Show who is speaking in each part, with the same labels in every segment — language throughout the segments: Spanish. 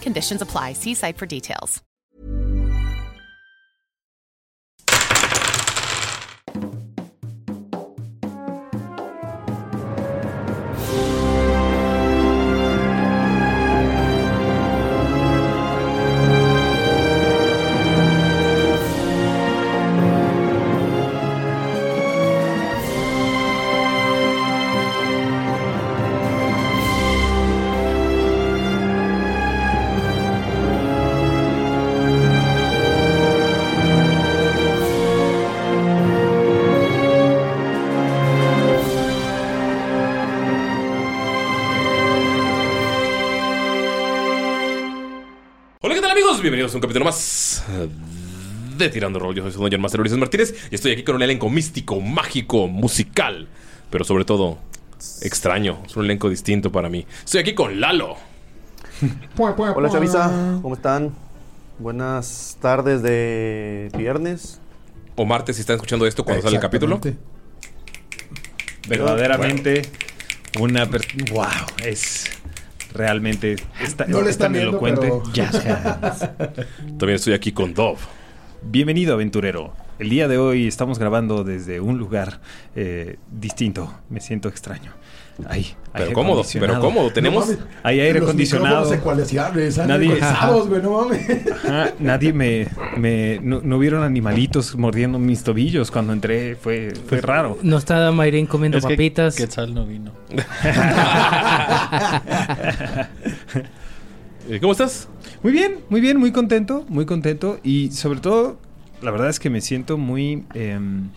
Speaker 1: conditions apply. See site for details.
Speaker 2: Hola, ¿qué tal amigos? Bienvenidos a un capítulo más eh, de Tirando Rol. Yo soy su John Master Ulises Martínez y estoy aquí con un elenco místico, mágico, musical, pero sobre todo extraño. Es un elenco distinto para mí. Estoy aquí con Lalo.
Speaker 3: Hola Chavisa, ¿cómo están? Buenas tardes de viernes.
Speaker 2: O martes, si están escuchando esto cuando sale el capítulo.
Speaker 4: verdaderamente una per- wow es realmente está,
Speaker 5: No le
Speaker 4: es
Speaker 5: están
Speaker 4: tan
Speaker 5: viendo,
Speaker 4: elocuente
Speaker 5: pero-
Speaker 4: Jazz hands.
Speaker 2: También estoy aquí con Dove.
Speaker 4: bienvenido aventurero el día de hoy estamos grabando desde un lugar eh, distinto me siento extraño Ay,
Speaker 2: Pero
Speaker 4: aire
Speaker 2: cómodo,
Speaker 4: acondicionado.
Speaker 2: pero cómodo. Tenemos-
Speaker 5: No mames.
Speaker 4: hay aire
Speaker 5: Los
Speaker 4: acondicionado
Speaker 5: micrófonos ecualizables, salen
Speaker 4: Nadie-
Speaker 5: ecualizados, güey, no mames.
Speaker 4: Ajá, nadie me, me no, no vieron animalitos mordiendo mis tobillos cuando entré fue fue raro
Speaker 6: Pues, No está Mayrin comiendo papitas.
Speaker 7: Quetzal no vino.
Speaker 2: Eh, ¿Cómo estás?
Speaker 4: Muy bien, muy bien, muy contento, muy contento y sobre todo, la verdad es que me siento muy, em,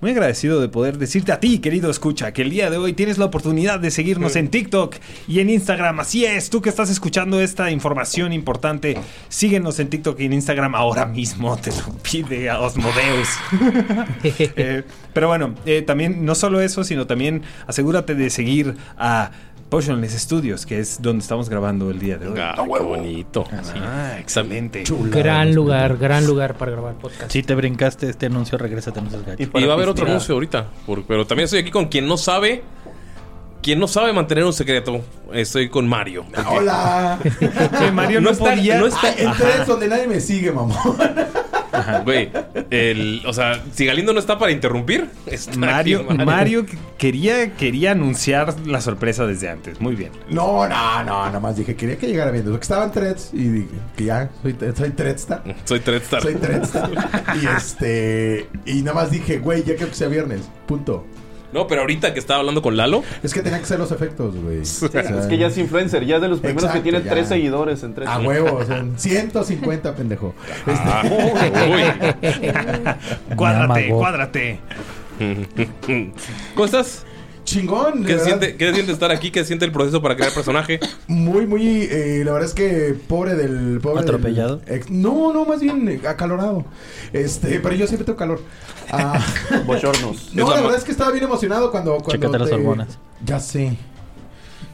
Speaker 4: muy agradecido de poder decirte a ti, querido escucha, que el día de hoy tienes la oportunidad de seguirnos en TikTok y en Instagram. Así es, tú que estás escuchando esta información importante, síguenos en TikTok y en Instagram ahora mismo, te lo pide a Osmodeus. Eh, pero bueno, eh, también no solo eso, sino también asegúrate de seguir a Potionless Studios, que es donde estamos grabando el día de hoy.
Speaker 2: Ah, qué bonito.
Speaker 4: Ah, excelente.
Speaker 6: Gran lugar, gran lugar para grabar podcast.
Speaker 7: Si te brincaste este anuncio, regrésate, no seas
Speaker 3: Y
Speaker 7: gacho.
Speaker 3: para
Speaker 2: y va a haber otro
Speaker 3: festejar.
Speaker 2: anuncio ahorita. por- pero también estoy aquí con quien no sabe. Quien no sabe mantener un secreto. Estoy con Mario. Porque
Speaker 5: Hola.
Speaker 4: Que Mario
Speaker 2: No
Speaker 4: no,
Speaker 2: está-
Speaker 4: podía.
Speaker 2: no está-
Speaker 5: En redes donde nadie me sigue, mamón.
Speaker 2: Güey, el- o sea, si Galindo no está para interrumpir, está
Speaker 4: Mario,
Speaker 2: aquí
Speaker 4: Mario quería, quería anunciar la sorpresa desde antes. Muy bien.
Speaker 5: No, no, no, nada más dije, quería que llegara viendo. Que estaba en threads y dije, que ya, soy, soy threadsta.
Speaker 2: Soy Treadstar.
Speaker 5: Soy threadsta. y este, y nada más dije, güey, ya creo que sea viernes. Punto.
Speaker 2: No, pero ahorita que estaba hablando con Lalo.
Speaker 5: Es que tenía que ser los efectos, güey. O sea,
Speaker 3: es que ya es influencer, ya es de los primeros que
Speaker 5: Exacto,
Speaker 3: tienen
Speaker 5: ya.
Speaker 3: tres seguidores en tres.
Speaker 5: A huevos, en 150, pendejo. Este,
Speaker 3: Ah,
Speaker 5: uy.
Speaker 4: Cuádrate,
Speaker 5: Yamago.
Speaker 4: cuádrate.
Speaker 2: ¿Cómo estás?
Speaker 5: Chingón.
Speaker 2: ¿Qué
Speaker 5: de
Speaker 2: se
Speaker 5: verdad.
Speaker 2: siente, qué se siente estar aquí? ¿Qué se siente el proceso para crear personaje?
Speaker 5: Muy, muy. eh, la verdad es que pobre del. Pobre del-
Speaker 2: ¿Atropellado?
Speaker 5: ex- no, no, más bien eh, acalorado. Este, pero yo siempre tengo calor. Ah,
Speaker 3: Bochornos.
Speaker 5: no, la verdad es que estaba bien emocionado cuando. cuando
Speaker 7: Chécate las
Speaker 5: te-
Speaker 7: hormonas.
Speaker 5: Ya sé.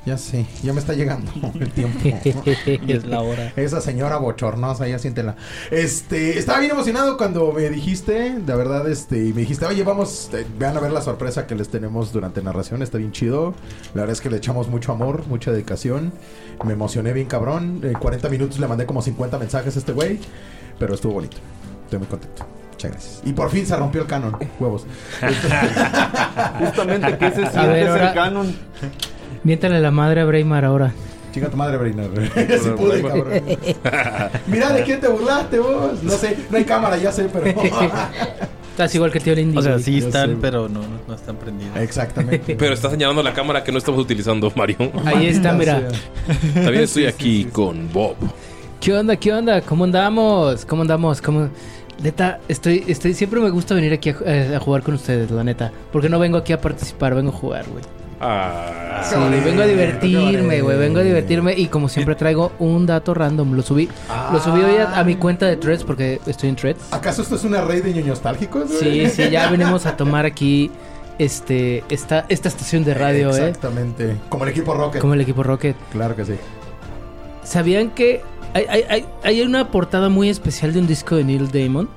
Speaker 5: Ya sé. Ya me está llegando el tiempo.
Speaker 7: es la hora.
Speaker 5: Esa señora bochornosa, ya siéntela. Este, estaba bien emocionado cuando me dijiste, la verdad, este, y me dijiste, oye, vamos, eh, vean a ver la sorpresa que les tenemos durante narración, está bien chido. La verdad es que le echamos mucho amor, mucha dedicación. Me emocioné bien cabrón. En 40 minutos le mandé como 50 mensajes a este güey, pero estuvo bonito. Estoy muy contento. Muchas gracias. Y por fin se rompió el canon, huevos. Este,
Speaker 3: Justamente, ¿qué se siente
Speaker 6: ver,
Speaker 3: ser
Speaker 6: ahora-
Speaker 3: canon?
Speaker 6: Miéntale la madre a Braymar ahora.
Speaker 5: Chinga tu madre, Brainer. Si pude, cabrón. Mira de quién te burlaste vos. No sé, no hay cámara, ya sé, pero.
Speaker 6: Estás igual que el tío Lindy.
Speaker 7: O sea,
Speaker 6: güey.
Speaker 7: sí
Speaker 6: Ya
Speaker 7: están,
Speaker 6: sé.
Speaker 7: pero no, no están prendidos.
Speaker 5: Exactamente.
Speaker 2: Pero está señalando la cámara que no estamos utilizando, Mario.
Speaker 6: Ahí está, mira.
Speaker 2: También estoy aquí con Bob.
Speaker 6: ¿Qué onda? ¿Qué onda? ¿Cómo andamos? ¿Cómo andamos? ¿Cómo... Neta, estoy, estoy, siempre me gusta venir aquí a, eh, a jugar con ustedes, la neta. Porque no vengo aquí a participar, vengo a jugar, güey.
Speaker 2: Ah,
Speaker 6: Sí, vengo a divertirme, güey. Vengo a divertirme y como siempre traigo un dato random. Lo subí, lo subí hoy a, a mi cuenta de Threads porque estoy en Threads.
Speaker 5: ¿Acaso esto es una red de ñoños nostálgicos?
Speaker 6: Sí, sí, ya venimos a tomar aquí este esta, esta estación de radio, eh.
Speaker 5: Exactamente. Como el equipo Rocket.
Speaker 6: Como el equipo Rocket.
Speaker 5: Claro que sí.
Speaker 6: ¿Sabían que hay, hay- hay- hay una portada muy especial de un disco de Neil Damon?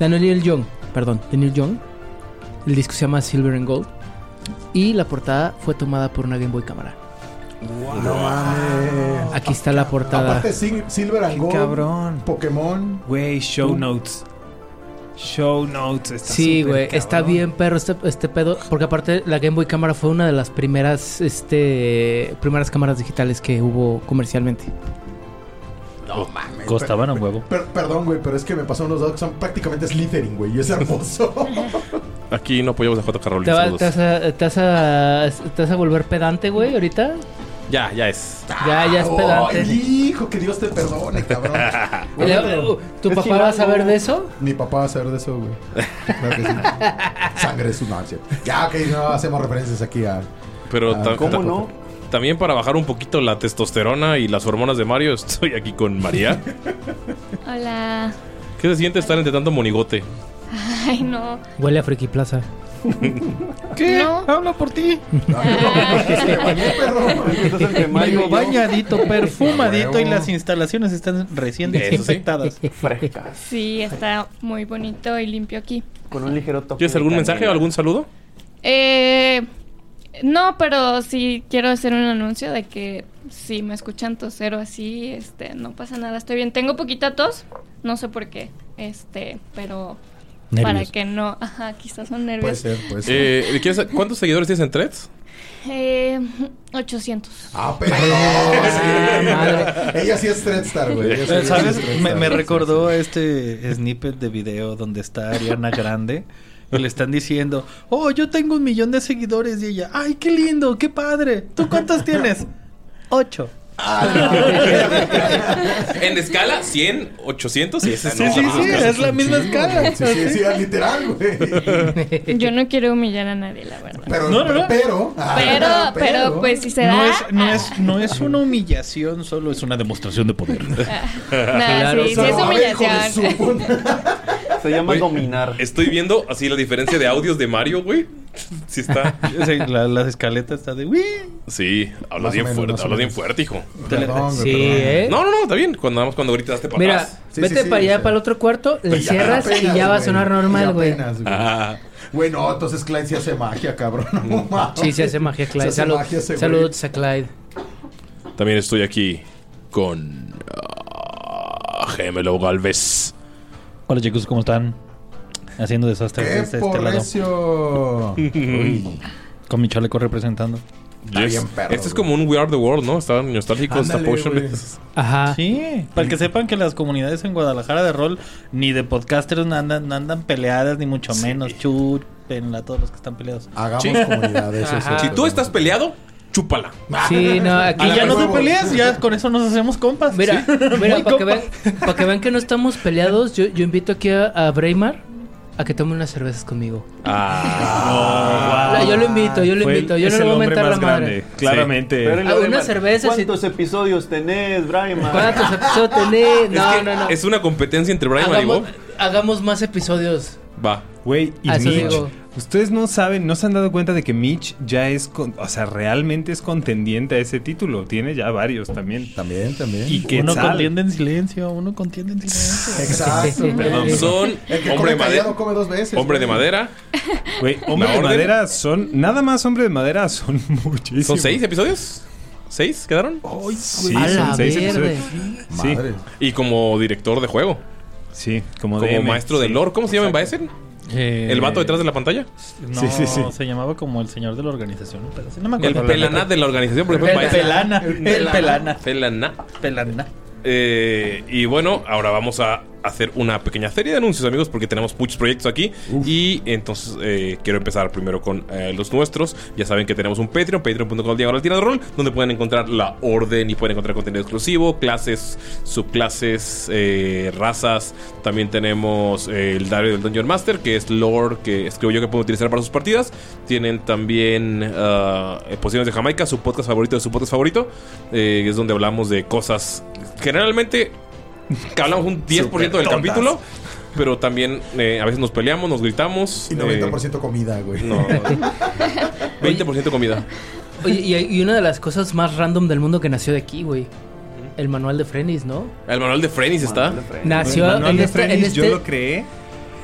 Speaker 6: De Neil Young, perdón, de Neil Young. El disco se llama Silver and Gold. Y la portada fue tomada por una Game Boy cámara.
Speaker 5: No mames.
Speaker 6: Aquí está la portada.
Speaker 5: Aparte, Sil- Silver and Gold.
Speaker 4: cabrón.
Speaker 5: Pokémon.
Speaker 4: Güey, show
Speaker 5: Tú.
Speaker 4: notes. Show notes. Está
Speaker 6: Sí,
Speaker 4: súper
Speaker 6: güey, está
Speaker 4: cabrón.
Speaker 6: bien perro este, este pedo, porque aparte la Game Boy cámara fue una de las primeras este primeras cámaras digitales que hubo comercialmente.
Speaker 2: No mames.
Speaker 7: Costaban un huevo.
Speaker 5: Oh, Per- perdón, güey, pero es que me pasó unos datos que son prácticamente Slytherin, güey. Y es hermoso.
Speaker 2: Aquí no apoyamos a J. K. Rowling,
Speaker 6: ¿Te, va-
Speaker 2: saludos.
Speaker 6: te vas a, te vas a- te vas a volver pedante, güey, ahorita?
Speaker 2: Ya, ya es.
Speaker 6: Ya, ya es pedante.
Speaker 5: Ay, hijo, que Dios te perdone, cabrón. Güey,
Speaker 6: Le-
Speaker 5: pero-
Speaker 6: ¿Tu
Speaker 5: es
Speaker 6: papá
Speaker 5: chilango.
Speaker 6: va a saber de eso?
Speaker 5: Mi papá va a saber de eso, güey. Claro que sí. Sangre es una ansia. Ya, ok, no hacemos referencias aquí a.
Speaker 2: Pero
Speaker 5: Ah,
Speaker 2: ta-
Speaker 5: ¿cómo
Speaker 2: ta-
Speaker 5: no?
Speaker 2: También para bajar un poquito la testosterona y las hormonas de Mario, estoy aquí con María.
Speaker 8: Hola.
Speaker 2: ¿Qué se siente estar entre tanto monigote?
Speaker 8: Ay, no.
Speaker 6: Huele a Friki Plaza.
Speaker 7: ¿Qué? Hablo por ti.
Speaker 8: Ah.
Speaker 7: Medio bañadito, perfumadito y las instalaciones están recién
Speaker 2: Eso sí.
Speaker 7: desinfectadas.
Speaker 3: Frescas.
Speaker 8: Sí, está muy bonito y limpio aquí.
Speaker 3: Con un ligero toque.
Speaker 2: ¿Tienes algún mensaje o algún saludo?
Speaker 8: Eh, no, pero sí quiero hacer un anuncio de que si me escuchan toser o así, este, no pasa nada, estoy bien. Tengo poquita tos, no sé por qué, este, pero para
Speaker 2: Nervios.
Speaker 8: que no, ajá, quizás son nervios.
Speaker 5: puede
Speaker 2: ser. ¿Cuántos seguidores tienes en Threads?
Speaker 8: Eh, 800.
Speaker 5: Ah, pero.
Speaker 6: Ah,
Speaker 5: Ella sí es
Speaker 2: Ah,
Speaker 5: Threadstar, güey. Ella sí es
Speaker 7: Eh, ¿Sabes?
Speaker 5: Threadstar.
Speaker 7: Me, me recordó este snippet de video donde está Ariana Grande. Y le están diciendo, oh, yo tengo un millón de seguidores. Y ella, ay, qué lindo, qué padre. ¿Tú cuántos tienes? Ocho.
Speaker 2: En escala 100, 800 y esa
Speaker 7: Sí,
Speaker 2: no,
Speaker 7: sí,
Speaker 2: no,
Speaker 7: sí,
Speaker 2: no,
Speaker 7: es la misma
Speaker 5: Sí,
Speaker 7: escala.
Speaker 5: güey. Sí, sí, sí, literal, güey.
Speaker 8: Yo no quiero humillar a nadie, la verdad.
Speaker 5: Pero,
Speaker 7: No, no, no.
Speaker 5: pero, ah,
Speaker 8: Pero, pero, pues si se da.
Speaker 7: No es, no, es, no es una humillación, solo es una demostración de poder.
Speaker 8: Nada, Ah, sí, sí es humillación.
Speaker 2: Se llama dominar. Estoy viendo así la diferencia de audios de Mario, güey. Sí está.
Speaker 7: Sí, la- las escaletas está de... "Uy".
Speaker 2: Sí, hablas
Speaker 7: Más o menos,
Speaker 2: bien
Speaker 7: más
Speaker 2: fuerte,
Speaker 7: o
Speaker 2: hablas bien
Speaker 7: menos.
Speaker 2: fuerte, hijo.
Speaker 7: Perdón,
Speaker 6: güey, Sí, perdón. ¿eh?
Speaker 2: No, no, no, está bien. Cuando nada más cuando gritas para
Speaker 6: Mira,
Speaker 2: atrás.
Speaker 6: vete para allá, para el otro cuarto, le
Speaker 2: Y ya
Speaker 6: pues cierras
Speaker 5: apenas,
Speaker 6: y ya va a
Speaker 5: güey.
Speaker 6: sonar
Speaker 5: Y
Speaker 6: normal, güey.
Speaker 5: apenas,
Speaker 2: Ah.
Speaker 5: Güey, no, entonces Clyde sí hace magia, cabrón. No mames.
Speaker 6: Sí, se hace magia, Clyde.
Speaker 5: Se hace
Speaker 6: Salud-
Speaker 5: magia ese güey.
Speaker 6: saludos a Clyde.
Speaker 2: También estoy aquí con ah, Gemelo Galvez.
Speaker 7: Hola chicos, ¿cómo están? Haciendo desastres
Speaker 5: ¡Qué
Speaker 7: desde este lado.
Speaker 5: porrecio! Uy.
Speaker 7: Con mi chaleco representando.
Speaker 2: Yes. este es como un We Are the World, ¿no? Está nostálgico, está
Speaker 7: Ándale,
Speaker 2: potion.
Speaker 7: güey.
Speaker 6: Ajá.
Speaker 7: Sí, para que sepan que las comunidades en Guadalajara de rol ni de podcasters no andan, no andan peleadas, ni mucho menos. Chu, chúpenla a todos los que están peleados.
Speaker 5: Hagamos
Speaker 2: Sí. Ajá. Si tú estás peleado, chúpala. Ah,
Speaker 6: Sí, no, aquí
Speaker 7: Y ya no te
Speaker 6: huevo.
Speaker 7: peleas, ya con eso nos hacemos compas.
Speaker 6: Mira,
Speaker 7: Sí.
Speaker 6: mira
Speaker 7: Muy
Speaker 6: para, que
Speaker 7: compas.
Speaker 6: vean, para que vean que no estamos peleados, yo, yo invito aquí a, a Braemar a que tome unas cervezas conmigo.
Speaker 4: Ah,
Speaker 6: La- yo lo invito, yo lo
Speaker 4: Fue-
Speaker 6: invito, yo
Speaker 4: es
Speaker 6: no le voy a
Speaker 4: el hombre
Speaker 6: aumentar la
Speaker 4: más
Speaker 6: madre.
Speaker 4: grande, Claramente.
Speaker 3: Pero
Speaker 6: Ah,
Speaker 3: lo demás,
Speaker 6: unas cervezas y-
Speaker 3: ¿Cuántos episodios tenés, Brian?
Speaker 6: ¿Cuántos episodios tenés? No,
Speaker 2: es, que
Speaker 6: no, no.
Speaker 2: es una competencia entre Brian y
Speaker 6: hagamos,
Speaker 2: Bob.
Speaker 6: hagamos más episodios.
Speaker 2: Va.
Speaker 4: Güey, y
Speaker 6: Ah, eso
Speaker 4: Mitch.
Speaker 6: digo.
Speaker 4: Ustedes no saben, no se han dado cuenta de que Mitch ya es, con- o sea, realmente es contendiente a ese título. Tiene ya varios también.
Speaker 5: También, también.
Speaker 4: Y que
Speaker 7: ¿Eh? uno
Speaker 4: sale.
Speaker 7: contiende en silencio, uno contiende en silencio.
Speaker 5: Exacto.
Speaker 2: Perdón. Son
Speaker 5: El que
Speaker 2: hombre de
Speaker 5: come callado
Speaker 2: madera.
Speaker 5: come dos veces.
Speaker 2: Hombre de
Speaker 5: güey.
Speaker 2: madera.
Speaker 4: Güey, hombre
Speaker 2: La
Speaker 4: de
Speaker 2: orden.
Speaker 4: madera son, nada más hombre de madera son muchísimos.
Speaker 2: ¿Son seis episodios? ¿Seis quedaron?
Speaker 4: Sí,
Speaker 6: A la
Speaker 4: son seis
Speaker 6: verde.
Speaker 4: episodios. Sí,
Speaker 5: Madre.
Speaker 2: Y como director de juego.
Speaker 4: sí, como,
Speaker 2: Como
Speaker 4: DM,
Speaker 2: maestro del
Speaker 4: sí.
Speaker 2: lore. ¿Cómo se llama en Baesen? ¿El
Speaker 6: Eh,
Speaker 2: vato detrás de la pantalla?
Speaker 7: No,
Speaker 4: Sí, sí, sí.
Speaker 7: se llamaba como el señor de la organización. ¿no? Pero sí, no me
Speaker 2: El
Speaker 7: acuerdo.
Speaker 2: pelaná de la organización. Porque fue
Speaker 7: El
Speaker 2: Baesen.
Speaker 7: pelana. El pelana.
Speaker 2: Pelaná.
Speaker 7: Pelana.
Speaker 2: Eh, y bueno, ahora vamos a hacer una pequeña serie de anuncios, amigos, porque tenemos muchos proyectos aquí. Y entonces eh, quiero empezar primero con eh, los nuestros. Ya saben que tenemos un Patreon, patreon.com diagonal tirando rol, donde pueden encontrar la orden y pueden encontrar contenido exclusivo, clases, subclases, eh, razas. También tenemos eh, el diario del Dungeon Master, que es lore que escribo yo que puedo utilizar para sus partidas. Tienen también ah, Posiciones de Jamaica, su podcast favorito de su podcast favorito, eh, es donde hablamos de cosas generalmente que hablamos un 10% del
Speaker 4: Supertontas.
Speaker 2: capítulo, pero también eh, a veces nos peleamos, nos gritamos.
Speaker 5: Y 90% comida, güey.
Speaker 2: eh, no. 20% comida.
Speaker 6: Oye, y, y una de las cosas más random del mundo que nació de aquí, güey. El manual de Frenis, ¿no?
Speaker 2: El manual de Frenis está.
Speaker 6: Nació
Speaker 4: El manual
Speaker 6: en
Speaker 4: de
Speaker 6: este- en
Speaker 4: Frenis,
Speaker 6: este-
Speaker 4: yo lo creé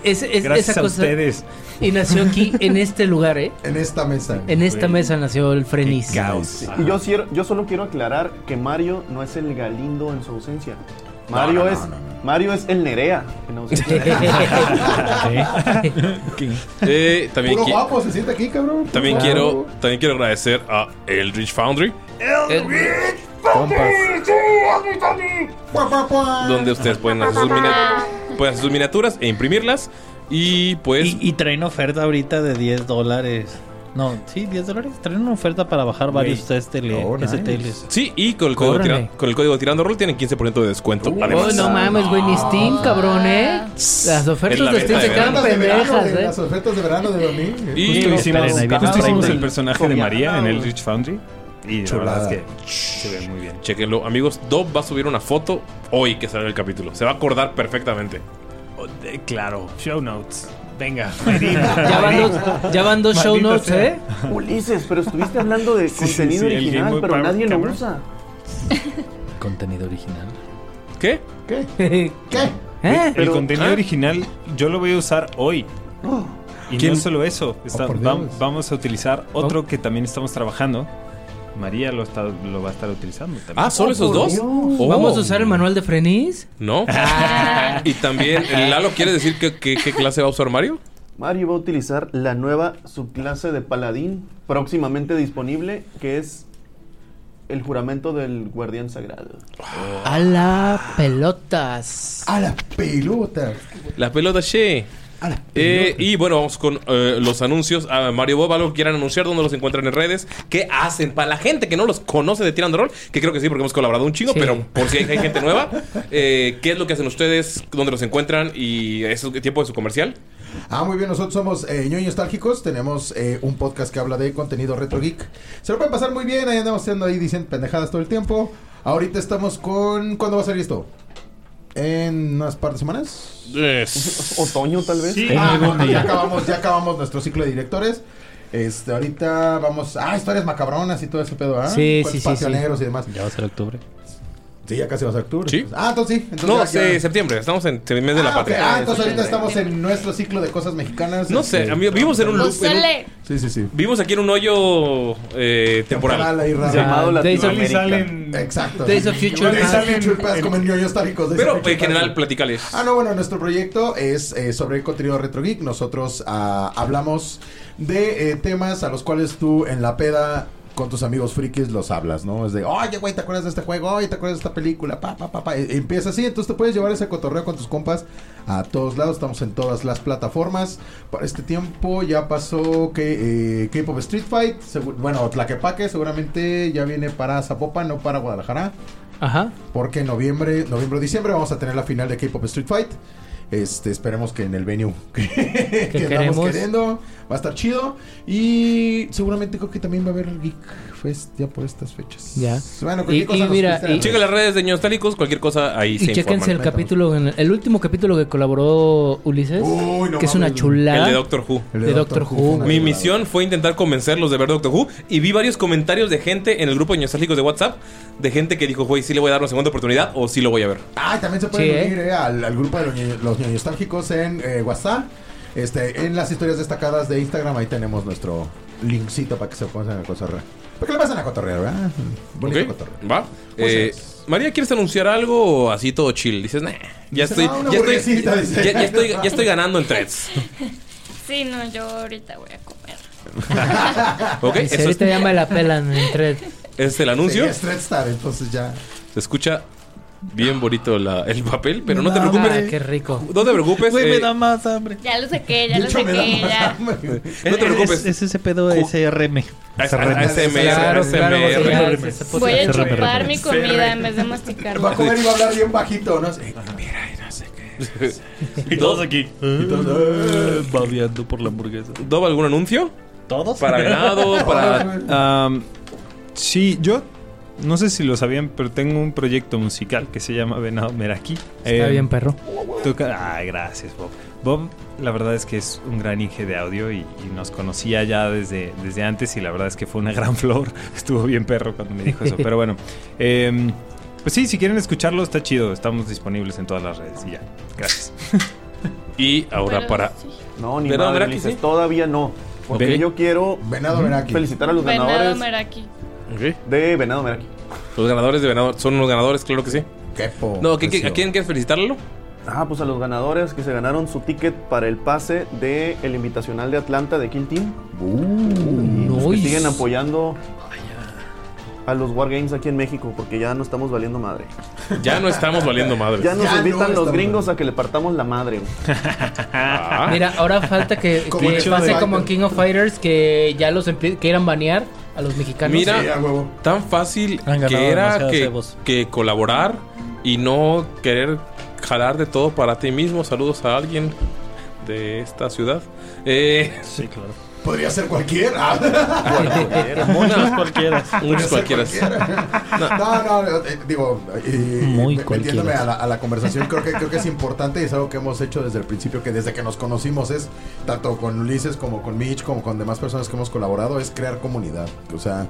Speaker 6: Es, es-
Speaker 4: gracias
Speaker 6: esa
Speaker 4: a
Speaker 6: cosa.
Speaker 4: ustedes.
Speaker 6: Y nació aquí, en este lugar, ¿eh?
Speaker 5: En esta mesa.
Speaker 6: En esta mesa nació el Frenis.
Speaker 4: Qué caos.
Speaker 3: Y yo, cier- yo solo quiero aclarar que Mario no es el Galindo en su ausencia. Mario
Speaker 5: no, no,
Speaker 3: es
Speaker 5: no, no.
Speaker 3: Mario es el Nerea en ausencia.
Speaker 2: Eh, también
Speaker 5: Puro
Speaker 2: qui-
Speaker 5: guapo se siente aquí, cabrón. Puro
Speaker 2: también
Speaker 5: guapo.
Speaker 2: quiero, también quiero agradecer a Eldritch Foundry,
Speaker 5: Compas. Pua, pua, pua.
Speaker 2: donde ustedes pueden hacer sus, mina- pueden hacer sus miniaturas e imprimirlas. Y pues
Speaker 7: Y, y traen oferta ahorita de 10 dólares. No, sí, 10 dólares. Traen una oferta para bajar varios test tele,
Speaker 5: Oh, nice.
Speaker 7: STLs.
Speaker 2: Sí, y con el código,
Speaker 6: Córrele.
Speaker 2: tira- con el código Tirando Roll tienen 15% de descuento.
Speaker 6: Oh,
Speaker 2: además. ah,
Speaker 6: no mames, güey, ni Steam, cabrón, ¿eh? Las ofertas
Speaker 2: Es la
Speaker 6: de Steam
Speaker 2: venta
Speaker 6: se
Speaker 2: de
Speaker 6: quedan
Speaker 5: Las ofertas de verano de-
Speaker 6: pendejas,
Speaker 5: Las
Speaker 6: ¿eh?
Speaker 5: ofertas de verano de Berlín.
Speaker 2: Y
Speaker 4: Justo hicimos,
Speaker 7: esperen, ahí viene
Speaker 4: justo
Speaker 7: un
Speaker 4: hicimos
Speaker 7: 30.
Speaker 4: el personaje de María en
Speaker 3: güey.
Speaker 4: el Rich Foundry. Y
Speaker 5: Chulada.
Speaker 4: la verdad es que se ve muy bien.
Speaker 2: Chequenlo, amigos. Dob va a subir una foto hoy que sale el capítulo. Se va a acordar perfectamente.
Speaker 4: claro, show notes. Venga,
Speaker 6: Ya van dos, ya van dos show
Speaker 4: Maldita
Speaker 6: notes,
Speaker 4: sea.
Speaker 6: ¿eh?
Speaker 3: Ulises, pero estuviste hablando de
Speaker 4: Sí, sí,
Speaker 3: contenido
Speaker 4: sí, el Game
Speaker 3: original,
Speaker 4: Boy
Speaker 3: pero
Speaker 4: Power
Speaker 3: nadie lo
Speaker 4: Camera.
Speaker 3: usa.
Speaker 7: Contenido original.
Speaker 2: ¿Qué?
Speaker 6: ¿Qué? ¿Eh?
Speaker 4: el
Speaker 3: Pero-
Speaker 4: contenido
Speaker 2: ¿Ah?
Speaker 4: original yo lo voy a usar hoy. Y
Speaker 2: ¿Quién?
Speaker 4: no solo eso, está-
Speaker 5: Oh, por
Speaker 4: vam-
Speaker 5: Dios.
Speaker 4: vamos a utilizar otro que también estamos trabajando. María lo, está, lo va a estar utilizando también.
Speaker 2: Ah, ¿solo esos
Speaker 3: por
Speaker 2: dos?
Speaker 3: Dios.
Speaker 2: Oh.
Speaker 6: ¿Vamos a usar el manual de Frenis?
Speaker 2: No.
Speaker 4: Ah.
Speaker 2: y también, Lalo, ¿quiere decir que- que- qué clase va a usar Mario?
Speaker 3: Mario va a utilizar la nueva subclase de paladín próximamente disponible, que es el juramento del guardián sagrado.
Speaker 6: A la pelotas.
Speaker 5: A la pelota.
Speaker 2: La pelota, che.
Speaker 5: A la
Speaker 2: Eh,
Speaker 5: pelota.
Speaker 2: y bueno, vamos con eh, los anuncios. A Mario Bob, algo que quieran anunciar, dónde los encuentran en redes, qué hacen para la gente que no los conoce de Tirando Roll, que creo que sí, porque hemos colaborado un chingo,
Speaker 6: Sí.
Speaker 2: pero por si hay, hay gente nueva, eh, qué es lo que hacen ustedes, dónde los encuentran y es el tiempo de su comercial.
Speaker 5: Ah, muy bien, nosotros somos eh, ñoños nostálgicos. Tenemos eh, un podcast que habla de contenido retro geek. Se lo pueden pasar muy bien, ahí andamos haciendo ahí diciendo pendejadas todo el tiempo. Ahorita estamos con. ¿Cuándo va a salir esto? En unas par de semanas.
Speaker 3: Otoño, tal vez.
Speaker 5: Ah, ya acabamos, ya acabamos nuestro ciclo de directores. Este, ahorita vamos. Ah, historias macabronas y todo ese pedo, ¿ah?
Speaker 6: Sí,
Speaker 5: Pues,
Speaker 6: sí, sí,
Speaker 5: Pasioneros y demás.
Speaker 7: Ya va a ser octubre.
Speaker 5: Sí, ya casi va a ser octubre.
Speaker 2: Sí.
Speaker 5: Ah, entonces sí. Entonces
Speaker 2: No,
Speaker 5: ya- ya-
Speaker 2: sí, septiembre, estamos en el mes de la
Speaker 5: Ah, ok.
Speaker 2: patria.
Speaker 5: Ah, entonces ahorita estamos en nuestro ciclo de cosas mexicanas.
Speaker 2: No
Speaker 5: este,
Speaker 2: sé, a mí- vivimos en un loop. en un-
Speaker 8: Úsale.
Speaker 5: Sí, sí, sí.
Speaker 2: vivimos aquí en un hoyo eh, temporal.
Speaker 5: ahí raro.
Speaker 3: Llamado
Speaker 6: Ah, Days of-
Speaker 4: Ahí
Speaker 3: Latinoamérica.
Speaker 4: salen-
Speaker 5: Exacto.
Speaker 6: Days of Future
Speaker 5: Days
Speaker 6: Past.
Speaker 5: of Future Past, como en ñoños táricos, Days
Speaker 2: Pero
Speaker 5: of
Speaker 2: eh,
Speaker 5: Future
Speaker 2: en general,
Speaker 5: Past.
Speaker 2: platicales.
Speaker 5: Ah, no, bueno, nuestro proyecto es eh, sobre contenido retro geek. Nosotros ah, hablamos de eh, temas a los cuales tú en la peda con tus amigos frikis los hablas, ¿no? Es de, oye, güey, ¿te acuerdas de este juego? Oye, ¿te acuerdas de esta película? Pa, pa, pa, pa. E- Empieza así, entonces te puedes llevar ese cotorreo con tus compas a todos lados. Estamos en todas las plataformas. Para este tiempo ya pasó que eh, K-Pop Street Fight, segu- bueno, Tlaquepaque seguramente ya viene para Zapopan, no para Guadalajara.
Speaker 6: Ajá.
Speaker 5: Porque en noviembre, noviembre o diciembre vamos a tener la final de K-Pop Street Fight. Este, esperemos que en el venue que, que andamos
Speaker 6: queremos.
Speaker 5: queriendo. Va a estar chido. Y seguramente creo que también va a haber Geek Fest ya por estas fechas.
Speaker 6: Ya.
Speaker 5: Bueno,
Speaker 6: Y-
Speaker 5: cualquier
Speaker 6: y
Speaker 5: cosa nos
Speaker 6: mira,
Speaker 5: pusiste en
Speaker 6: y-
Speaker 5: las
Speaker 2: Chequen las redes de Ñostálicos, cualquier cosa ahí
Speaker 6: Y
Speaker 2: se
Speaker 6: chéquense el
Speaker 2: informan.
Speaker 6: capítulo, en el, el último capítulo que colaboró Ulises,
Speaker 5: Uy, no
Speaker 6: que es una
Speaker 5: mames.
Speaker 2: El,
Speaker 6: chulada
Speaker 2: de Doctor Who.
Speaker 5: El
Speaker 6: de Doctor Who.
Speaker 5: fue una
Speaker 2: Mi
Speaker 5: chulada.
Speaker 2: misión fue intentar convencerlos de ver Doctor Who y vi varios comentarios de gente en el grupo de Ñostálicos de WhatsApp de gente que dijo, güey, sí le voy a dar una segunda oportunidad o sí lo voy a ver.
Speaker 5: Ah, y también se pueden
Speaker 6: Sí, ¿eh?
Speaker 5: unir eh, al, al grupo de los ñoño- los nostálgicos en eh, WhatsApp. Este, en las historias destacadas de Instagram, ahí tenemos nuestro linkcito para que se pongan a cotorrear. ¿Por qué le pasan a cotorrear, verdad? Bonito
Speaker 2: Ok,
Speaker 5: cotorreo.
Speaker 2: ¿Va?
Speaker 5: Pues
Speaker 2: Eh,
Speaker 5: es.
Speaker 2: María, ¿quieres anunciar algo o así todo chill? Dices, nah,
Speaker 5: Dice,
Speaker 2: ya estoy,
Speaker 5: "No, una
Speaker 2: ya estoy,
Speaker 5: hamburguesita",
Speaker 2: ya,
Speaker 5: dice.
Speaker 2: ya estoy, ya estoy ganando en threads.
Speaker 8: Sí, no, yo ahorita voy a comer.
Speaker 2: ¿Ok?
Speaker 6: Y si
Speaker 2: Eso es,
Speaker 6: ahorita ya me la pelan entre...
Speaker 2: es el
Speaker 5: Sí,
Speaker 2: anuncio.
Speaker 5: es Red Star, entonces ya.
Speaker 2: Se escucha bien bonito la- el papel, pero no te
Speaker 7: No,
Speaker 2: preocupes.
Speaker 6: Ah, qué rico.
Speaker 2: No te preocupes.
Speaker 7: Güey,
Speaker 2: eh,
Speaker 7: me da más hambre.
Speaker 8: Ya lo saqué, ya
Speaker 5: De
Speaker 8: lo
Speaker 5: hecho, me da
Speaker 8: saqué,
Speaker 5: más
Speaker 8: ya.
Speaker 5: hambre.
Speaker 2: no te
Speaker 7: Es,
Speaker 2: preocupes.
Speaker 7: es ese pedo de
Speaker 2: Ju-
Speaker 7: SRM.
Speaker 2: A- a- a- SMR,
Speaker 6: Claro, claro,
Speaker 2: SMR.
Speaker 6: porque ya se- se- se-
Speaker 8: Voy a
Speaker 6: se- se-
Speaker 8: chupar mi comida en vez de
Speaker 5: Va a
Speaker 8: masticarla.
Speaker 5: comer y va a hablar bien bajito, ¿no? Eh, mira, y no sé qué.
Speaker 7: Y todos aquí.
Speaker 5: Y todo, eh.
Speaker 7: Babeando por la hamburguesa.
Speaker 2: ¿Dob algún anuncio?
Speaker 7: ¿Todos?
Speaker 2: Para ganado, para. um,
Speaker 4: Am, sí, yo no sé si lo sabían, pero tengo un proyecto musical que se llama Venado Meraki.
Speaker 6: Está
Speaker 4: Eh,
Speaker 6: bien, perro.
Speaker 4: toca- Ay, gracias, Bob. Bob, la verdad es que es un gran inge de audio y, y nos conocía ya desde, desde antes y la verdad es que fue una gran flor. Estuvo bien perro cuando me dijo eso, pero bueno. em, pues sí, si quieren escucharlo, está chido. Estamos disponibles en todas las redes y ya. Gracias.
Speaker 2: Y ahora
Speaker 8: Pero
Speaker 2: para.
Speaker 8: sí.
Speaker 3: No, ni
Speaker 2: Venado
Speaker 3: madre,
Speaker 2: Meraki,
Speaker 3: Ulises,
Speaker 2: sí.
Speaker 3: Todavía no. Porque
Speaker 2: Ok.
Speaker 3: yo quiero
Speaker 5: Venado Meraki.
Speaker 3: felicitar a los
Speaker 8: Venado
Speaker 3: ganadores
Speaker 8: Meraki.
Speaker 2: Ok.
Speaker 3: de Venado Meraki.
Speaker 2: Los ganadores de venado son los ganadores, claro que sí.
Speaker 5: Quepo.
Speaker 2: No, ¿qué- qué-
Speaker 5: Precio.
Speaker 2: ¿a quién quieres felicitarlo?
Speaker 3: Ah, pues a los ganadores que se ganaron su ticket para el pase de el invitacional de Atlanta de Kill Team.
Speaker 5: Uh,
Speaker 3: Y pues, que
Speaker 6: Nice.
Speaker 3: siguen apoyando a los Wargames aquí en México, porque ya no estamos valiendo madre.
Speaker 2: Ya no estamos valiendo madre.
Speaker 3: Ya nos
Speaker 5: Ya no
Speaker 3: invitan los
Speaker 5: estamos
Speaker 3: gringos a que le partamos la madre. güey.
Speaker 2: Ah,
Speaker 6: Mira, ahora falta que,
Speaker 5: Como
Speaker 6: que
Speaker 5: dicho
Speaker 6: pase
Speaker 5: de-
Speaker 6: como en King of Fighters que ya los empie- quieran banear a los mexicanos.
Speaker 2: Mira.
Speaker 5: Sí, a huevo.
Speaker 2: Tan fácil
Speaker 7: Han ganado
Speaker 2: que era
Speaker 7: demasiados
Speaker 2: que,
Speaker 7: cebos.
Speaker 2: que colaborar y no querer jalar de todo para ti mismo. Saludos a alguien de esta ciudad. Eh,
Speaker 7: Sí, claro.
Speaker 5: Podría ser cualquiera.
Speaker 7: Muchos cualquiera.
Speaker 2: muchos cualquiera.
Speaker 5: No, no, eh, digo, eh,
Speaker 7: Muy
Speaker 5: me- metiéndome
Speaker 7: cualquiera.
Speaker 5: a la, a la conversación, creo que, creo que es importante y es algo que hemos hecho desde el principio, que desde que nos conocimos es, tanto con Ulises como con Mitch, como con demás personas que hemos colaborado, es crear comunidad. O sea,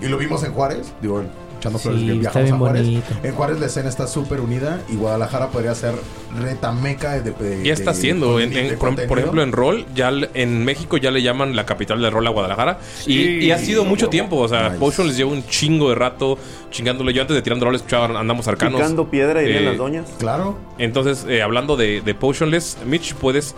Speaker 5: y lo vimos en Juárez, digo, echando
Speaker 6: Sí,
Speaker 5: flores que
Speaker 6: está
Speaker 5: viajamos a
Speaker 6: bien
Speaker 5: Juárez.
Speaker 6: bonito.
Speaker 5: En Juárez la escena está súper unida y Guadalajara podría ser retameca de... de-
Speaker 2: Ya está
Speaker 5: de-
Speaker 2: haciendo.
Speaker 5: de-
Speaker 2: en- en-
Speaker 5: de
Speaker 2: por,
Speaker 5: contenido.
Speaker 2: por ejemplo, en rol, ya l- en México ya le llaman la capital del rol a Guadalajara. Y- Y, ha sido mucho tiempo. O sea,
Speaker 5: Nice.
Speaker 2: Potion les lleva un chingo de rato chingándole. Yo antes de tirando rol escuchaba Andamos Arcanos.
Speaker 3: Picando piedra y
Speaker 2: Eh,
Speaker 3: las doñas.
Speaker 5: Claro.
Speaker 2: Entonces, eh, hablando de, de Potionless, Mitch, puedes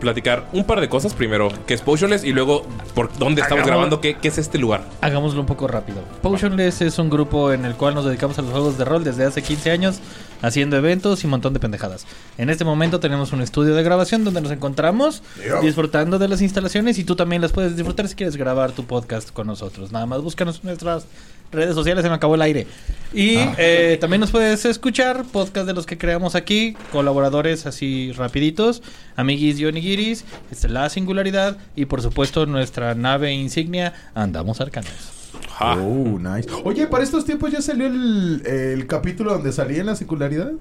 Speaker 2: platicar un par de cosas. Primero, ¿qué es Potionless? Y luego, ¿por dónde estamos
Speaker 7: Hagamos-
Speaker 2: grabando? ¿Qué, qué es este lugar?
Speaker 7: Hagámoslo un poco rápido. Potionless es un grupo en el cual nos dedicamos a los juegos de rol desde hace 15 años, haciendo eventos y un montón de pendejadas. En este momento tenemos un estudio de grabación donde nos encontramos disfrutando de las instalaciones y tú también las puedes disfrutar si quieres grabar tu podcast con nosotros. Nada más búscanos en nuestras redes sociales, se me acabó el aire. Y eh, también nos puedes escuchar podcast de los que creamos aquí, colaboradores así rapiditos, amiguis y onigiris, este, la singularidad y por supuesto nuestra nave insignia, andamos arcanos.
Speaker 2: Ah.
Speaker 5: Oh, nice. Oye, para estos tiempos ya salió el, el capítulo donde salía en la secularidad.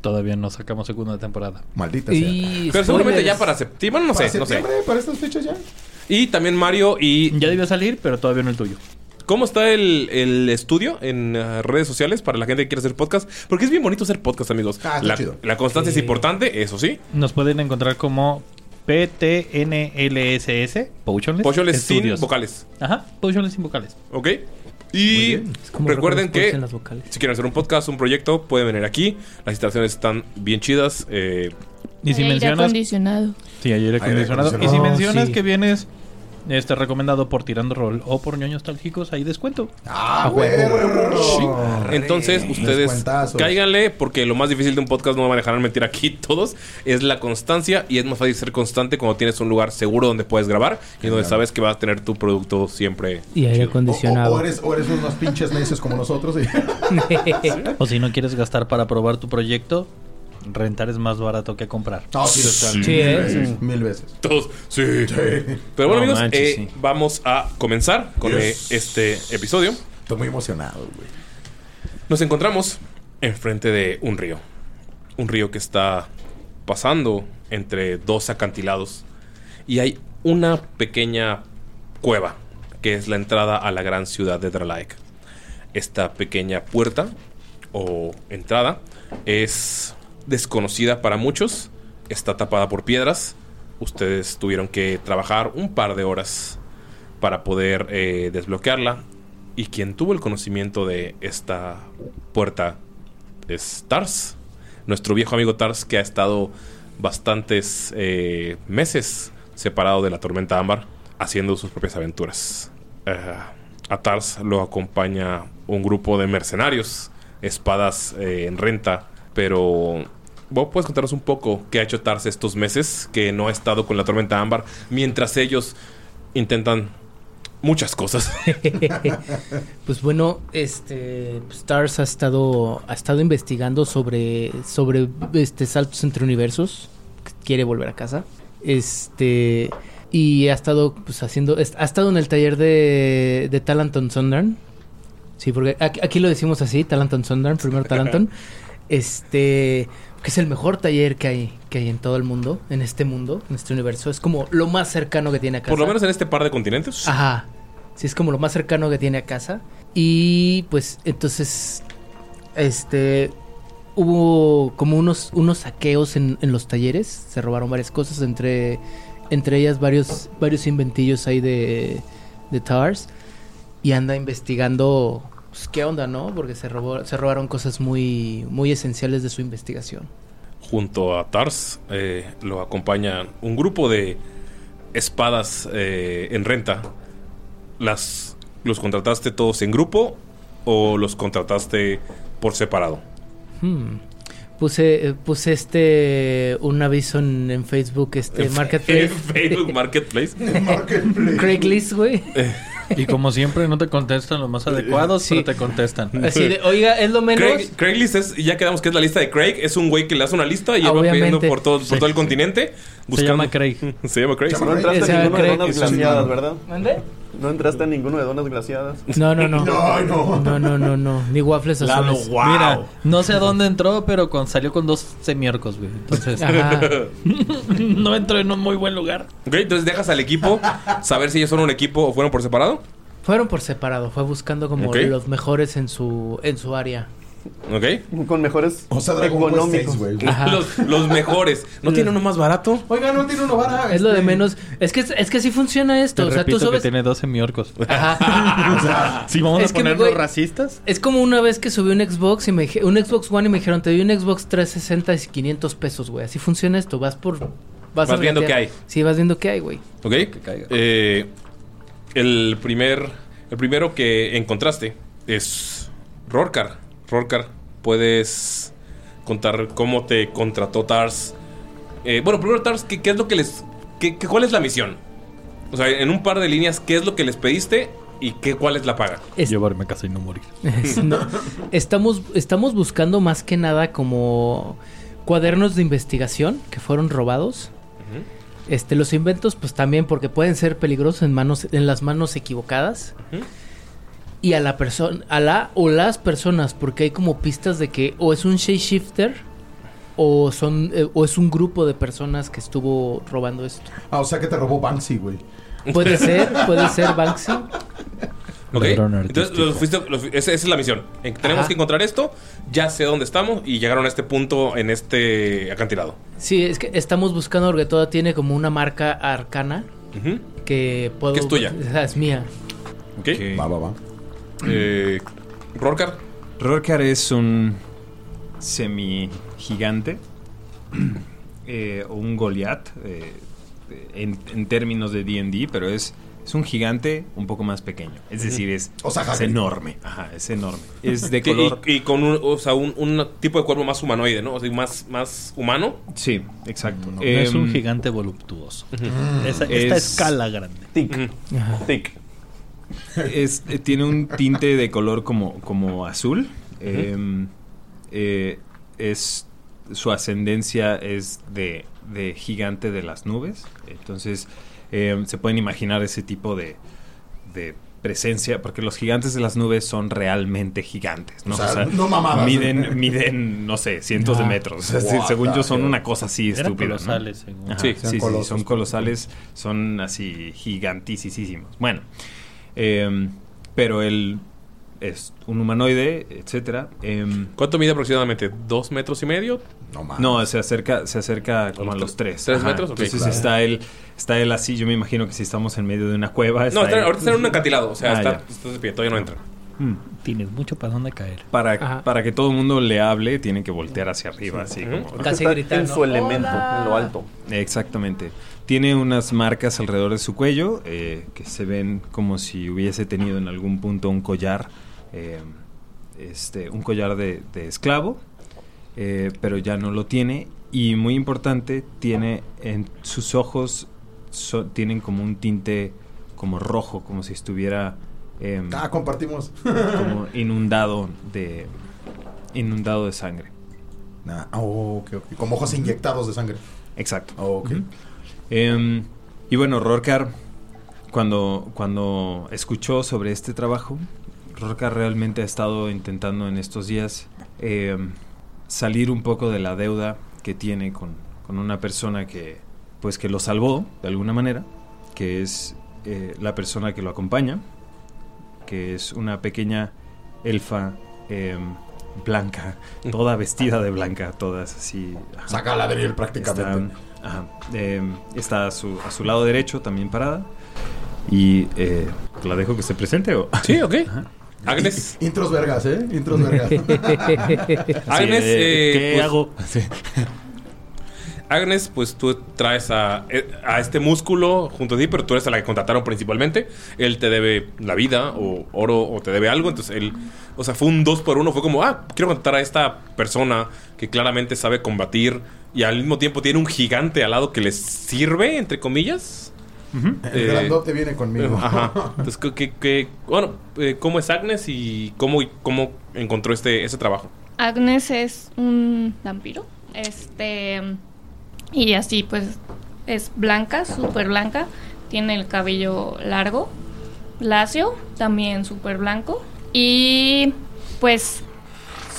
Speaker 7: Todavía no sacamos segunda temporada.
Speaker 5: Maldita sea.
Speaker 6: Y
Speaker 2: Pero seguramente
Speaker 6: spoilers.
Speaker 2: ya para septiembre, no
Speaker 5: ¿Para
Speaker 2: sé, no sé.
Speaker 5: septiembre? ¿Para estas fechas ya?
Speaker 2: Y también Mario y...
Speaker 7: Ya debió salir, pero todavía no el tuyo.
Speaker 2: ¿Cómo está el, el estudio en eh, redes sociales para la gente que quiere hacer podcast? Porque es bien bonito hacer podcast, amigos.
Speaker 5: Ah, está
Speaker 2: la,
Speaker 5: chido.
Speaker 2: la constancia es importante, eso sí.
Speaker 7: Nos pueden encontrar como PTNLSS, Potionless,
Speaker 2: Potionless sin
Speaker 7: Studios.
Speaker 2: vocales,
Speaker 7: Ajá, Potionless sin vocales.
Speaker 2: ¿ok? Y
Speaker 6: Es como
Speaker 2: recuerden
Speaker 6: los juegos
Speaker 2: que
Speaker 6: en las vocales.
Speaker 2: si quieren hacer un podcast, un proyecto, pueden venir aquí. Las instalaciones están bien chidas. eh,
Speaker 7: Y si mencionas...
Speaker 8: Eh, acondicionado.
Speaker 7: Sí, aire acondicionado.
Speaker 5: acondicionado.
Speaker 7: Y si
Speaker 6: Oh,
Speaker 7: mencionas
Speaker 6: sí.
Speaker 7: que vienes Este recomendado por Tirando Roll o por ñoños tálgicos, hay descuento.
Speaker 5: ¡Ah, güey!
Speaker 2: Entonces, ustedes
Speaker 5: Descuentazos.
Speaker 2: cáiganle, porque lo más difícil de un podcast, no me van a dejar mentir aquí todos, es la constancia y es más fácil ser constante cuando tienes un lugar seguro donde puedes grabar y donde sabes que vas a tener tu producto siempre.
Speaker 6: Y aire acondicionado.
Speaker 5: O, o eres, o eres unos pinches necios como nosotros. y-
Speaker 7: O si no quieres gastar para probar tu proyecto, rentar es más barato que comprar.
Speaker 5: No, sí,
Speaker 6: Sí,
Speaker 5: mil,
Speaker 6: ¿eh?
Speaker 5: veces, mil veces.
Speaker 2: Todos, sí. Pero bueno,
Speaker 7: No
Speaker 2: amigos,
Speaker 7: manches,
Speaker 2: eh,
Speaker 7: sí.
Speaker 2: vamos a comenzar con eh,
Speaker 5: Yes.
Speaker 2: este episodio.
Speaker 5: Estoy muy emocionado, güey.
Speaker 2: Nos encontramos enfrente de un río. Un río que está pasando entre dos acantilados. Y hay una pequeña cueva que es la entrada a la gran ciudad de Dralaek. Esta pequeña puerta o entrada es desconocida para muchos. Está tapada por piedras. Ustedes tuvieron que trabajar un par de horas para poder eh, desbloquearla. Y quien tuvo el conocimiento de esta puerta es Tars, nuestro viejo amigo Tars que ha estado bastantes eh, meses separado de la tormenta ámbar haciendo sus propias aventuras. Eh, a Tars lo acompaña un grupo de mercenarios, espadas eh, en renta, pero vos puedes contarnos un poco qué ha hecho Tars estos meses que no ha estado con la tormenta ámbar mientras ellos intentan muchas cosas.
Speaker 6: Pues bueno, este pues, Stars ha estado ha estado investigando sobre sobre este saltos entre universos. Quiere volver a casa. Este y ha estado pues haciendo es- ha estado en el taller de de Talanton Sundern. Sí, porque aquí, aquí lo decimos así, Talanton Sundern, primero Talanton. Este que es el mejor taller que hay que hay en todo el mundo, en este mundo, en este universo, es como lo más cercano que tiene a casa.
Speaker 2: Por lo menos en este par de continentes.
Speaker 6: Ajá. Sí, es como lo más cercano que tiene a casa. Y pues entonces, este, hubo como unos, unos saqueos en, en los talleres. Se robaron varias cosas, entre, entre ellas varios, varios inventillos ahí de, de Tars. Y anda investigando, pues, qué onda, ¿no? Porque se, robó, se robaron cosas muy, muy esenciales de su investigación.
Speaker 2: junto a Tars eh, lo acompañan un grupo de espadas eh, en renta. Las, ¿Los contrataste todos en grupo o los contrataste por separado?
Speaker 6: Hmm. Puse, eh, puse este, un aviso en, en Facebook, este, Marketplace.
Speaker 2: En Facebook Marketplace.
Speaker 6: Craigslist, güey.
Speaker 7: Y como siempre, no te contestan los más adecuados,
Speaker 6: Sí.
Speaker 7: pero te contestan.
Speaker 6: Así de, "Oh, oiga, es lo menos.
Speaker 2: Craig- Craigslist es, ya quedamos que es la lista de Craig, es un güey que le hace una lista y él va
Speaker 6: Obviamente.
Speaker 2: pidiendo por todo, por
Speaker 7: Sí,
Speaker 2: todo el
Speaker 7: sí.
Speaker 2: continente.
Speaker 7: Se llama Craig.
Speaker 2: Se llama Craig.
Speaker 3: No
Speaker 6: O
Speaker 3: entraste
Speaker 6: sea,
Speaker 3: a ninguno de
Speaker 6: creo
Speaker 3: donas
Speaker 5: que sí.
Speaker 3: glaciadas, ¿verdad?
Speaker 6: ¿Mande?
Speaker 3: No entraste a ninguno de donas glaciadas.
Speaker 6: No, no, no.
Speaker 5: No, no.
Speaker 6: No, no, no, no. Ni waffles
Speaker 7: Lalo,
Speaker 6: azules.
Speaker 7: wow. Mira, no sé a dónde entró, pero con- salió con dos semiorcos, güey. Entonces,
Speaker 6: Ajá.
Speaker 7: no entró en un muy buen lugar.
Speaker 2: Ok, entonces dejas al equipo saber si ellos son un equipo o fueron por separado.
Speaker 6: Fueron por separado. Fue buscando como
Speaker 2: Ok.
Speaker 6: los mejores en su, en su área.
Speaker 2: Ok.
Speaker 3: Con mejores
Speaker 5: O sea, Dragon Quest
Speaker 3: económicos.
Speaker 5: seis, güey.
Speaker 6: Ajá.
Speaker 2: Los, los mejores. ¿No tiene uno más barato?
Speaker 5: Oiga, no tiene uno este. vara.
Speaker 6: Es lo de menos. Es que, es que sí funciona esto.
Speaker 7: Te
Speaker 6: o sea, tú
Speaker 7: repito
Speaker 6: sabes.
Speaker 7: que tiene dos semiorcos.
Speaker 6: Ajá.
Speaker 7: Si vamos
Speaker 6: Es
Speaker 7: a
Speaker 6: que,
Speaker 7: ponernos
Speaker 6: güey-
Speaker 7: racistas.
Speaker 6: Es como una vez que subí un Xbox y me dije- un Xbox One y me dijeron, te doy un Xbox 360 y 500 pesos, güey. Así funciona esto. Vas por. Vas,
Speaker 2: Vas viendo
Speaker 6: rankear.
Speaker 2: qué hay.
Speaker 6: Sí, vas viendo qué hay, güey.
Speaker 2: Ok.
Speaker 7: caiga.
Speaker 2: Eh, el primer. El primero que encontraste es Rorcar. Rorcar, puedes contar cómo te contrató Tars. Eh, bueno, primero Tars, ¿qué, qué es lo que les. qué- qué- ¿Cuál es la misión? O sea, en un par de líneas, ¿qué es lo que les pediste y qué, cuál es la paga?
Speaker 6: Es-
Speaker 7: Llevarme a casa y no morir.
Speaker 6: Es- no, estamos, estamos buscando más que nada como cuadernos de investigación que fueron robados. Este, los inventos, pues también, porque pueden ser peligrosos en manos, en las manos equivocadas.
Speaker 2: Ujú.
Speaker 6: Y a la persona, a la o las personas, porque hay como pistas de que o es un shapeshifter o son, eh, o es un grupo de personas que estuvo robando esto.
Speaker 5: Ah, o sea que te robó Banksy, güey.
Speaker 6: Puede ser, puede ser Banksy.
Speaker 2: Ok.
Speaker 7: Ladrón
Speaker 2: Entonces,
Speaker 7: artístico.
Speaker 2: los fuiste- los fu- esa, esa es la misión. En- tenemos
Speaker 6: Ajá.
Speaker 2: que encontrar esto. Ya sé dónde estamos y llegaron a este punto en este acantilado.
Speaker 6: Sí, es que estamos buscando porque toda tiene como una marca arcana.
Speaker 2: Ujú.
Speaker 6: que puedo.
Speaker 2: Que es tuya.
Speaker 6: Esa es mía.
Speaker 2: Ok.
Speaker 5: Va, va, va.
Speaker 2: Eh, Rorcar,
Speaker 4: Rorcar es un semi gigante, eh, un Goliath, eh, en, en términos de DD, pero es Es un gigante un poco más pequeño. Es decir, es,
Speaker 2: O sea,
Speaker 4: es
Speaker 2: Hagrid.
Speaker 4: enorme. Ajá, es enorme. Es de
Speaker 2: Que- y-
Speaker 4: color.
Speaker 2: Y, con un, o sea, un, un tipo de cuerpo más humanoide, ¿no? O sea, más, más humano.
Speaker 4: Sí, exacto. Em,
Speaker 2: no es un
Speaker 7: gigante voluptuoso.
Speaker 2: Ujú.
Speaker 7: Esa- esta escala grande.
Speaker 3: Tic.
Speaker 4: Ajá. Es- eh, tiene un tinte de color como, como azul. Eh, eh, es, su ascendencia es de, de gigante de las nubes. Entonces eh, se pueden imaginar ese tipo de, de presencia, porque los gigantes de las nubes son realmente gigantes. ¿no?
Speaker 5: O sea, no mamadas.
Speaker 4: Miden, miden, no sé, cientos de
Speaker 5: Ah.
Speaker 4: metros. O sea, sí,
Speaker 5: What
Speaker 4: según yo
Speaker 5: the
Speaker 4: son
Speaker 5: hell.
Speaker 4: una cosa así
Speaker 5: Eran
Speaker 4: estúpida. ¿no?
Speaker 7: colosales, según.
Speaker 4: Ajá,
Speaker 7: Sí,
Speaker 4: Sí,
Speaker 7: sean
Speaker 4: sí,
Speaker 7: colosos.
Speaker 4: son colosales, son así gigantísimos. Bueno, em, pero él es un humanoide, etcétera. em,
Speaker 2: ¿Cuánto mide aproximadamente? ¿Dos metros y medio?
Speaker 5: No más.
Speaker 4: No, se acerca, se acerca como a los tres.
Speaker 2: ¿Tres
Speaker 4: Ajá,
Speaker 2: metros? Ok,
Speaker 4: Entonces
Speaker 2: claro.
Speaker 4: está él, está él así. Yo me imagino que si estamos en medio de una cueva.
Speaker 2: No, está-
Speaker 4: él-
Speaker 2: ahorita está en un acantilado. O sea,
Speaker 4: Ah,
Speaker 2: está,
Speaker 4: ya.
Speaker 2: está de pie, todavía no entra.
Speaker 5: Mm.
Speaker 7: Tienes mucho para dónde caer.
Speaker 4: Para, para que todo el mundo le hable, tienen que voltear hacia arriba, así como.
Speaker 3: Casi Está gritando, en su elemento, "Hola".
Speaker 5: Ah.
Speaker 3: en lo alto.
Speaker 4: Exactamente. Tiene unas marcas alrededor de su cuello eh, que se ven como si hubiese tenido en algún punto un collar, eh, este, un collar de, de esclavo, eh, pero ya no lo tiene. Y muy importante, tiene en sus ojos so- tienen como un tinte como rojo, como si estuviera em,
Speaker 5: Ah, compartimos.
Speaker 4: como inundado de inundado de sangre.
Speaker 5: oh, ok, ok. Como ojos inyectados de sangre. Oh,
Speaker 4: Exacto.
Speaker 5: ok.
Speaker 4: Ujú. Em, y bueno, Rorcar, cuando, cuando escuchó sobre este trabajo, Rorcar realmente ha estado intentando en estos días em, salir un poco de la deuda que tiene con, con una persona que, pues, que lo salvó de alguna manera, que es eh, la persona que lo acompaña, que es una pequeña elfa em, blanca, toda vestida de blanca, todas así. ajá.
Speaker 5: Saca la de él prácticamente.
Speaker 4: Está, ajá, em, está a, su, a su lado derecho también parada. Y eh, la dejo que se presente. ¿o?
Speaker 2: Sí, ok. Agnes.
Speaker 5: Intros vergas, ¿eh? Intros vergas.
Speaker 2: Agnes,
Speaker 4: Sí, eh,
Speaker 2: eh,
Speaker 4: ¿qué
Speaker 2: pues-
Speaker 4: hago?
Speaker 2: Agnes, pues tú traes a, eh, a este músculo junto a ti, pero tú eres a la que contrataron principalmente. Él te debe la vida o oro o te debe algo. Entonces él, o sea, fue un dos por uno. Fue como, ah, quiero contratar a esta persona que claramente sabe combatir y al mismo tiempo tiene un gigante al lado que les sirve, entre comillas.
Speaker 5: El grandote viene conmigo.
Speaker 2: Eh, Ajá. Entonces, ¿qué- qué- qué- bueno, eh, ¿cómo es Agnes y cómo, cómo encontró este, ese trabajo?
Speaker 8: Agnes es un vampiro. Este. Y así, pues. Es blanca, súper blanca. Tiene el cabello largo. Lacio, también súper blanco. Y. Pues.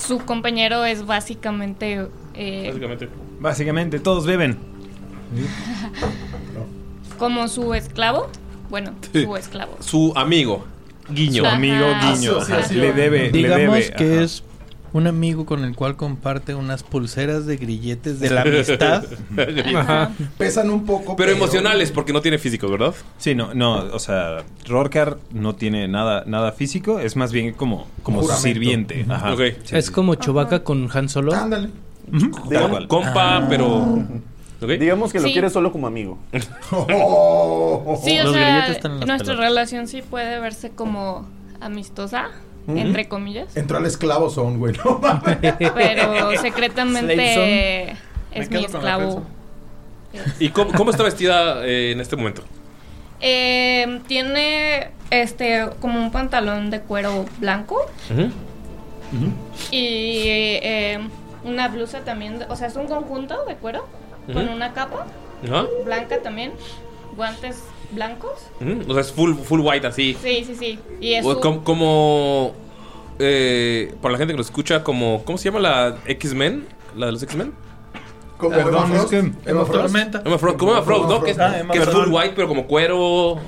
Speaker 8: Su compañero es básicamente. eh,
Speaker 4: Básicamente, todos beben.
Speaker 8: como su esclavo. Bueno, su esclavo.
Speaker 2: Su amigo. Guiño.
Speaker 8: Su amigo Ajá. guiño,
Speaker 4: ajá. Asociación. Le debe- le
Speaker 7: Digamos
Speaker 4: debe,
Speaker 7: que
Speaker 4: ajá.
Speaker 7: es un amigo con el cual comparte unas pulseras de grilletes de la amistad.
Speaker 2: Ajá.
Speaker 5: Pesan un poco.
Speaker 2: Pero emocionales, porque no tiene físico, ¿verdad?
Speaker 4: Sí, no, no, o sea, Rorcar no tiene nada, nada físico, es más bien como, como su
Speaker 6: Juramento.
Speaker 4: sirviente. Ajá.
Speaker 2: Ok.
Speaker 4: Sí,
Speaker 6: Es
Speaker 4: sí.
Speaker 6: como Chewbacca con Han Solo.
Speaker 5: Ándale.
Speaker 4: Tal cual.
Speaker 2: Compa, pero.
Speaker 3: Ah. Digamos que lo
Speaker 8: Sí.
Speaker 3: quieres solo como amigo.
Speaker 8: Sí, o
Speaker 3: Los
Speaker 8: sea,
Speaker 3: grilletes están en las
Speaker 8: nuestra
Speaker 3: pelotas.
Speaker 8: relación sí puede verse como amistosa,
Speaker 5: Ujú.
Speaker 8: entre comillas,
Speaker 5: Entró al esclavo son, güey. No mames.
Speaker 8: pero secretamente
Speaker 5: Me
Speaker 8: es mi
Speaker 5: quedo con la
Speaker 8: esclavo.
Speaker 2: ¿Y cómo, cómo está vestida eh, en este momento?
Speaker 8: Eh, tiene este como un pantalón de cuero blanco y eh, una blusa también, o sea, es un conjunto de cuero con
Speaker 2: Ujú. Ah.
Speaker 8: una capa
Speaker 2: Ajá.
Speaker 8: blanca también, guantes blancos.
Speaker 2: Ujú, Mm, O sea, es full, full white así.
Speaker 8: Sí, sí, sí. Y es
Speaker 2: O
Speaker 8: su-
Speaker 2: Como. como, eh, para la gente que lo escucha, como. ¿Cómo se llama la X-Men? ¿La de los X-Men?
Speaker 5: Como Perdón, Emma Frost. es que- Emma Frost.
Speaker 2: Tormenta. Emma Frost, como Emma Frost, ¿no? Que, es-
Speaker 4: Ah, Emma
Speaker 2: que es
Speaker 4: Frost.
Speaker 2: full white, pero como cuero.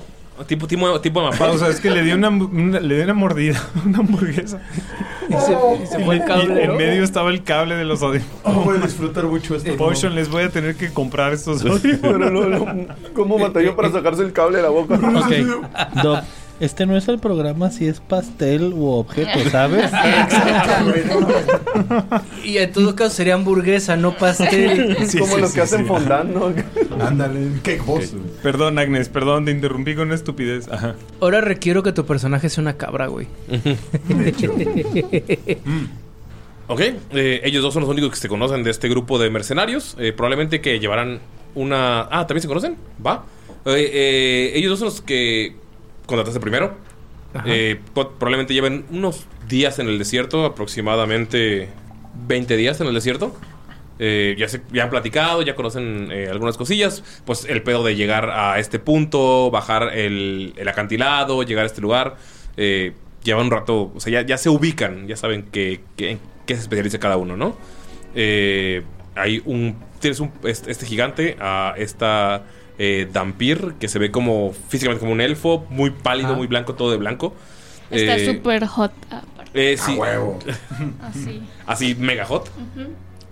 Speaker 2: Tipo, tipo, tipo Emma Frost.
Speaker 4: Pausa, es que le di una, una- le di una mordida a una hamburguesa.
Speaker 6: Y se- y se fue el cable,
Speaker 4: Y en
Speaker 6: ¿no?
Speaker 4: medio estaba el cable de los audífonos.
Speaker 5: voy a disfrutar mucho este esto.
Speaker 4: Potion, les voy a tener que comprar estos
Speaker 3: Pero lo- lo- ¿Cómo batalló para sacarse el cable de la boca?
Speaker 7: Ok. Doc, este no es el programa si es pastel u objeto, ¿sabes?
Speaker 6: Y en todo caso sería hamburguesa, no pastel.
Speaker 3: Como los que hacen fondant, ¿no?
Speaker 5: Ándale, qué voz.
Speaker 4: Perdón, Agnes, perdón, te interrumpí con una estupidez. Ajá.
Speaker 6: Ahora requiero que tu personaje sea una cabra, güey.
Speaker 2: Ok, eh, ellos dos son los únicos que se conocen de este grupo de mercenarios. Eh, probablemente que llevarán una. Ah, ¿también se conocen? Va. Eh, eh, ellos dos son los que contrataste primero. Eh, po- probablemente lleven unos días en el desierto, aproximadamente 20 días en el desierto. Eh, ya, se- ya han platicado, ya conocen eh, algunas cosillas. Pues el pedo de llegar a este punto, bajar el, el acantilado, llegar a este lugar. eh, llevan un rato, o sea, ya, ya se ubican, ya saben que, que- en qué se especializa cada uno, ¿no? Eh, hay un. Tienes un, este, este gigante, a esta eh, Dampir, que se ve como físicamente como un elfo, muy pálido,
Speaker 8: Ajá.
Speaker 2: muy blanco, todo de blanco.
Speaker 8: Está
Speaker 2: Eh,
Speaker 8: súper hot. aparte.
Speaker 2: eh, sí.
Speaker 5: Ah,
Speaker 8: Así.
Speaker 2: Así, mega hot.
Speaker 8: Ujú.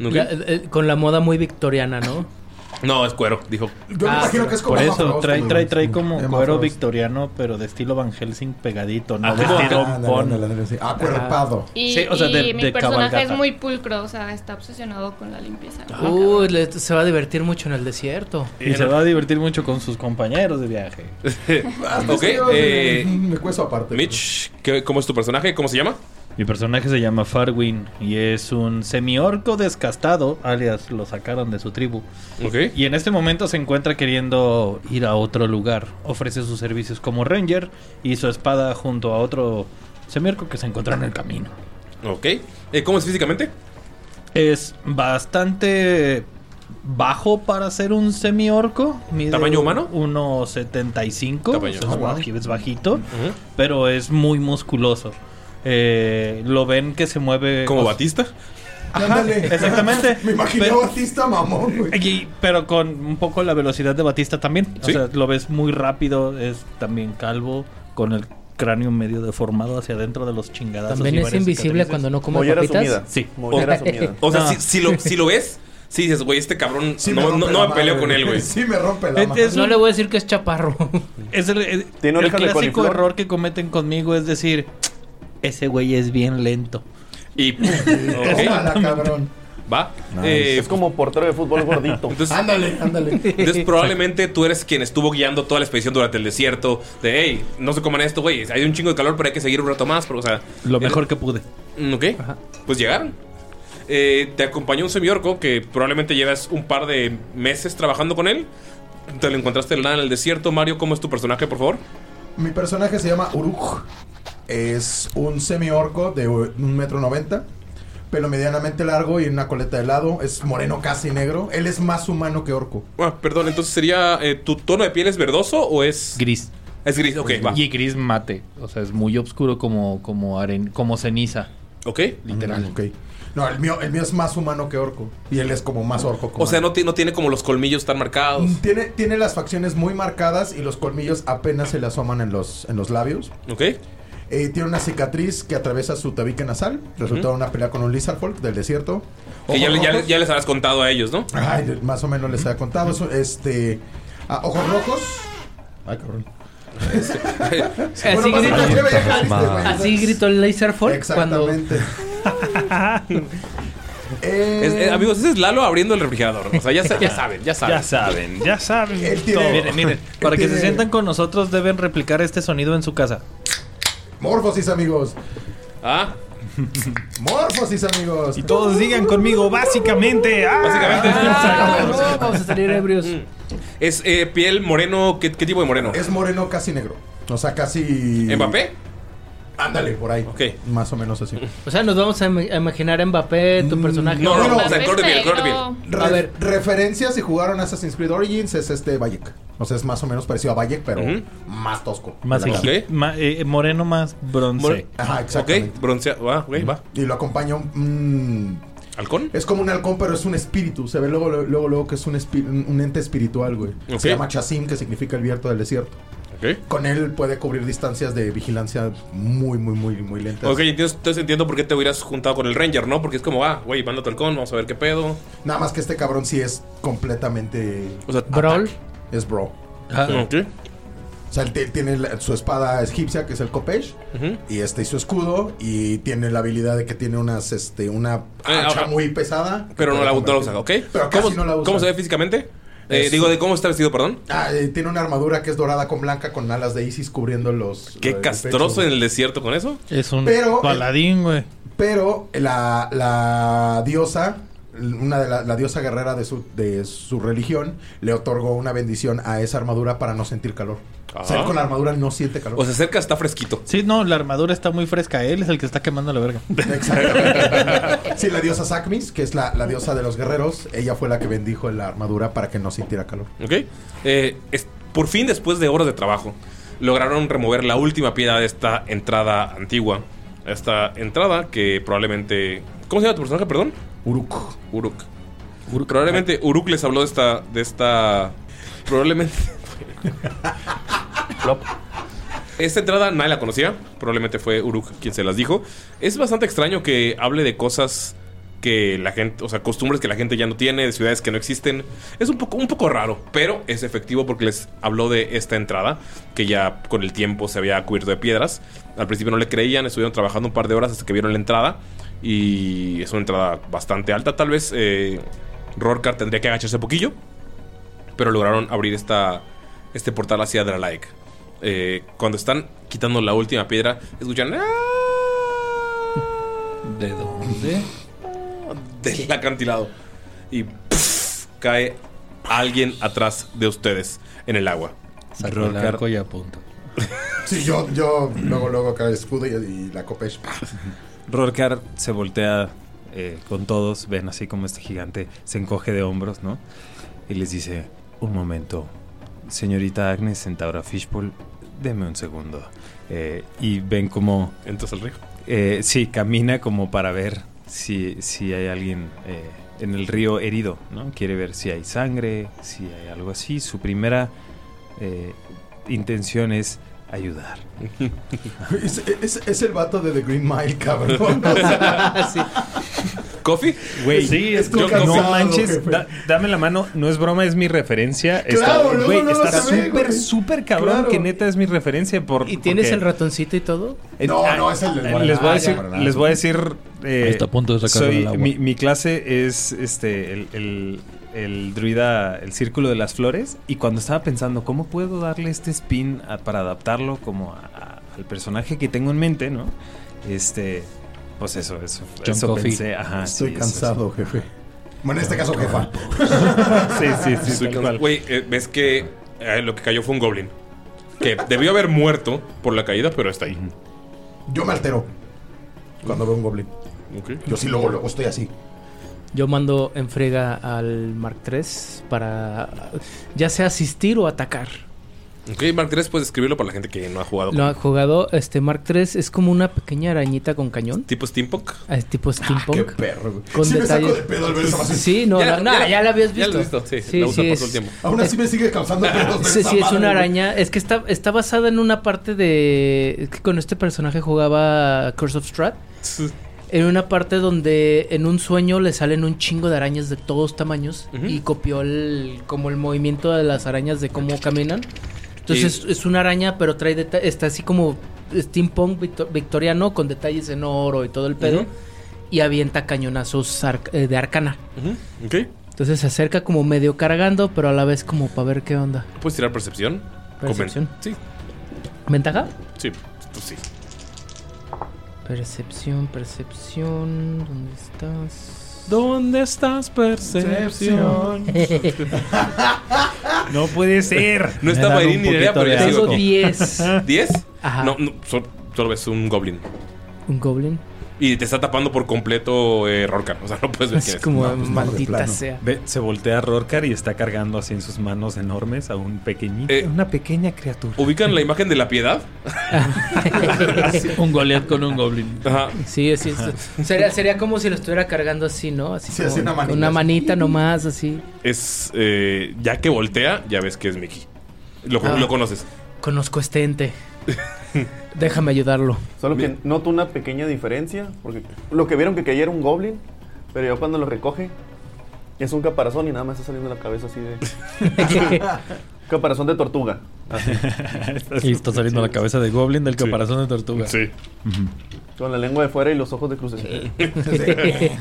Speaker 2: Ok.
Speaker 6: Ya, eh, eh, con la moda muy victoriana, ¿no?
Speaker 2: No, es cuero, dijo.
Speaker 5: Yo me imagino que es como
Speaker 7: Por
Speaker 5: Emma
Speaker 7: eso,
Speaker 5: Frost,
Speaker 7: trae,
Speaker 5: güey.
Speaker 7: trae, trae como
Speaker 5: Emma
Speaker 7: cuero
Speaker 5: Frost.
Speaker 7: victoriano, pero de estilo Van Helsing pegadito, ¿no?
Speaker 2: Ah,
Speaker 7: Vestido
Speaker 5: Ándale,
Speaker 7: pon.
Speaker 5: ándale, ándale, sí. Acuerpado.
Speaker 8: Y,
Speaker 7: Sí, o sea,
Speaker 8: y
Speaker 7: de-
Speaker 8: mi
Speaker 7: de
Speaker 8: personaje
Speaker 7: cabalgata. Ah.
Speaker 8: es muy pulcro, o sea, está obsesionado con la limpieza.
Speaker 6: Uy, le- se va a divertir mucho en el desierto.
Speaker 7: Y se va a divertir mucho con sus compañeros de viaje.
Speaker 5: Ah,
Speaker 2: Ok, eh,
Speaker 5: Me cuesta aparte.
Speaker 2: Mitch, ¿qué- ¿cómo es tu personaje? ¿Cómo se llama?
Speaker 7: Mi personaje se llama Farwin y es un semiorco descastado, alias lo sacaron de su tribu.
Speaker 2: Ok.
Speaker 7: Y en este momento se encuentra queriendo ir a otro lugar. Ofrece sus servicios como ranger y su espada junto a otro semiorco que se encuentra en el camino.
Speaker 2: Ok. Eh, ¿Cómo es físicamente?
Speaker 7: Es bastante bajo para ser un semiorco. mide
Speaker 2: ¿Tamaño humano?
Speaker 7: 1.75.
Speaker 2: Tamaño.
Speaker 7: o sea, es, baji- es bajito, pero es muy musculoso. Eh, lo ven que se mueve
Speaker 2: ¿Como
Speaker 7: o-
Speaker 2: Batista?
Speaker 7: Ajá,
Speaker 5: Ándale.
Speaker 7: exactamente.
Speaker 5: Me imaginé
Speaker 7: Pero-
Speaker 5: a Batista mamón, güey.
Speaker 7: Y- pero con un poco la velocidad de Batista también.
Speaker 2: Sí.
Speaker 7: O sea, lo ves muy rápido, es también calvo, con el cráneo medio deformado hacia adentro de los chingadas.
Speaker 6: También es invisible cuando no come
Speaker 3: Mollera
Speaker 6: papitas.
Speaker 3: sumida.
Speaker 7: Sí.
Speaker 3: Mollera sumida.
Speaker 2: O sea,
Speaker 7: No.
Speaker 2: si, si lo, si lo ves, si dices, güey, este cabrón,
Speaker 5: Sí
Speaker 2: no,
Speaker 5: rompe
Speaker 2: no,
Speaker 5: la
Speaker 2: no me
Speaker 5: madre,
Speaker 2: peleo con él, güey.
Speaker 5: Sí me rompe la
Speaker 7: Es-
Speaker 5: madre.
Speaker 7: es-
Speaker 6: No le voy a decir que es chaparro.
Speaker 7: Es el, el-
Speaker 3: Tiene
Speaker 7: el
Speaker 3: orejas de
Speaker 7: clásico
Speaker 3: coliflor.
Speaker 7: error que cometen conmigo es decir, ese güey es bien lento.
Speaker 2: Y. Ok,
Speaker 5: Tómala, cabrón.
Speaker 2: va. Eh,
Speaker 3: Es como portero de fútbol gordito.
Speaker 2: entonces,
Speaker 5: Ándale, ándale.
Speaker 2: Entonces probablemente tú eres quien estuvo guiando toda la expedición durante el desierto. De, hey, no se coman esto, güey. Hay un chingo de calor, pero hay que seguir un rato más. Pero, o sea,
Speaker 7: Lo mejor que pude.
Speaker 2: Mm, Ok. Pues llegaron. Eh, te acompañó un semiorco que probablemente llevas un par de meses trabajando con él. Te lo encontraste de la nada en el desierto. Mario, ¿cómo es tu personaje, por favor?
Speaker 5: Mi personaje se llama Uruk. Es un semi-orco de un metro noventa. Pelo medianamente largo y una coleta de lado. Es moreno casi negro. Él es más humano que orco.
Speaker 2: Ah, perdón, entonces sería. eh, ¿Tu tono de piel es verdoso o es.?
Speaker 7: Gris.
Speaker 2: Es gris, ok, va.
Speaker 7: Pues Y gris mate. O sea, es muy oscuro como, como, aren- como ceniza.
Speaker 2: Ok.
Speaker 7: Literal.
Speaker 5: Ok. No, el mío, el mío es más humano que orco. Y él es como más orco. que
Speaker 2: O sea,
Speaker 5: humano.
Speaker 2: no, ti- no tiene como los colmillos tan marcados.
Speaker 5: Tiene, tiene las facciones muy marcadas y los colmillos apenas se le asoman en los, en los labios.
Speaker 2: Ok.
Speaker 5: Eh, tiene una cicatriz que atraviesa su tabique nasal. Resultado de una pelea con un lizard folk del desierto.
Speaker 2: Que ya, le-
Speaker 5: Ojos
Speaker 2: ya le-
Speaker 5: rojos.
Speaker 2: ya les habrás contado a ellos, ¿no?
Speaker 5: Ay, de- más o menos les había contado. Eso, Este. ah, ojos rojos. Ay, cabrón.
Speaker 6: Así
Speaker 2: Este,
Speaker 5: Bueno, pasa-
Speaker 6: grito-
Speaker 5: ya me dejaste, güey.
Speaker 6: así gritó el Laserfork cuando...
Speaker 5: Exactamente. Eh,
Speaker 2: Es- eh, amigos, ese es Lalo abriendo el refrigerador. O sea, ya, sa- ya saben, ya saben.
Speaker 4: Ya saben, ya saben.
Speaker 5: Él tiene-
Speaker 4: todo.
Speaker 7: Miren, miren, para que se
Speaker 5: Tiene-
Speaker 7: sientan con nosotros deben replicar este sonido en su casa.
Speaker 5: Morfosis, amigos.
Speaker 2: Ah,
Speaker 5: Morfosis, amigos.
Speaker 4: Y todos digan conmigo, básicamente. ¡ah!
Speaker 6: Ah, no, vamos a salir ebrios.
Speaker 2: es eh, piel moreno. ¿qué, qué tipo de moreno?
Speaker 5: Es moreno casi negro. O sea, casi.
Speaker 2: ¿Mbappé?
Speaker 5: Ándale, por ahí.
Speaker 2: Ok.
Speaker 5: Más o menos así.
Speaker 6: O sea, nos vamos a im- a imaginar a Mbappé, tu personaje.
Speaker 2: No, no, no, o sea,
Speaker 8: Papel
Speaker 2: color de piel, color de piel.
Speaker 8: negro.
Speaker 5: Re-
Speaker 6: A ver.
Speaker 5: Referencias si jugaron Assassin's Creed Origins es este Bayek. O sea, es más o menos parecido a Bayek, pero
Speaker 2: Ujú.
Speaker 5: más tosco.
Speaker 7: Más
Speaker 5: La
Speaker 2: Ok.
Speaker 5: verdad.
Speaker 7: egip- ma- eh, moreno más bronce.
Speaker 2: Mor-
Speaker 5: Ajá, exactamente.
Speaker 2: Ok, bronceado. Va, güey, va.
Speaker 5: Y lo acompaña un. mm,
Speaker 2: ¿Halcón?
Speaker 5: es como un halcón, pero es un espíritu. Se ve luego, luego, luego que es un, espi- un un ente espiritual, güey.
Speaker 2: Ok.
Speaker 5: Se llama Chasim, que significa el viento del desierto.
Speaker 2: Ok.
Speaker 5: Con él puede cubrir distancias de vigilancia muy, muy, muy, muy lentas.
Speaker 2: Ok, entonces, entonces entiendo por qué te hubieras juntado con el Ranger, ¿no? Porque es como, ah, güey, manda halcón, vamos a ver qué pedo.
Speaker 5: Nada más que este cabrón sí es completamente.
Speaker 2: O sea,
Speaker 6: Brawl.
Speaker 5: Es bro.
Speaker 7: Ah,
Speaker 2: ok.
Speaker 5: O sea, él te- tiene la- su espada egipcia, que es el Kopesh,
Speaker 2: Ujú.
Speaker 5: y este y su escudo, y tiene la habilidad de que tiene unas, este, una
Speaker 2: Ah,
Speaker 5: hacha
Speaker 2: ah,
Speaker 5: muy pesada. que
Speaker 2: Pero no
Speaker 5: puede
Speaker 2: la, no la
Speaker 5: convertir.
Speaker 2: usa, ¿ok?
Speaker 5: Pero
Speaker 2: ¿Cómo,
Speaker 5: casi no la usa.
Speaker 2: ¿Cómo se ve físicamente? Eh,
Speaker 5: Es-
Speaker 2: digo, ¿de cómo está vestido, perdón?
Speaker 5: Ah, eh, tiene una armadura que es dorada con blanca con alas de Isis cubriendo los. eh,
Speaker 2: Qué castroso en el desierto con eso.
Speaker 7: Es un
Speaker 5: Pero- eh,
Speaker 7: paladín, güey.
Speaker 5: Pero eh, la, la diosa, una de la, la diosa guerrera de su, de su religión, le otorgó una bendición a esa armadura para no sentir calor. O sea,
Speaker 2: Ah.
Speaker 5: él con la armadura no siente calor.
Speaker 2: O se acerca, está fresquito.
Speaker 7: Sí, no, la armadura está muy fresca. Él es el que está quemando la verga.
Speaker 5: Exactamente. sí, la diosa Sakmis, que es la, la diosa de los guerreros, ella fue la que bendijo la armadura para que no sintiera calor.
Speaker 2: ¿Ok? Eh, es- por fin, después de horas de trabajo, lograron remover la última piedra de esta entrada antigua. Esta entrada que probablemente. ¿Cómo se llama tu personaje, perdón?
Speaker 5: Uruk.
Speaker 2: Uruk. Probablemente Uruk les habló de esta. De esta probablemente. Esta entrada nadie la conocía. Probablemente fue Uruk quien se las dijo. Es bastante extraño que hable de cosas que la gente, o sea, costumbres que la gente ya no tiene, de ciudades que no existen. Es un poco, un poco raro, pero es efectivo porque les habló de esta entrada, que ya con el tiempo se había cubierto de piedras. Al principio no le creían, estuvieron trabajando un par de horas hasta que vieron la entrada. Y es una entrada bastante alta. Tal vez eh, Rorcar tendría que agacharse un poquillo pero lograron abrir esta, este portal hacia Dralaek. Eh, cuando están quitando la última piedra, escuchan "Ah",
Speaker 7: ¿De dónde?
Speaker 2: del acantilado y pff, cae alguien atrás de ustedes en el agua.
Speaker 7: Saco el arco y apunto.
Speaker 5: Sí, yo, yo luego, luego acá el escudo y, y la copesh.
Speaker 4: Rorcar se voltea eh, con todos, ven así como este gigante se encoge de hombros, ¿no? Y les dice, un momento, señorita Agnes Centaura Fishbowl, deme un segundo. Eh, y ven como,
Speaker 2: Entras al río.
Speaker 4: eh, sí, camina como para ver si, si hay alguien eh, en el río herido, ¿no? Quiere ver si hay sangre, si hay algo así. Su primera eh, intención es ayudar.
Speaker 5: Es, es- es el vato de The Green Mile, cabrón. O sea,
Speaker 2: ¿Coffee?
Speaker 4: Güey,
Speaker 7: Sí, es
Speaker 5: como
Speaker 4: yo-
Speaker 5: cansado,
Speaker 4: no manches,
Speaker 5: jefe.
Speaker 4: da- dame la mano, no es broma, es mi referencia.
Speaker 5: Claro,
Speaker 4: está,
Speaker 5: luego,
Speaker 4: güey,
Speaker 5: luego
Speaker 4: está
Speaker 5: se ve,
Speaker 4: súper,
Speaker 5: güey.
Speaker 4: súper cabrón
Speaker 5: Claro.
Speaker 4: que neta es mi referencia por
Speaker 6: ¿Y tienes
Speaker 4: porque-
Speaker 6: el ratoncito y todo?
Speaker 4: eh,
Speaker 5: No,
Speaker 4: ah,
Speaker 5: no, es el del
Speaker 4: eh,
Speaker 5: guarda-
Speaker 4: les voy a
Speaker 5: ah,
Speaker 4: decir,
Speaker 5: ya, guarda-
Speaker 4: les voy a decir eh,
Speaker 7: Está a punto de sacarlo
Speaker 4: soy-
Speaker 7: del agua.
Speaker 4: Mi, mi clase es este el, el- el druida, el círculo de las flores. Y cuando estaba pensando cómo puedo darle este spin a- para adaptarlo como a- a- al personaje que tengo en mente, ¿no? Este, pues eso, eso,
Speaker 7: John
Speaker 4: eso
Speaker 7: Coffey.
Speaker 4: pensé. Ajá,
Speaker 5: Estoy
Speaker 4: sí, eso, eso.
Speaker 5: cansado, jefe. Bueno, en este caso, jefa.
Speaker 4: Sí, sí, sí.
Speaker 2: Estoy
Speaker 4: tal
Speaker 2: cansado.
Speaker 4: cual.
Speaker 2: Güey, eh, ves que eh, lo que cayó fue un goblin. Que debió haber muerto por la caída, pero está ahí.
Speaker 5: Yo me altero cuando veo un goblin.
Speaker 2: Ok.
Speaker 5: Yo sí, luego, luego estoy así.
Speaker 6: Yo mando en frega al Mark III para ya sea asistir o atacar.
Speaker 2: Ok, Mark 3, puedes escribirlo para la gente que no ha jugado.
Speaker 6: Lo ha jugado este Mark III es como una pequeña arañita con cañón,
Speaker 2: Tipo Steampunk.
Speaker 6: ah, es tipo
Speaker 5: Qué
Speaker 6: steampunk.
Speaker 5: perro, güey.
Speaker 6: Con
Speaker 5: sí me
Speaker 6: detalles.
Speaker 5: saco de pedo al ver esa basura.
Speaker 6: Sí, no, no, no, ya, la habías visto.
Speaker 2: Ya lo he visto, sí.
Speaker 6: sí,
Speaker 2: la
Speaker 6: sí,
Speaker 2: uso por
Speaker 6: es,
Speaker 2: todo el tiempo.
Speaker 5: Aún así me sigue causando pedos.
Speaker 6: Sí,
Speaker 5: esa
Speaker 6: sí, es
Speaker 5: madre,
Speaker 6: una
Speaker 5: güey.
Speaker 6: araña. Es que está, está basada en una parte de. es que con este personaje jugaba Curse of Strat. En una parte donde en un sueño le salen un chingo de arañas de todos tamaños
Speaker 2: Ujú.
Speaker 6: y copió el, como el movimiento de las arañas de cómo caminan. Entonces es una araña, pero trae deta- está así como steampunk victo- victoriano con detalles en oro y todo el pedo.
Speaker 2: Ujú.
Speaker 6: Y avienta cañonazos arc- eh, de arcana.
Speaker 2: Ujú, Ok.
Speaker 6: Entonces se acerca como medio cargando, pero a la vez como para ver qué onda.
Speaker 2: ¿Puedes tirar percepción?
Speaker 6: Percepción.
Speaker 2: Comen- Sí,
Speaker 6: ¿Ventaja?
Speaker 2: sí, tú sí.
Speaker 6: Percepción, percepción. ¿Dónde estás?
Speaker 7: ¿Dónde estás, percepción?
Speaker 4: No puede ser.
Speaker 2: No
Speaker 7: Me
Speaker 2: está
Speaker 7: dan
Speaker 2: Mayrin
Speaker 7: un
Speaker 2: ni idea,
Speaker 7: poquito
Speaker 2: pero
Speaker 7: de
Speaker 2: ya
Speaker 6: Tengo
Speaker 2: sigo aquí.
Speaker 6: 10.
Speaker 2: ¿10?
Speaker 6: Ajá.
Speaker 2: No, no, sol- solo ves un goblin.
Speaker 6: Un goblin.
Speaker 2: Y te está tapando por completo eh, Rorkan. O sea, no puedes ver
Speaker 6: Así
Speaker 2: quién es.
Speaker 6: como
Speaker 5: No, pues no, de
Speaker 6: maldita
Speaker 5: plano.
Speaker 6: sea.
Speaker 4: Ve, se voltea a Rorcar y está cargando así en sus manos enormes a un pequeñito.
Speaker 2: Eh,
Speaker 4: una pequeña criatura.
Speaker 2: ¿Ubican la imagen de la piedad?
Speaker 7: Un golead con un goblin.
Speaker 2: Ajá.
Speaker 6: Sí, sí. es- Sería, sería como si lo estuviera cargando así, ¿no? Así
Speaker 5: Sí,
Speaker 6: como
Speaker 5: así una manita,
Speaker 6: con una
Speaker 5: así.
Speaker 6: manita nomás, así.
Speaker 2: Es. eh, ya que voltea, ya ves que es Mickey. Lo,
Speaker 6: Ah.
Speaker 2: lo conoces.
Speaker 6: Conozco a este ente. Déjame ayudarlo.
Speaker 3: Solo que noto una pequeña diferencia, porque lo que vieron que caía era un goblin, pero yo cuando lo recoge es un caparazón y nada más está saliendo la cabeza así de caparazón de tortuga.
Speaker 7: Y está saliendo la cabeza de goblin del caparazón de tortuga.
Speaker 2: Sí.
Speaker 3: Con la lengua de fuera y los ojos de crucecita.
Speaker 6: Eh.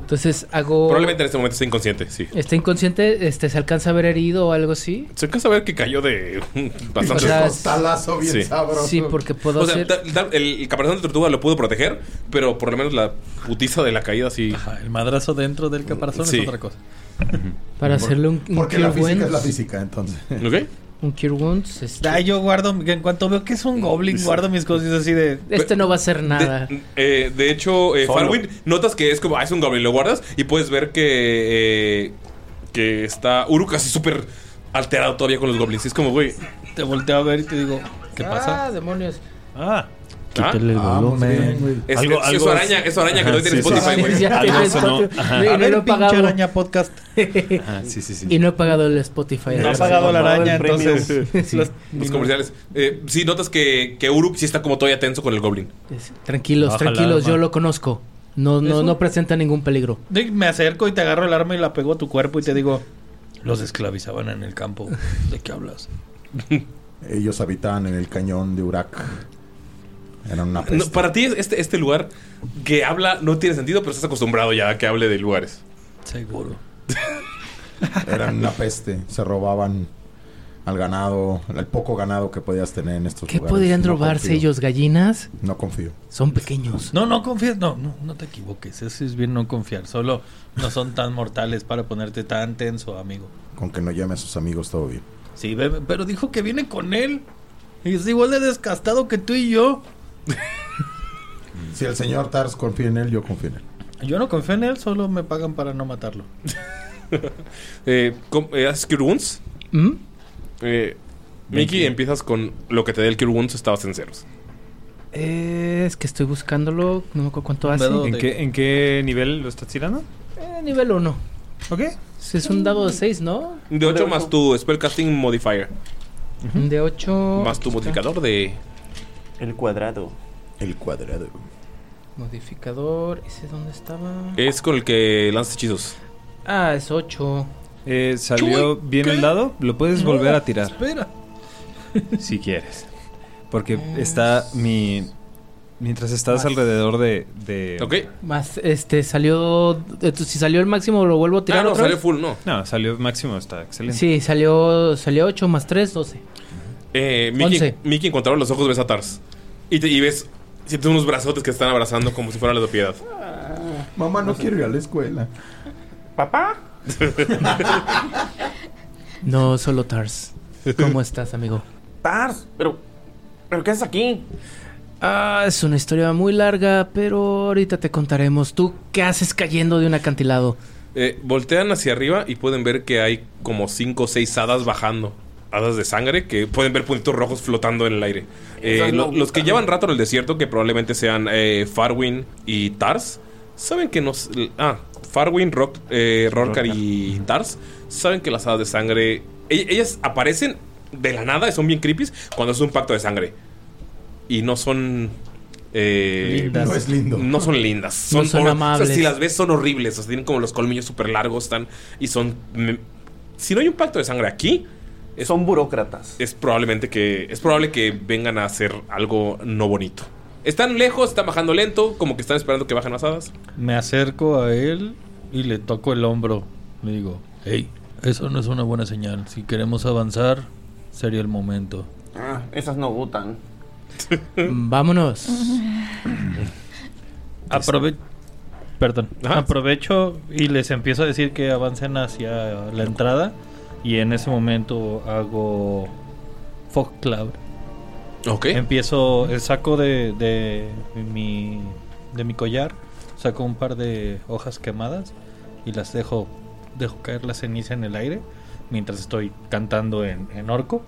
Speaker 6: Entonces hago.
Speaker 2: Probablemente en este momento está inconsciente, sí.
Speaker 6: Está inconsciente, este, se alcanza a ver herido o algo así.
Speaker 2: Se alcanza a ver que cayó de bastante
Speaker 6: O sea,
Speaker 5: Costalazo bien
Speaker 2: Sí.
Speaker 5: sabroso.
Speaker 6: Sí, porque puedo
Speaker 2: O sea,
Speaker 6: hacer.
Speaker 2: da- da- el, el caparazón de tortuga lo pudo proteger, pero por lo menos la putiza de la caída sí.
Speaker 7: Ajá, el madrazo dentro del caparazón
Speaker 2: Sí.
Speaker 7: es otra cosa.
Speaker 6: Para hacerle un, un
Speaker 5: Porque la
Speaker 6: Cure
Speaker 5: física es la
Speaker 6: Wounds.
Speaker 5: física, entonces.
Speaker 2: ¿Ok?
Speaker 6: Un Cure Wounds. Este,
Speaker 7: Ah, yo guardo, en cuanto veo que es un goblin, guardo mis cosas así de...
Speaker 6: este no va a hacer nada.
Speaker 2: De, eh, de hecho, eh,
Speaker 7: Solo.
Speaker 2: Farwin, notas que es como, ah, es un goblin, lo guardas y puedes ver que, eh, que está Uruk así súper alterado todavía con los goblins. Y Es como, güey,
Speaker 7: Te volteo a ver y te digo, ¿qué pasa?
Speaker 6: Ah, demonios.
Speaker 7: Ah,
Speaker 2: ah,
Speaker 7: el
Speaker 5: Vamos bien, güey.
Speaker 2: es,
Speaker 7: Algo-
Speaker 2: es- es
Speaker 7: algo
Speaker 2: su araña, es su araña que
Speaker 7: Ajá,
Speaker 2: no
Speaker 7: sí,
Speaker 2: tiene
Speaker 7: sí,
Speaker 2: Spotify, güey.
Speaker 6: Ya
Speaker 7: Algo
Speaker 6: tienes
Speaker 7: sonó.
Speaker 6: otro-
Speaker 7: Ajá.
Speaker 6: y
Speaker 7: A
Speaker 6: no
Speaker 7: ver,
Speaker 6: lo he
Speaker 7: pinche
Speaker 6: pagado.
Speaker 7: araña podcast.
Speaker 4: Ah, sí, sí, sí.
Speaker 6: Y no he pagado el Spotify.
Speaker 7: No ha
Speaker 2: Eh.
Speaker 6: Gracias.
Speaker 7: pagado la
Speaker 3: pagado el
Speaker 7: araña,
Speaker 3: premium.
Speaker 7: entonces...
Speaker 6: Sí.
Speaker 7: los-
Speaker 2: Los comerciales. Eh, sí, notas que, que Uruk sí está como todavía tenso con el goblin.
Speaker 6: Es- Tranquilos,
Speaker 7: Baja la
Speaker 6: tranquilos,
Speaker 7: arma.
Speaker 6: yo lo conozco. No, no,
Speaker 7: ¿Eso?
Speaker 6: no presenta ningún peligro.
Speaker 7: Dick, Me acerco y te agarro el arma y la pego a tu cuerpo y te digo, los esclavizaban en el campo. ¿De qué hablas?
Speaker 5: Ellos habitaban en el cañón de Urak. Eran una
Speaker 2: No,
Speaker 6: pues,
Speaker 5: peste.
Speaker 2: para ti, es- este, este lugar que habla no tiene sentido, pero estás acostumbrado ya a que hable de lugares.
Speaker 7: Seguro.
Speaker 5: Eran una peste. Se robaban al ganado, al poco ganado que podías tener en estos
Speaker 6: ¿Qué
Speaker 5: lugares.
Speaker 6: podrían
Speaker 5: No
Speaker 6: robarse
Speaker 5: confío.
Speaker 6: ellos? ¿Gallinas?
Speaker 5: No confío.
Speaker 6: Son pequeños.
Speaker 7: No, no confíes, no, no, no te equivoques. Eso es bien no confiar. Solo no son tan mortales para ponerte tan tenso, amigo.
Speaker 5: Con que no llame a sus amigos, todo bien.
Speaker 7: Sí, bebé, pero dijo que viene con él. Y es igual de descastado que tú y yo.
Speaker 5: Si el señor Tars confía en él, yo confío en él.
Speaker 7: Yo no confío en él, solo me pagan para no matarlo.
Speaker 2: Eh, com- eh, ¿Haces Cure Wounds?
Speaker 6: ¿Mm?
Speaker 2: Eh, Mickey, empiezas con lo que te dé el Cure Wounds, estabas en ceros.
Speaker 6: Eh, Es que estoy buscándolo, no me acuerdo cuánto
Speaker 7: Un
Speaker 6: hace.
Speaker 7: dado.
Speaker 4: ¿En qué, ¿En qué nivel lo estás tirando?
Speaker 6: Eh, nivel 1.
Speaker 4: ¿Ok?
Speaker 6: Si Es un dado de 6, ¿no?
Speaker 2: De 8 más tu Spellcasting Modifier.
Speaker 6: De 8.
Speaker 2: Más tu modificador de.
Speaker 3: El cuadrado.
Speaker 5: El cuadrado.
Speaker 6: Modificador, ¿ese dónde estaba?
Speaker 2: Es con el que lanzas hechizos.
Speaker 6: Ah, es 8.
Speaker 4: Eh, ¿Salió bien el dado? ¿Lo puedes volver a tirar?
Speaker 7: Espera.
Speaker 4: Si quieres. Porque está mi... Mientras estás
Speaker 6: Más.
Speaker 4: alrededor de... de-
Speaker 2: Ok.
Speaker 6: Más, este, salió. eh, Si salió el máximo, lo vuelvo a tirar.
Speaker 2: Ah, no,
Speaker 6: otra
Speaker 2: salió
Speaker 6: vez?
Speaker 2: full, no.
Speaker 4: No, salió máximo, está excelente.
Speaker 6: Sí, salió, salió 8 más 3, 12.
Speaker 2: Eh, Mickey,
Speaker 6: Once.
Speaker 2: Mickey encontraba los ojos, ves a Tars. Y, te- y ves. Sientes unos brazotes que están abrazando como si fueran los de piedad.
Speaker 5: Mamá, no quiero ir a la escuela.
Speaker 6: No, solo Tars. ¿Cómo estás, amigo?
Speaker 3: Tars, pero. ¿Pero qué haces aquí?
Speaker 6: Ah, es una historia muy larga, pero ahorita te contaremos. ¿Tú qué haces cayendo de un acantilado?
Speaker 2: Eh, voltean hacia arriba y pueden ver que hay como 5 o 6 hadas bajando. Hadas de sangre que pueden ver puntitos rojos flotando en el aire. Eh,
Speaker 3: Esas no
Speaker 2: lo- los que
Speaker 3: gustan.
Speaker 2: llevan rato en el desierto, que probablemente sean eh, Farwin y Tars, saben que nos. Ah, Farwin, Rock, eh, Rorcar y Tars saben que las hadas de sangre. e- Ellas aparecen de la nada y son bien creepy cuando es un pacto de sangre. Y no son. eh,
Speaker 7: Lindas.
Speaker 5: No es lindo.
Speaker 2: no son lindas. Son,
Speaker 6: No son
Speaker 2: hor-
Speaker 6: amables.
Speaker 2: o sea, si las ves son horribles. o sea, tienen como los colmillos súper largos. Están, y son... me- si no hay un pacto de sangre aquí, Es-
Speaker 3: Son burócratas.
Speaker 2: es probablemente que... Es probable que vengan a hacer algo no bonito. Están lejos, están bajando lento, como que están esperando que bajen las hadas.
Speaker 7: Me acerco a él y le toco el hombro. Le digo, hey, eso no es una buena señal. Si queremos avanzar, sería el momento.
Speaker 3: Ah, esas no gustan.
Speaker 6: Vámonos.
Speaker 7: Aprove- Perdón.
Speaker 2: Ajá.
Speaker 7: Aprovecho y les empiezo a decir que avancen hacia la entrada. Y en ese momento hago Fog Cloud.
Speaker 2: Ok.
Speaker 7: Empiezo, eh, saco de, de mi, de mi collar, saco un par de hojas quemadas y las dejo, dejo caer la ceniza en el aire mientras estoy cantando en, en orco.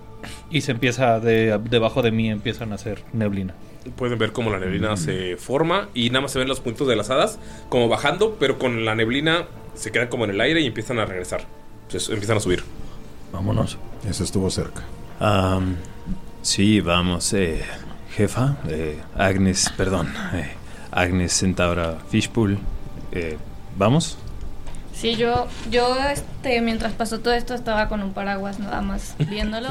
Speaker 7: Y se empieza, de, debajo de mí empiezan a hacer neblina.
Speaker 2: Pueden ver cómo la neblina
Speaker 6: Mm.
Speaker 2: se forma y nada más se ven los puntos de las hadas como bajando, pero con la neblina se quedan como en el aire y empiezan a regresar. Entonces empiezan a subir.
Speaker 7: Vámonos.
Speaker 5: Eso estuvo cerca.
Speaker 4: Am, sí, vamos, eh, jefa. eh, Agnes, perdón. eh, Agnes Centaura Fishpool. eh, ¿Vamos?
Speaker 8: Sí, yo, yo este, mientras pasó todo esto estaba con un paraguas nada más viéndolo.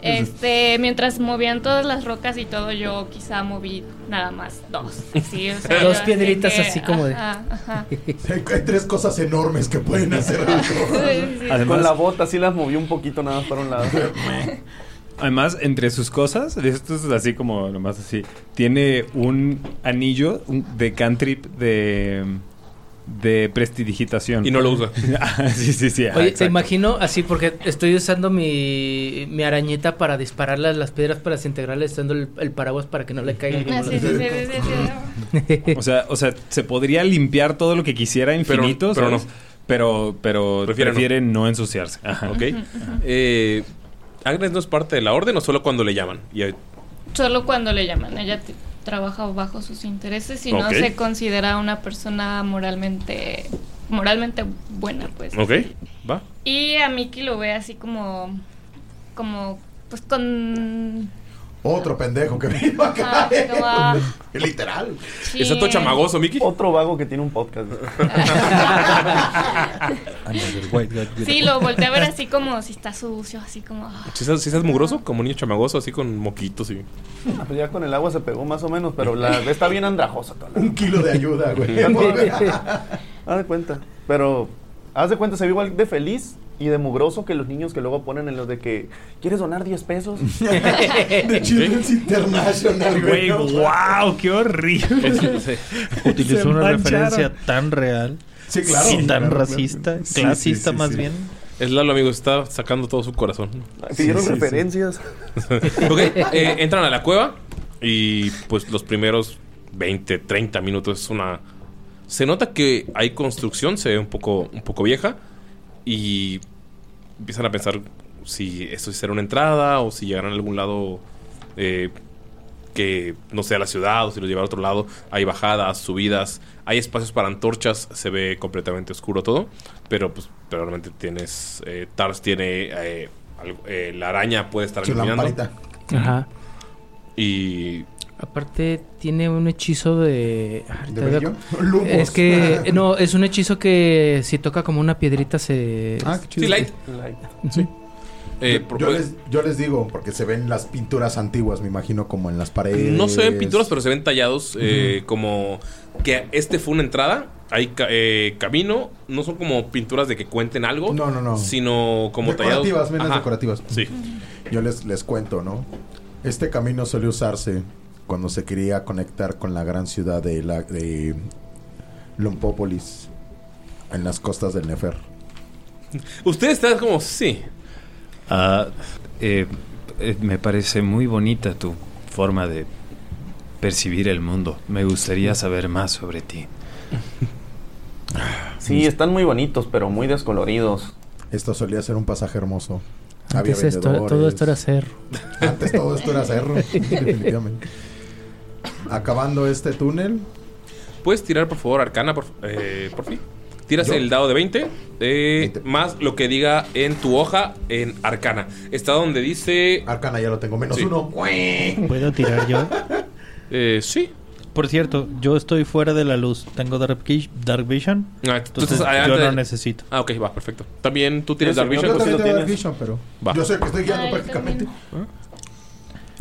Speaker 8: este, mientras movían todas las rocas y todo, yo quizá moví nada más dos. Sí, o sea,
Speaker 6: Dos
Speaker 8: yo
Speaker 6: piedritas
Speaker 8: que-
Speaker 6: así como de-
Speaker 8: Ajá, ajá.
Speaker 5: Hay, hay tres cosas enormes que pueden hacer algo.
Speaker 3: Con la bota sí las movió un poquito nada más para un lado.
Speaker 4: Además, entre sus cosas, esto es así como nomás así. Tiene un anillo un- de cantrip de de prestidigitación.
Speaker 2: Y no lo usa.
Speaker 4: Ah, sí, sí, sí. ajá,
Speaker 6: Oye, te
Speaker 4: exacto.
Speaker 6: imagino así porque estoy usando mi, mi arañeta para dispararle a las piedras para desintegrarlas, usando el, el paraguas para que no le caigan. como
Speaker 8: Ah, sí, sí, sí,
Speaker 6: los-
Speaker 8: sí, sí, sí.
Speaker 4: O sea, o sea, se podría limpiar todo lo que quisiera
Speaker 2: Pero-
Speaker 4: infinito,
Speaker 2: pero
Speaker 4: ¿sabes?
Speaker 2: no.
Speaker 4: Pero, pero
Speaker 2: Prefiere
Speaker 4: prefiere,
Speaker 2: no.
Speaker 4: no. ensuciarse. Ajá.
Speaker 2: Ok. Eh, Agnes no es parte de la orden o solo cuando le llaman. Y, eh,
Speaker 8: Solo cuando le llaman. Ella t- trabaja bajo sus intereses y
Speaker 2: Ok.
Speaker 8: no se considera una persona moralmente, moralmente buena, pues.
Speaker 2: ok, va.
Speaker 8: Y a Mickey lo ve así como. como. pues con.
Speaker 5: Otro pendejo que vino acá.
Speaker 8: Ah, como, ah,
Speaker 5: Literal.
Speaker 8: sí.
Speaker 2: Está todo chamagoso, Miki.
Speaker 3: Otro vago que tiene un podcast.
Speaker 8: Sí, lo volteé a ver así como si está sucio, así como. ah.
Speaker 2: Si estás, sí estás mugroso, como un niño chamagoso, así con moquitos y.
Speaker 3: Ah, pues ya con el agua se pegó más o menos, pero la está bien andrajosa. toda la-
Speaker 5: Un kilo de ayuda, güey.
Speaker 3: Haz de cuenta. Pero, haz de cuenta, se ve igual de feliz y de mugroso que los niños que luego ponen en los de que, ¿quieres donar 10 pesos?
Speaker 5: De Children's International, güey.
Speaker 4: Güey,
Speaker 5: ¿no?
Speaker 4: wow, qué horrible.
Speaker 7: Utilizó
Speaker 4: Se
Speaker 7: una
Speaker 4: mancharon.
Speaker 7: referencia tan real.
Speaker 5: Sí, claro.
Speaker 7: y tan
Speaker 5: claro, claro.
Speaker 7: racista,
Speaker 5: Sí, sí,
Speaker 7: clasista
Speaker 5: sí,
Speaker 7: más
Speaker 5: sí.
Speaker 7: bien.
Speaker 2: Es Lalo, amigo, está sacando todo su corazón.
Speaker 3: Pidieron
Speaker 5: Sí, sí, sí.
Speaker 3: referencias.
Speaker 2: Ok, eh, entran a la cueva y pues los primeros 20, 30 minutos es una... Se nota que hay construcción, se ve un poco, un poco vieja y empiezan a pensar si esto será una entrada o si llegarán a algún lado eh, que no sea la ciudad o si los llevará a otro lado. Hay bajadas, subidas, hay espacios para antorchas, se ve completamente oscuro todo, pero pues pero realmente tienes... eh, Tars tiene... eh, algo- eh, la araña puede estar
Speaker 5: Su
Speaker 2: iluminando.
Speaker 5: lamparita.
Speaker 6: Ajá.
Speaker 2: Y.
Speaker 6: Aparte tiene un hechizo de... ahorita
Speaker 5: ¿De
Speaker 6: voy a-
Speaker 5: brillo? Lumos.
Speaker 6: Es que... No, es un hechizo que si toca como una piedrita se...
Speaker 5: Ah, qué chido.
Speaker 2: Sí, Light.
Speaker 5: Sí.
Speaker 2: Eh,
Speaker 5: Yo-
Speaker 2: por-
Speaker 5: yo, les, yo les digo, porque se ven las pinturas antiguas, me imagino, como en las paredes.
Speaker 2: No se ven pinturas, pero se ven tallados. eh, Como que este fue una entrada. Hay ca- eh, camino. No son como pinturas de que cuenten algo.
Speaker 5: No, no, no.
Speaker 2: Sino como tallados.
Speaker 5: Decorativas, menos
Speaker 2: Ajá.
Speaker 5: decorativas.
Speaker 2: Sí.
Speaker 5: Yo les, les cuento, ¿no? Este camino suele usarse cuando se quería conectar con la gran ciudad de, la, de Lumpópolis, en las costas del Nefer.
Speaker 2: Usted está como, sí.
Speaker 4: Ah, eh, eh, me parece muy bonita tu forma de percibir el mundo. Me gustaría saber más sobre ti.
Speaker 3: Sí, están muy bonitos, pero muy descoloridos.
Speaker 5: Esto solía ser un pasaje hermoso. Había
Speaker 6: Antes esto, todo esto era
Speaker 5: vendedores.
Speaker 6: ser...
Speaker 5: Antes todo esto era cerro, definitivamente. Acabando este túnel,
Speaker 2: ¿Puedes tirar, por favor, Arcana, por, eh, por fin? Tiras
Speaker 5: Yo.
Speaker 2: el dado de 20, eh,
Speaker 5: 20.
Speaker 2: más lo que diga en tu hoja en Arcana. Está donde dice.
Speaker 5: Arcana ya lo tengo, menos
Speaker 2: Sí.
Speaker 5: uno.
Speaker 7: ¿Puedo tirar yo?
Speaker 2: eh, sí.
Speaker 7: Por cierto, yo estoy fuera de la luz. Tengo Dark, vi- dark Vision.
Speaker 2: Ah, tú
Speaker 7: Entonces,
Speaker 2: estás adelante
Speaker 7: yo no
Speaker 2: de-
Speaker 7: necesito.
Speaker 2: Ah, ok, va, perfecto. También tú tienes
Speaker 3: Ese,
Speaker 2: Dark
Speaker 3: ¿no?
Speaker 5: Yo
Speaker 2: Vision. ¿Tú
Speaker 5: también
Speaker 2: sí lo
Speaker 5: tengo
Speaker 2: tienes?
Speaker 5: Dark Vision, pero
Speaker 2: Va.
Speaker 5: yo sé que estoy guiando
Speaker 8: Ay,
Speaker 5: prácticamente.
Speaker 8: también.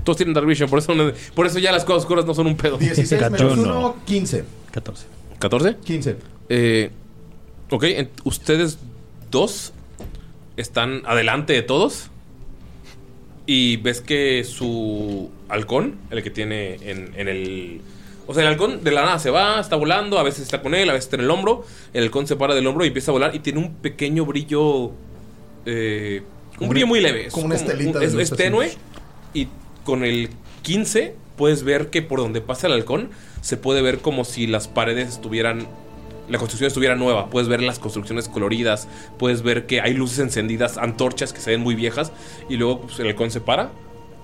Speaker 2: Todos tienen Dark Vision, por eso, no- por eso ya las cosas oscuras no son un pedo.
Speaker 5: 16 menos
Speaker 7: Cayó,
Speaker 5: 1,
Speaker 7: no.
Speaker 5: 15.
Speaker 7: 14.
Speaker 2: ¿14?
Speaker 5: 15.
Speaker 2: Eh, ok, en- ustedes dos están adelante de todos. Y ves que su halcón, el que tiene en, en el... O sea, el halcón de la nada se va, está volando, a veces está con él, a veces está en el hombro. El halcón se para del hombro y empieza a volar y tiene un pequeño brillo... eh, un
Speaker 5: Como
Speaker 2: brillo
Speaker 5: una-
Speaker 2: muy leve. Es
Speaker 5: como una estelita de
Speaker 2: es,
Speaker 5: luz
Speaker 2: es
Speaker 5: así.
Speaker 2: tenue y con el 15 puedes ver que por donde pasa el halcón se puede ver como si las paredes estuvieran la construcción estuviera nueva, puedes ver las construcciones coloridas, puedes ver que hay luces encendidas, antorchas que se ven muy viejas y luego pues, el halcón se para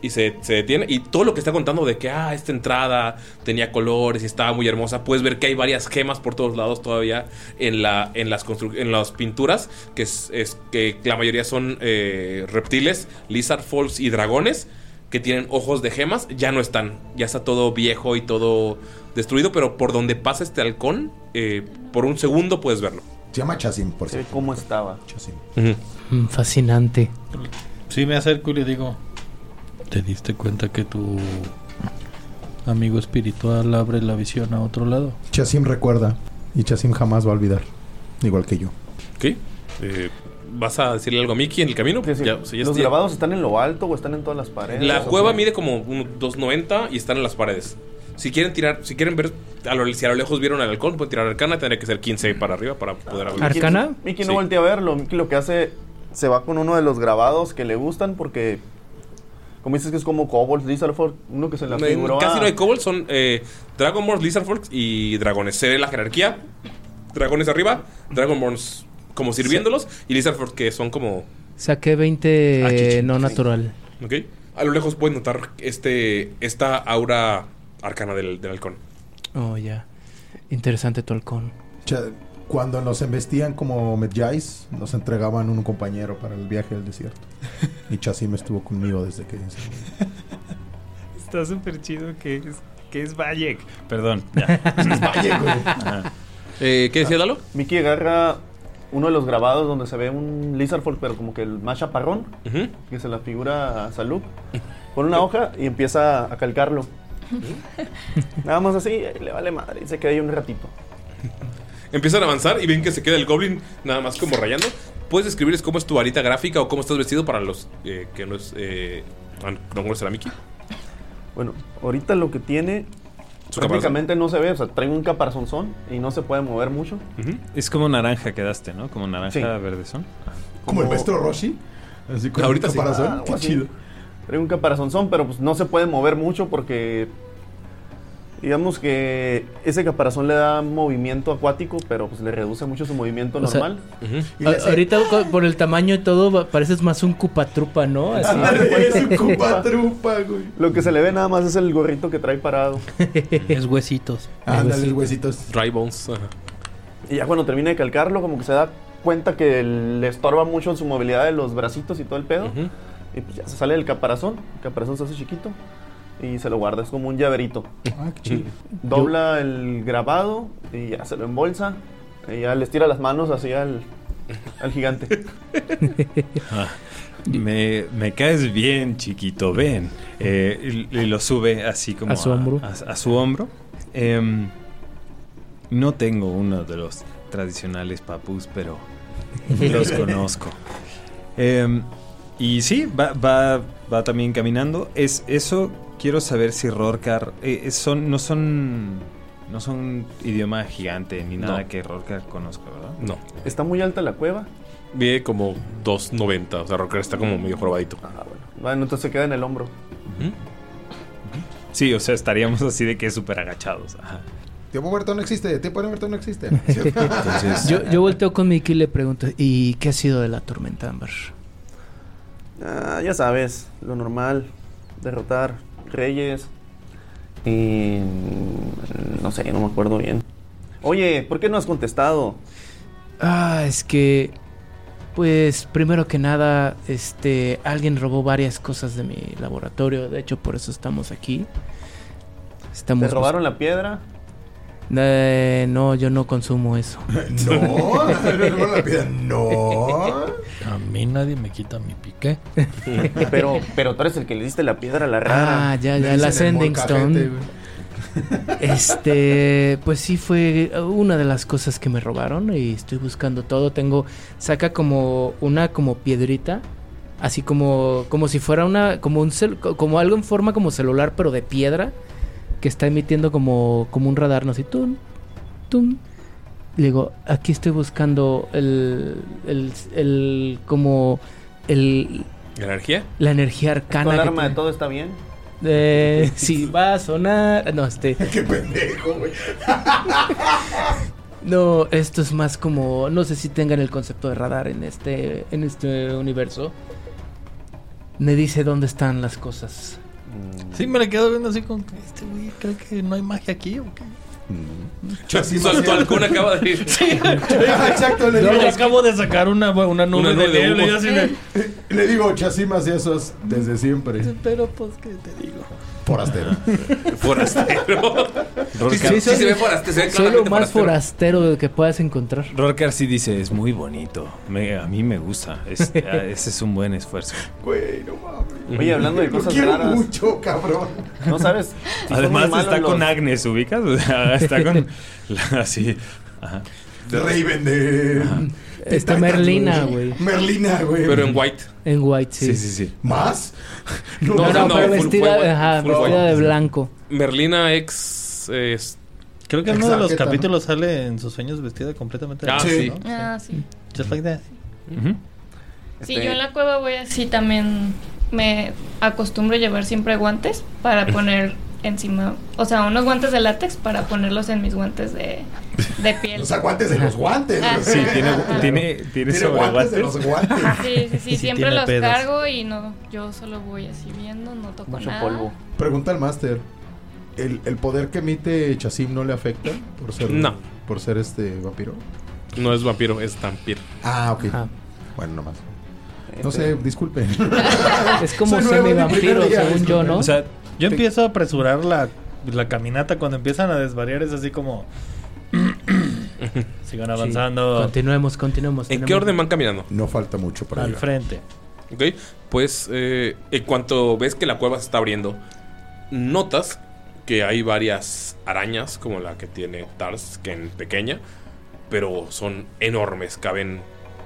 Speaker 2: y se, se detiene y todo lo que está contando de que ah, esta entrada tenía colores y estaba muy hermosa, puedes ver que hay varias gemas por todos lados todavía en la en las constru- en las pinturas que es, es que la mayoría son eh, reptiles, lizard folks y dragones que tienen ojos de gemas, ya no están. Ya está todo viejo y todo destruido, pero por donde pasa este halcón, eh, por un segundo puedes verlo.
Speaker 5: Se llama Chasim, por
Speaker 3: Se ve
Speaker 5: cierto.
Speaker 3: cómo estaba.
Speaker 6: Mm, Fascinante.
Speaker 7: Sí, me acerco y le digo: ¿Te diste cuenta que tu amigo espiritual abre la visión a otro lado?
Speaker 5: Chasim recuerda. Y Chasim jamás va a olvidar. Igual que yo.
Speaker 2: ¿Ok? Eh, ¿Vas a decirle algo a Mickey en el camino? Ya, o sea, ya
Speaker 3: ¿Los
Speaker 2: está-
Speaker 3: grabados están en lo alto o están en todas las paredes?
Speaker 2: este La
Speaker 3: ¿O
Speaker 2: cueva
Speaker 3: qué?
Speaker 2: mide como un 2.90 y están en las paredes. Si quieren tirar, si quieren ver, a lo, si a lo lejos vieron al halcón, pueden tirar arcana, tendría que ser 15 para arriba para poder abrir.
Speaker 3: Mickey- Mickey no
Speaker 2: Sí.
Speaker 3: voltea a verlo. Mickey lo que hace, se va con uno de los grabados que le gustan porque, como dices que es como Cobalt, Lizardford, uno que se la
Speaker 2: No hay-
Speaker 3: figuró.
Speaker 2: casi
Speaker 3: a-
Speaker 2: no hay kobolds, son eh, Dragonborns, Lizardfolks y Dragones. Se ve la jerarquía. Dragones arriba, Dragonborns como sirviéndolos y Lizardfolks que son como...
Speaker 6: Saqué
Speaker 3: Ah,
Speaker 6: 20 eh, no natural.
Speaker 2: ¿Ok? A lo lejos pueden notar este, esta aura arcana del, del halcón.
Speaker 6: Oh, ya. Interesante tu halcón.
Speaker 5: Cha- Cuando nos embestían como Medjais, nos entregaban un compañero para el viaje al desierto. Y Chasim estuvo conmigo desde que...
Speaker 4: Está súper chido que es, que es Bayek. Perdón. ya.
Speaker 3: Ajá.
Speaker 2: Eh, ¿Qué decía Lalo?
Speaker 3: Ah, Mickey agarra uno de los grabados donde se ve un Lizardfolk, pero como que el más chaparrón, que se la figura a Salud. Pone una hoja y empieza a calcarlo. Nada más así, le vale madre. Y se queda ahí un ratito.
Speaker 2: Empiezan a avanzar y ven que se queda el goblin nada más como rayando. ¿Puedes describirles cómo es tu varita gráfica o cómo estás vestido para los eh, que no es... Eh, an- no conocen a Mickey?
Speaker 3: Bueno, ahorita lo que tiene
Speaker 2: Su
Speaker 3: prácticamente no se ve. O sea, trae un caparazonzón y no se puede mover mucho.
Speaker 4: Es como naranja quedaste, ¿no? Como naranja
Speaker 3: Sí.
Speaker 4: verdezón.
Speaker 3: ¿Como el maestro
Speaker 5: Roshi? Así
Speaker 3: con Ahorita un sí. caparazón. Ah, Qué algo así. chido. Trae un caparazonzón, pero pues no se puede mover mucho porque. Digamos que ese caparazón le da movimiento acuático, pero pues le reduce mucho su movimiento
Speaker 6: O sea,
Speaker 3: normal.
Speaker 6: A- ahorita co- por el tamaño y todo va- pareces más un cupatrupa, ¿no? Así.
Speaker 3: Es un
Speaker 5: cupa trupa, güey.
Speaker 3: Lo que se le ve nada más es el gorrito que trae parado.
Speaker 7: Es huesitos.
Speaker 5: Ándale, huesitos.
Speaker 2: Dry bones. ajá.
Speaker 3: Y ya cuando termina de calcarlo, como que se da cuenta que le estorba mucho en su movilidad de los bracitos y todo el pedo. Y pues ya se sale del caparazón. El caparazón se hace chiquito. Y se lo guarda. Es como un llaverito.
Speaker 5: Ah, qué chido.
Speaker 3: Dobla el grabado y ya se lo embolsa. Y ya les tira las manos así al, al gigante.
Speaker 4: Me, me caes bien, chiquito, ven. Eh, y, y lo sube así como
Speaker 6: A su hombro.
Speaker 4: A, a su hombro. Em, no tengo uno de los tradicionales papús, pero los conozco. Em, y sí, va, va, va también caminando. Es eso. Quiero saber si Rorcar eh, eh, son no son no son idioma gigante ni nada
Speaker 2: No.
Speaker 4: que Rorcar conozca, ¿verdad?
Speaker 2: No.
Speaker 3: Está muy alta la cueva.
Speaker 2: Mide como 2.90. O sea, Rocker está como medio jorobadito.
Speaker 3: Ah, Bueno, entonces se queda en el hombro.
Speaker 4: Sí, o sea, estaríamos así de que súper agachados. Ajá.
Speaker 5: Tiempo muerto no existe. Tiempo muerto no existe.
Speaker 6: yo,
Speaker 3: ah,
Speaker 6: yo volteo con Mickey y le pregunto, ¿y qué ha sido de la tormenta Amber?
Speaker 3: Ah, ya sabes, lo normal. Derrotar reyes. Y. mm, No sé, no me acuerdo bien. Oye, ¿por qué no has contestado?
Speaker 6: Ah, es que, pues primero que nada, este, alguien robó varias cosas de mi laboratorio, de hecho por eso estamos aquí.
Speaker 3: ¿Te
Speaker 6: Estamos
Speaker 3: robaron la piedra?
Speaker 6: Eh, no, yo no consumo eso.
Speaker 5: No, la piedra, no.
Speaker 7: A mí nadie me quita mi pique.
Speaker 3: pero, pero tú eres el que le diste la piedra a la rara.
Speaker 6: Ah, ya, ya, la Sending Stone. Este, pues sí fue una de las cosas que me robaron y estoy buscando todo. Tengo, saca como una como piedrita, así como, como si fuera una, como un cel- co- como algo en forma como celular pero de piedra que está emitiendo como, como un radar, no sé, tum, tum. Le digo, aquí estoy buscando el, el, el- como el,
Speaker 2: ¿Energía?
Speaker 6: la energía arcana.
Speaker 3: ¿Con el
Speaker 6: que
Speaker 3: arma de
Speaker 6: tiene.
Speaker 3: todo está bien?
Speaker 6: Eh, sí, va a sonar. No, este. Qué pendejo,
Speaker 5: güey.
Speaker 6: no, esto es más como. No sé si tengan el concepto de radar en este, en este universo. Me dice dónde están las cosas.
Speaker 2: Mm.
Speaker 7: Sí, me la quedo viendo así con. Este güey, creo que no hay magia aquí o qué.
Speaker 2: Chasim Su- su halcón acaba de ir.
Speaker 7: Sí,
Speaker 5: Exacto, le
Speaker 7: No,
Speaker 5: digo-
Speaker 7: yo acabo de sacar una, una nube,
Speaker 2: Una nube
Speaker 7: de,
Speaker 2: de
Speaker 7: niebla y
Speaker 2: humo.
Speaker 7: yo así de-
Speaker 5: Le digo, Chasim hacía eso desde siempre.
Speaker 7: Pero pues, ¿qué te digo?
Speaker 5: Forastero.
Speaker 2: Forastero. Sí, sí, sí, se ve foraste- se ve
Speaker 6: Soy lo
Speaker 2: claramente
Speaker 6: más
Speaker 2: forastero.
Speaker 6: forastero que puedas encontrar.
Speaker 4: Rorcar sí dice, es muy bonito. Me- a mí me gusta. Es- a- ese es un buen esfuerzo.
Speaker 5: Güey, no mames.
Speaker 3: Oye, hablando de
Speaker 5: Lo
Speaker 3: cosas
Speaker 5: quiero
Speaker 3: raras.
Speaker 5: mucho, cabrón.
Speaker 3: No sabes. si son
Speaker 4: Además
Speaker 3: muy malos
Speaker 4: está con
Speaker 3: los-
Speaker 4: Agnes, ¿ubicas? O sea, está con... la- así... Ajá.
Speaker 5: De Raven de.
Speaker 6: Está Ah, este Merlina, güey.
Speaker 5: Merlina, güey.
Speaker 2: Pero en white.
Speaker 6: En white, sí.
Speaker 4: Sí, sí, sí.
Speaker 5: ¿Más?
Speaker 2: No,
Speaker 6: No, no, pero
Speaker 2: full
Speaker 6: vestida,
Speaker 2: white,
Speaker 6: ajá,
Speaker 2: full
Speaker 6: vestida
Speaker 2: white.
Speaker 6: de blanco.
Speaker 2: Merlina ex. es-
Speaker 7: Creo que en uno de los
Speaker 5: Exacto, ¿no?
Speaker 7: capítulos sale en sus sueños vestida completamente de
Speaker 2: Ah,
Speaker 7: blanco,
Speaker 2: sí.
Speaker 7: ¿no?
Speaker 8: Ah, sí.
Speaker 7: Just like that.
Speaker 4: Ujú.
Speaker 8: Sí,
Speaker 2: Este-
Speaker 8: yo en la cueva voy así también. Me acostumbro a llevar siempre guantes para poner encima, o sea, unos guantes de látex para ponerlos en mis guantes de, de piel.
Speaker 5: Los aguantes de los guantes.
Speaker 8: Ah,
Speaker 4: Sí, tiene, tiene, tiene,
Speaker 5: Tiene
Speaker 4: sobreguantes.
Speaker 5: guantes de los guantes.
Speaker 8: Sí, sí, sí,
Speaker 7: sí
Speaker 8: siempre
Speaker 7: tiene
Speaker 8: los
Speaker 7: pedos.
Speaker 8: cargo y no, yo solo voy así viendo, no toco
Speaker 3: Mucho
Speaker 8: nada.
Speaker 3: polvo.
Speaker 5: Pregunta al máster. ¿el, el poder que emite Chasim no le afecta por ser
Speaker 2: No.
Speaker 5: por ser este vampiro?
Speaker 2: No es vampiro, es vampiro.
Speaker 5: Ah, ok.
Speaker 6: Ajá.
Speaker 5: Bueno, nomás.
Speaker 3: Eh,
Speaker 5: No sé, disculpe.
Speaker 6: Es como
Speaker 5: Soy nuevo,
Speaker 6: semi-vampiro,
Speaker 5: mi primer día,
Speaker 6: según yo, ¿no?
Speaker 7: O sea, yo empiezo a apresurar la, la caminata cuando empiezan a desvariar, es así como. Sigan
Speaker 6: Sí.
Speaker 7: avanzando
Speaker 6: Continuemos, continuemos.
Speaker 2: ¿En
Speaker 6: tenemos-
Speaker 2: qué orden van caminando?
Speaker 5: No falta mucho para
Speaker 7: al
Speaker 5: llegar.
Speaker 7: frente.
Speaker 2: Ok, pues eh, en cuanto ves que la cueva se está abriendo, notas que hay varias arañas como la que tiene Tars, que en pequeña, pero son enormes, caben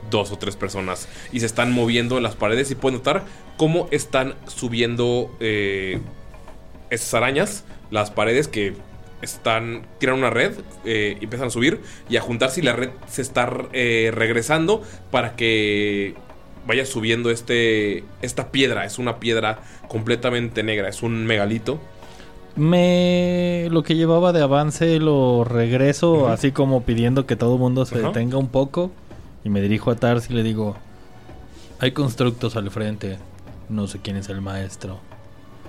Speaker 2: dos o tres personas y se están moviendo en las paredes y puedes notar cómo están subiendo eh, esas arañas, las paredes que están tiran una red eh, y empiezan a subir y a juntarse y la red se está eh, regresando para que vaya subiendo este esta piedra es una piedra completamente negra es un megalito
Speaker 7: Me. Lo que llevaba de avance lo regreso, así como pidiendo que todo el mundo se
Speaker 2: Ajá.
Speaker 7: detenga un poco. Y me dirijo a Tars y le digo: Hay constructos al frente. No sé quién es el maestro.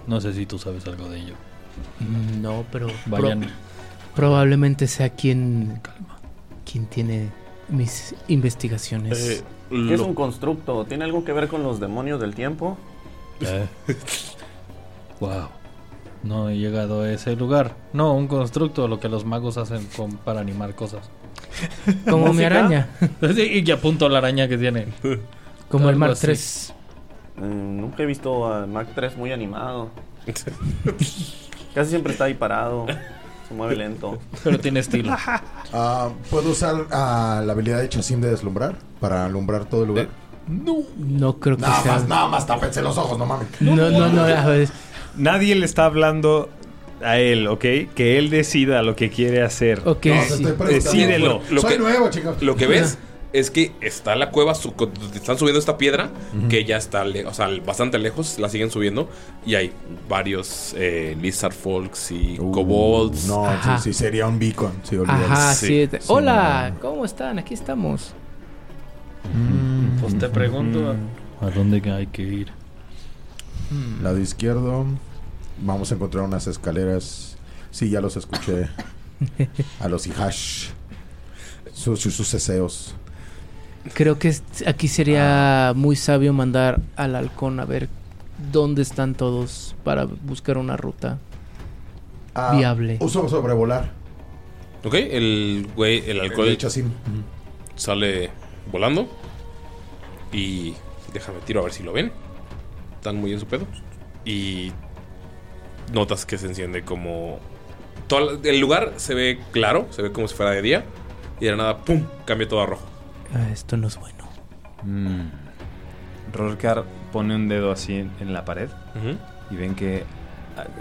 Speaker 7: No sé si tú sabes algo de ello.
Speaker 6: Mm, No, pero pro-
Speaker 7: Vayan.
Speaker 6: probablemente sea quien, quien tiene mis investigaciones.
Speaker 2: Eh,
Speaker 3: ¿Qué es
Speaker 2: lo-
Speaker 3: un constructo? ¿Tiene algo que ver con los demonios del tiempo?
Speaker 7: Wow. eh. No he llegado a ese lugar. No, un constructo, lo que los magos hacen con- para animar cosas.
Speaker 6: como mi
Speaker 3: ¿música?
Speaker 6: araña,
Speaker 7: y que apunto a la araña que tiene.
Speaker 6: como el
Speaker 7: Algo
Speaker 6: Mark
Speaker 7: así.
Speaker 6: 3.
Speaker 3: Mm, nunca he visto a Mac 3 muy animado. Casi siempre está ahí parado. Se mueve lento.
Speaker 7: Pero tiene estilo.
Speaker 5: Ah, ¿Puedo usar ah, la habilidad de Chasim de deslumbrar? Para alumbrar todo el lugar.
Speaker 6: No creo que
Speaker 5: Nada
Speaker 6: sea.
Speaker 5: más, nada más, tápense los ojos, no mames.
Speaker 6: No, no, no, a ver,
Speaker 4: Nadie le está hablando a él, ¿ok? Que él decida lo que quiere hacer.
Speaker 6: Ok,
Speaker 5: No, te
Speaker 6: sí.
Speaker 5: estoy preguntando.
Speaker 2: Decídelo. Lo
Speaker 5: Soy
Speaker 2: que-
Speaker 5: nuevo, chicos.
Speaker 2: lo que ves es que está la cueva su- con- están subiendo esta piedra que ya está le- o sea, bastante lejos la siguen subiendo y hay varios eh, lizard folks y
Speaker 5: Uh,
Speaker 2: kobolds
Speaker 5: No,
Speaker 6: Ajá.
Speaker 5: sí, sí, sería un beacon. Sí, olvídalo.
Speaker 6: Ajá,
Speaker 2: Sí,
Speaker 6: sí.
Speaker 5: sí,
Speaker 6: Hola,
Speaker 5: no.
Speaker 6: ¿cómo están? Aquí estamos.
Speaker 7: Pues te pregunto.
Speaker 5: Mm.
Speaker 2: Mm.
Speaker 7: ¿A dónde hay que ir?
Speaker 5: Mm. Lado izquierdo. Vamos a encontrar unas escaleras. Sí, ya los escuché. A los Ihash. Sus, sus, sus deseos.
Speaker 6: Creo que es- aquí sería muy sabio mandar al halcón a ver dónde están todos para buscar una ruta.
Speaker 5: Ah,
Speaker 6: Viable.
Speaker 5: Uso sobrevolar.
Speaker 2: ok el güey el alcohol
Speaker 5: De hecho, sí.
Speaker 2: sale volando y déjame tiro a ver si lo ven. Están muy en su pedo y notas que se enciende como todo el lugar se ve claro, se ve como si fuera de día y de la nada pum cambia todo a rojo.
Speaker 6: Ah, esto no es bueno.
Speaker 4: Rorcar Mm. pone un dedo así en, en la pared
Speaker 2: Ujú.
Speaker 4: y ven que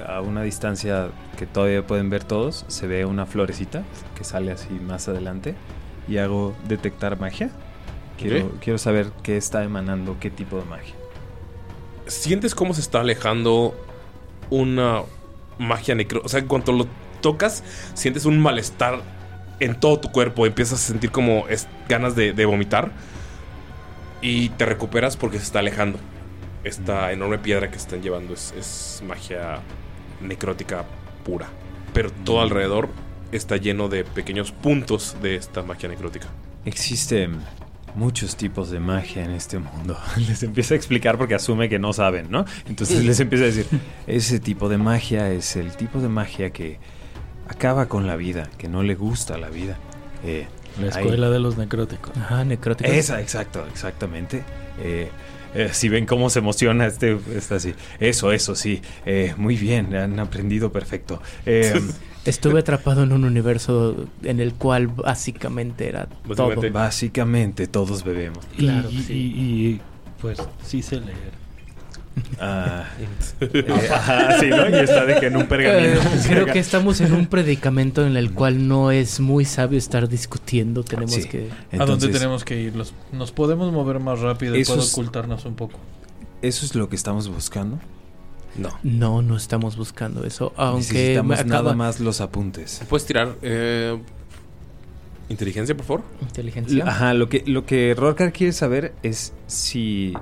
Speaker 4: a, a una distancia que todavía pueden ver todos, se ve una florecita que sale así más adelante y hago detectar magia. Quiero,
Speaker 2: Ok.
Speaker 4: quiero saber qué está emanando, qué tipo de magia.
Speaker 2: Sientes cómo se está alejando una magia necro, o sea, en cuanto lo tocas sientes un malestar en todo tu cuerpo, empiezas a sentir como es- ganas de, de vomitar y te recuperas porque se está alejando. Esta enorme piedra que están llevando es, es magia necrótica pura. Pero todo alrededor está lleno de pequeños puntos de esta magia necrótica.
Speaker 4: Existen muchos tipos de magia en este mundo. Les empieza a explicar porque asume que no saben, ¿no? Entonces les empieza a decir, ese tipo de magia es el tipo de magia que acaba con la vida, que no le gusta la vida. Eh,
Speaker 7: La
Speaker 4: ahí-
Speaker 7: escuela de los necróticos.
Speaker 6: Ajá, necrótico.
Speaker 4: Esa, exacto, exactamente. Eh, eh, si ven cómo se emociona este, está así. Eso, eso, sí. Eh, muy bien, han aprendido perfecto. Eh,
Speaker 6: Estuve atrapado en un universo en el cual básicamente era todo. Eh,
Speaker 2: Básicamente.
Speaker 4: básicamente todos bebemos.
Speaker 7: Y-
Speaker 6: Claro,
Speaker 7: y,
Speaker 6: sí.
Speaker 7: y- y, pues sí se leer.
Speaker 4: Ah, eh, ajá, sí, ¿no? Y está de que en un pergamino.
Speaker 6: Eh, creo que estamos en un predicamento en el cual no es muy sabio estar discutiendo. Tenemos
Speaker 4: Sí.
Speaker 6: que.
Speaker 7: ¿A dónde
Speaker 4: Entonces,
Speaker 7: tenemos que ir? Los- nos podemos mover más rápido y
Speaker 4: Eso
Speaker 7: puedo
Speaker 4: es-
Speaker 7: ocultarnos un poco.
Speaker 4: ¿Eso es lo que estamos buscando?
Speaker 2: No.
Speaker 6: No, no estamos buscando eso. Aunque me
Speaker 4: Necesitamos
Speaker 6: acaba
Speaker 4: nada más los apuntes.
Speaker 2: ¿Puedes tirar eh, inteligencia, por favor?
Speaker 6: inteligencia.
Speaker 4: Ajá, lo que, lo que Rorcar quiere saber es si.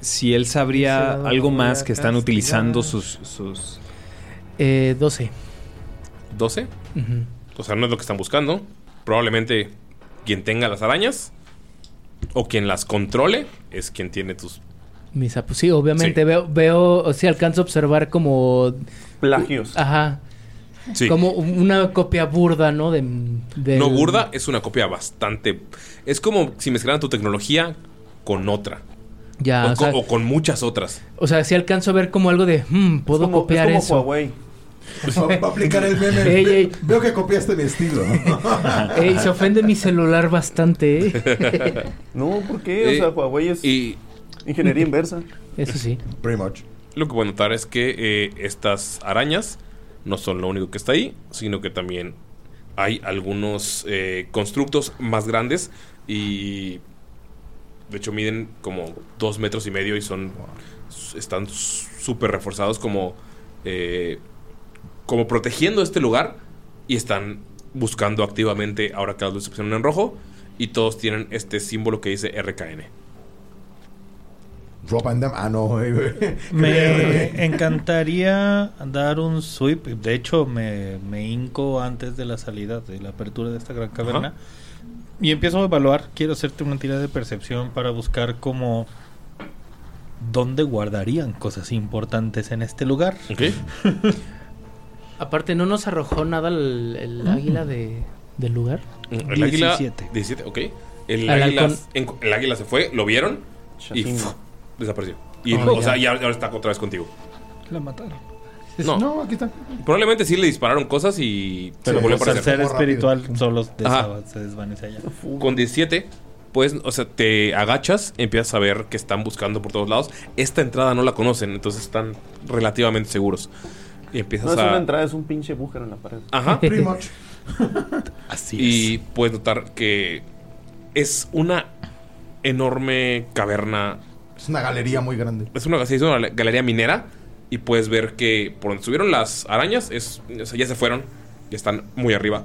Speaker 4: Si él sabría
Speaker 6: Dice,
Speaker 4: algo más
Speaker 6: voy a
Speaker 4: que están utilizando
Speaker 6: castigar.
Speaker 4: sus. sus
Speaker 6: Eh, 12.
Speaker 2: 12.
Speaker 6: Ujú.
Speaker 2: O sea, no es lo que están buscando. Probablemente quien tenga las arañas o quien las controle es quien tiene tus...
Speaker 6: Mis apu- sí, obviamente
Speaker 2: Sí.
Speaker 6: veo, veo, o sea, alcanzo a observar como,
Speaker 3: Plagios.
Speaker 6: ajá,
Speaker 2: Sí.
Speaker 6: como una copia burda, ¿no? De, del-
Speaker 2: No burda, es una copia bastante... Es como si mezclaran tu tecnología con otra.
Speaker 6: Ya,
Speaker 2: o,
Speaker 6: o,
Speaker 2: co-
Speaker 6: sea,
Speaker 2: o con muchas otras.
Speaker 6: o sea, sí alcanzo a ver como algo de, hmm, puedo
Speaker 3: es como,
Speaker 6: copiar
Speaker 3: es como
Speaker 6: eso.
Speaker 3: Huawei.
Speaker 5: Pues Va va a aplicar el meme.
Speaker 6: Ey, ey.
Speaker 5: Veo que este copiaste mi estilo.
Speaker 6: Ey, se ofende mi celular bastante, ¿eh?
Speaker 3: No, ¿por qué? O sea,
Speaker 2: Eh,
Speaker 3: Huawei es
Speaker 2: Y
Speaker 3: ingeniería inversa.
Speaker 6: Eso sí.
Speaker 5: Pretty much.
Speaker 2: lo que voy a notar es que eh, estas arañas no son lo único que está ahí, sino que también hay algunos eh, constructos más grandes y de hecho miden como dos metros y medio y son están súper reforzados como eh, como protegiendo este lugar y están buscando activamente ahora que las luces se pusieron en rojo y todos tienen este símbolo que dice RKN.
Speaker 5: Drop and them. Ah, no, güey, güey.
Speaker 7: Me encantaría dar un sweep. De hecho, me, me hinco antes de la salida, de la apertura de esta gran caverna.
Speaker 2: Ajá.
Speaker 7: Y empiezo a evaluar. Quiero hacerte una tirada de percepción para buscar como... ¿Dónde guardarían cosas importantes en este lugar?
Speaker 2: ¿Ok?
Speaker 6: Aparte, ¿no nos arrojó nada el,
Speaker 7: Mm.
Speaker 6: el águila de, del lugar?
Speaker 2: El águila
Speaker 7: 17.
Speaker 2: 17, ok. El,
Speaker 6: Al
Speaker 2: águila,
Speaker 6: halcón.
Speaker 2: en- el águila se fue, lo vieron y
Speaker 3: Chacín.
Speaker 2: ¡fuf! desapareció. Y
Speaker 6: Oh,
Speaker 2: o
Speaker 6: ya.
Speaker 2: sea, ya, ahora está otra vez contigo.
Speaker 7: La mataron.
Speaker 2: No,
Speaker 5: No, aquí está.
Speaker 2: probablemente sí le dispararon cosas y se
Speaker 5: Pero
Speaker 2: volvió a
Speaker 7: Pues al
Speaker 2: aparecer.
Speaker 7: ser
Speaker 5: Como rápido.
Speaker 7: espiritual solo
Speaker 2: Ajá.
Speaker 7: se desvanece allá.
Speaker 2: Con 17, pues, o sea, te agachas, empiezas a ver que están buscando por todos lados. Esta entrada no la conocen, entonces están relativamente seguros. Y empiezas
Speaker 3: No es
Speaker 2: a.
Speaker 3: una entrada, es un pinche bújero en la pared.
Speaker 2: Ajá.
Speaker 5: Pretty much.
Speaker 7: Así
Speaker 2: Y puedes notar que es una enorme caverna
Speaker 5: Es una galería muy grande.
Speaker 2: es una, se hizo una galería minera y puedes ver que por donde subieron las arañas es, o sea, ya se fueron, ya están muy arriba.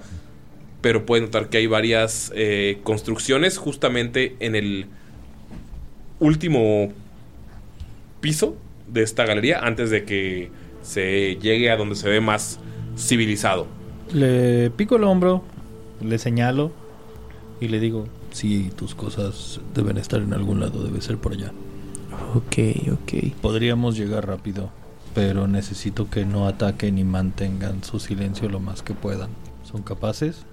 Speaker 2: Pero puedes notar que hay varias eh, construcciones justamente en el último piso de esta galería antes de que se llegue a donde se ve más civilizado.
Speaker 7: Le pico el hombro, le señalo y le digo, si tus cosas deben estar en algún lado, debe ser por allá.
Speaker 6: Ok, ok.
Speaker 7: Podríamos llegar rápido, pero necesito que no ataquen y mantengan su silencio lo más que puedan. ¿Son capaces?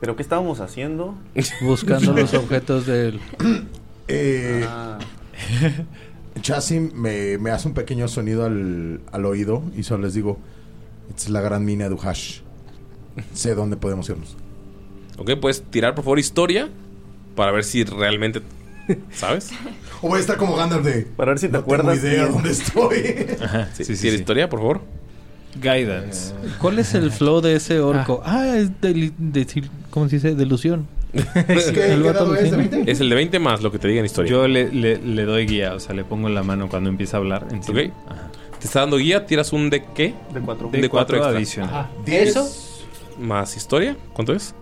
Speaker 3: ¿Pero qué estábamos haciendo?
Speaker 7: Buscando los objetos del...
Speaker 5: Eh,
Speaker 3: Ah,
Speaker 5: Chasim me, me hace un pequeño sonido al, al oído y solo les digo: Es la gran mina de Uhash. Sé dónde podemos irnos.
Speaker 2: ¿Ok? Puedes tirar por favor historia para ver si realmente... ¿Sabes?
Speaker 5: O voy a estar como Gandalf de.
Speaker 3: Para ver si te
Speaker 5: no
Speaker 3: acuerdas
Speaker 5: Tengo idea
Speaker 3: bien".
Speaker 5: dónde estoy.
Speaker 2: Sí, tira historia, por favor.
Speaker 4: Guidance.
Speaker 7: ¿Cuál es el flow de ese orco? Ah, es de, de- ¿Cómo se dice? Delusión.
Speaker 5: ¿Qué,
Speaker 7: El
Speaker 5: qué
Speaker 7: vato
Speaker 5: dado es?
Speaker 7: alucina.
Speaker 5: ¿De 20?
Speaker 2: Es el de 20 más lo que te diga en historia.
Speaker 4: Yo le, le- le doy guía, o sea, le pongo la mano cuando empieza a hablar. encima.
Speaker 2: Ok.
Speaker 4: Ajá.
Speaker 2: Te está dando guía, tiras un de qué?
Speaker 3: de cuatro.
Speaker 2: De cuatro extra.
Speaker 4: adicional.
Speaker 6: Ajá.
Speaker 5: Diez.
Speaker 6: ¿Eso?
Speaker 2: Más historia, ¿cuánto es?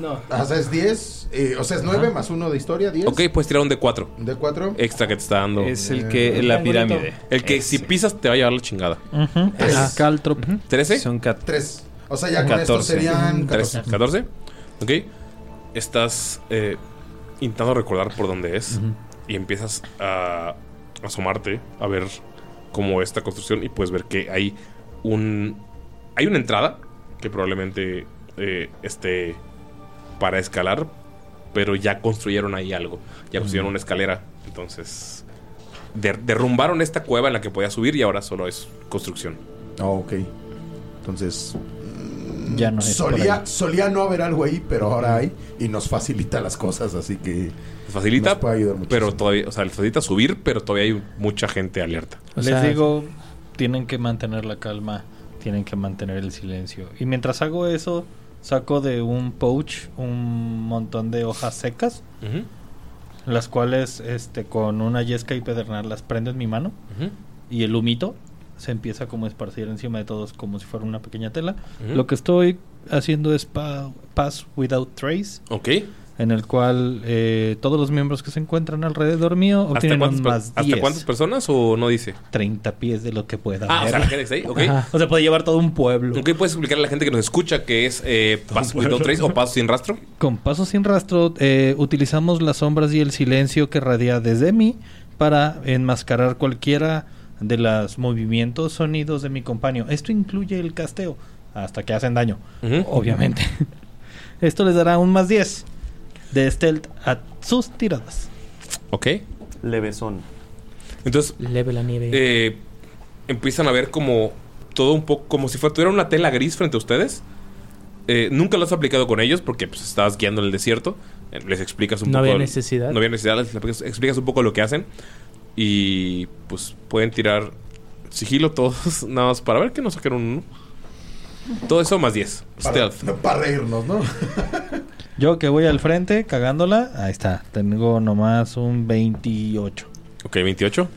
Speaker 6: No.
Speaker 5: O sea, es 10. eh, o sea, es 9 más 1 de historia, 10.
Speaker 2: Ok, puedes tirar un de 4
Speaker 5: De Eh, 4.
Speaker 2: extra que te está dando.
Speaker 4: Es el que la pirámide.
Speaker 2: el que si
Speaker 4: Ese.
Speaker 2: pisas te va a llevar la chingada.
Speaker 7: Ah, Caltrop.
Speaker 2: 13,
Speaker 4: Son cat-
Speaker 5: 3. O sea, ya con esto
Speaker 4: 14.
Speaker 5: serían
Speaker 2: 3,
Speaker 5: 14.
Speaker 2: 14. Ok, estás eh, intentando recordar por dónde es y empiezas a asomarte a ver cómo esta construcción y puedes ver que hay un. Hay una entrada que probablemente eh, esté para escalar, pero ya construyeron ahí algo, ya construyeron
Speaker 7: Mm.
Speaker 2: una escalera, entonces der- derrumbaron esta cueva en la que podía subir y ahora solo es construcción.
Speaker 5: Oh, ok. Entonces. mm,
Speaker 2: Ya no es por
Speaker 5: solía,
Speaker 2: ahí.
Speaker 5: solía no haber algo ahí, pero ahora hay. Y nos facilita las cosas, así que.
Speaker 2: Facilita,
Speaker 5: Nos puede ayudar
Speaker 2: pero todavía, o sea, les facilita subir, pero todavía hay mucha gente alerta.
Speaker 7: Les digo, tienen que mantener la calma, tienen que mantener el silencio. Y mientras hago eso, saco de un pouch un montón de hojas secas,
Speaker 2: Ujú.
Speaker 7: las cuales este, con una yesca y pedernal las prendo en mi mano
Speaker 2: Ujú.
Speaker 7: y el humito se empieza como a esparcir encima de todos como si fuera una pequeña tela.
Speaker 2: Ujú.
Speaker 7: Lo que estoy haciendo es pa- Pass Without Trace.
Speaker 2: Ok.
Speaker 7: En el cual eh, todos los miembros que se encuentran alrededor mío
Speaker 2: ¿Hasta
Speaker 7: obtienen
Speaker 2: cuántas,
Speaker 7: un
Speaker 2: per-
Speaker 7: más
Speaker 2: hasta
Speaker 7: 10.
Speaker 2: cuántas personas o no dice?
Speaker 7: 30 pies de lo que pueda.
Speaker 2: Ah, o sea,
Speaker 7: haber.
Speaker 2: la gente que está ahí, ok.
Speaker 7: Ajá. O sea, puede llevar todo un pueblo.
Speaker 2: Ok, puedes explicarle a la gente que nos escucha que es eh, Pass Without Trace o Paso sin rastro.
Speaker 7: Con paso sin rastro, eh, utilizamos las sombras y el silencio que radia desde mí para enmascarar cualquiera de los movimientos, sonidos de mi compañero. Esto incluye el casteo, hasta que hacen daño, obviamente. Esto les dará un más 10 de stealth a sus tiradas.
Speaker 2: Ok.
Speaker 3: Levesón.
Speaker 2: Entonces.
Speaker 6: Leve la nieve.
Speaker 2: eh, empiezan a ver como todo un poco, como si fuera, tuviera una tela gris frente a ustedes. Eh, nunca lo has aplicado con ellos porque pues, estabas guiando en el desierto. Eh, Les explicas un
Speaker 6: No
Speaker 2: poco.
Speaker 6: había necesidad.
Speaker 2: No había necesidad, les explicas- explicas un poco lo que hacen. Y pues pueden tirar sigilo todos, nada más para ver que no saquen un uno. Todo eso más 10.
Speaker 5: Para,
Speaker 2: Stealth.
Speaker 5: para reírnos, ¿no?
Speaker 7: Yo que voy al frente cagándola, ahí está. Tengo nomás un 28.
Speaker 2: Ok, 28.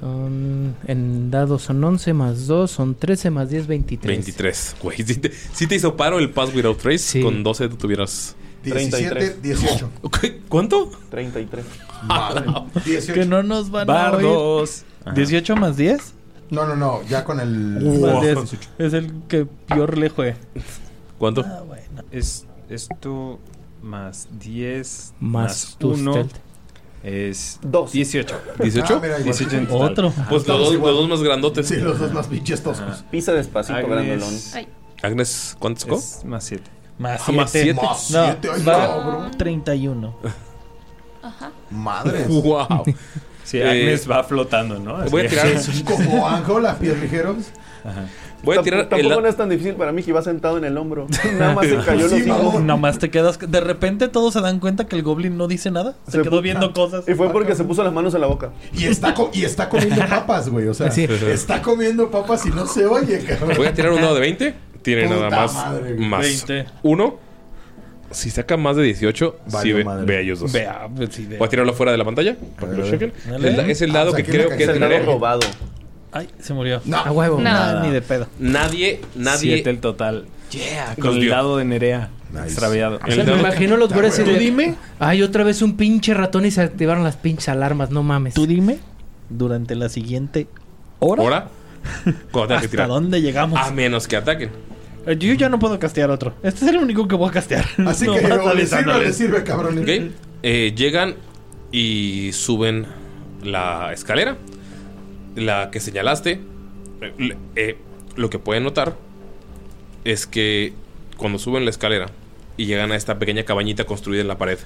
Speaker 6: Son. En dados son 11 más 2, son 13 más 10, 23.
Speaker 2: 23. Güey, si te, sí te hizo paro el Pass Without Trace. Con 12 tú tuvieras.
Speaker 5: 17, 18.
Speaker 2: ¿Cuánto? Ah,
Speaker 3: 33.
Speaker 7: Que no nos van a oír.
Speaker 2: Bardos. Ajá.
Speaker 7: 18 más 10.
Speaker 5: No, no, no. Ya con el.
Speaker 7: Más 10. Es el que peor le Ah, juegue.
Speaker 2: ¿Cuánto?
Speaker 4: Es esto más 10
Speaker 6: Más
Speaker 4: más
Speaker 6: tu
Speaker 4: 1
Speaker 6: stealth.
Speaker 4: es
Speaker 3: 2.
Speaker 4: 18.
Speaker 2: ¿18?
Speaker 5: Ah, mira, igual.
Speaker 4: 18 en total.
Speaker 7: Otro.
Speaker 4: Ajá.
Speaker 2: Pues los dos, los dos más grandotes.
Speaker 5: Sí, los dos más pinches toscos.
Speaker 3: Pisa despacito,
Speaker 4: Agnes
Speaker 3: grandolón.
Speaker 8: Ay,
Speaker 2: Agnes, ¿cuánto sacó?
Speaker 4: es más 7.
Speaker 7: Más
Speaker 2: Ah,
Speaker 7: 7.
Speaker 2: más siete.
Speaker 5: Más
Speaker 7: No,
Speaker 5: siete, ay,
Speaker 7: va
Speaker 5: cabrón.
Speaker 7: 31.
Speaker 8: ajá.
Speaker 5: Madres.
Speaker 2: ¡Wow!
Speaker 4: Sí,
Speaker 2: Eh,
Speaker 4: Agnes va flotando, ¿no? Así
Speaker 2: Voy a
Speaker 4: es.
Speaker 2: tirar,
Speaker 5: Como Anjo, las piedrijeros.
Speaker 2: voy a
Speaker 3: Tamp-
Speaker 2: tirar el
Speaker 3: Tampoco
Speaker 2: da-
Speaker 3: no es tan difícil para mí que iba sentado en el hombro. Nada más se cayó
Speaker 5: Sí,
Speaker 3: los hijos.
Speaker 7: Nomás te quedas. De repente todos se dan cuenta que el goblin no dice nada. Se,
Speaker 3: Se
Speaker 7: quedó
Speaker 3: pu-
Speaker 7: viendo cosas.
Speaker 3: Y fue porque se puso las manos en la boca.
Speaker 5: Y está, co- y está comiendo papas, güey. O sea,
Speaker 6: Sí.
Speaker 5: está comiendo papas y no se oye, cabrón.
Speaker 2: Voy a tirar un dado de 20. Tiene
Speaker 5: Puta
Speaker 2: nada más.
Speaker 5: madre, güey.
Speaker 2: más
Speaker 7: 20.
Speaker 2: 1. Si saca más de 18, sí
Speaker 5: Valió
Speaker 2: ve,
Speaker 5: madre.
Speaker 2: ve a ellos dos.
Speaker 7: Vea, pues, sí, vea.
Speaker 2: Voy a tirarlo fuera de la pantalla. Para que lo chequen. El da- es el dado
Speaker 5: Ah,
Speaker 2: que
Speaker 5: saqué una
Speaker 2: creo que
Speaker 3: Es el dado
Speaker 2: tendré.
Speaker 3: robado.
Speaker 7: Ay, se murió.
Speaker 5: No.
Speaker 6: A huevo.
Speaker 8: No.
Speaker 7: Ah, ni de pedo.
Speaker 2: Nadie, nadie.
Speaker 4: 7 el total.
Speaker 2: Los
Speaker 4: Con el
Speaker 2: dio.
Speaker 4: lado de Nerea.
Speaker 5: Nice.
Speaker 4: Extraviado.
Speaker 6: O sea,
Speaker 2: El
Speaker 6: me
Speaker 2: dado-
Speaker 6: imagino los güeyes
Speaker 5: Tú
Speaker 6: y de... dime. Ay, otra vez un pinche ratón y se activaron las pinches alarmas, no mames.
Speaker 7: Tú dime, durante la siguiente hora,
Speaker 2: Ahora. Cuando tenga que
Speaker 7: ¿hasta
Speaker 2: tirar.
Speaker 7: dónde llegamos?
Speaker 2: A menos que ataquen.
Speaker 7: Eh, Yo ya no puedo castear otro. Este es el único que voy a castear.
Speaker 5: Así
Speaker 7: No,
Speaker 5: que
Speaker 7: vas
Speaker 5: o le sirve o le
Speaker 7: avisándoles.
Speaker 5: sirve, cabrón.
Speaker 2: Ok. Eh, llegan y suben la escalera. La que señalaste. Eh, le- eh, lo que pueden notar es que cuando suben la escalera y llegan a esta pequeña cabañita construida en la pared,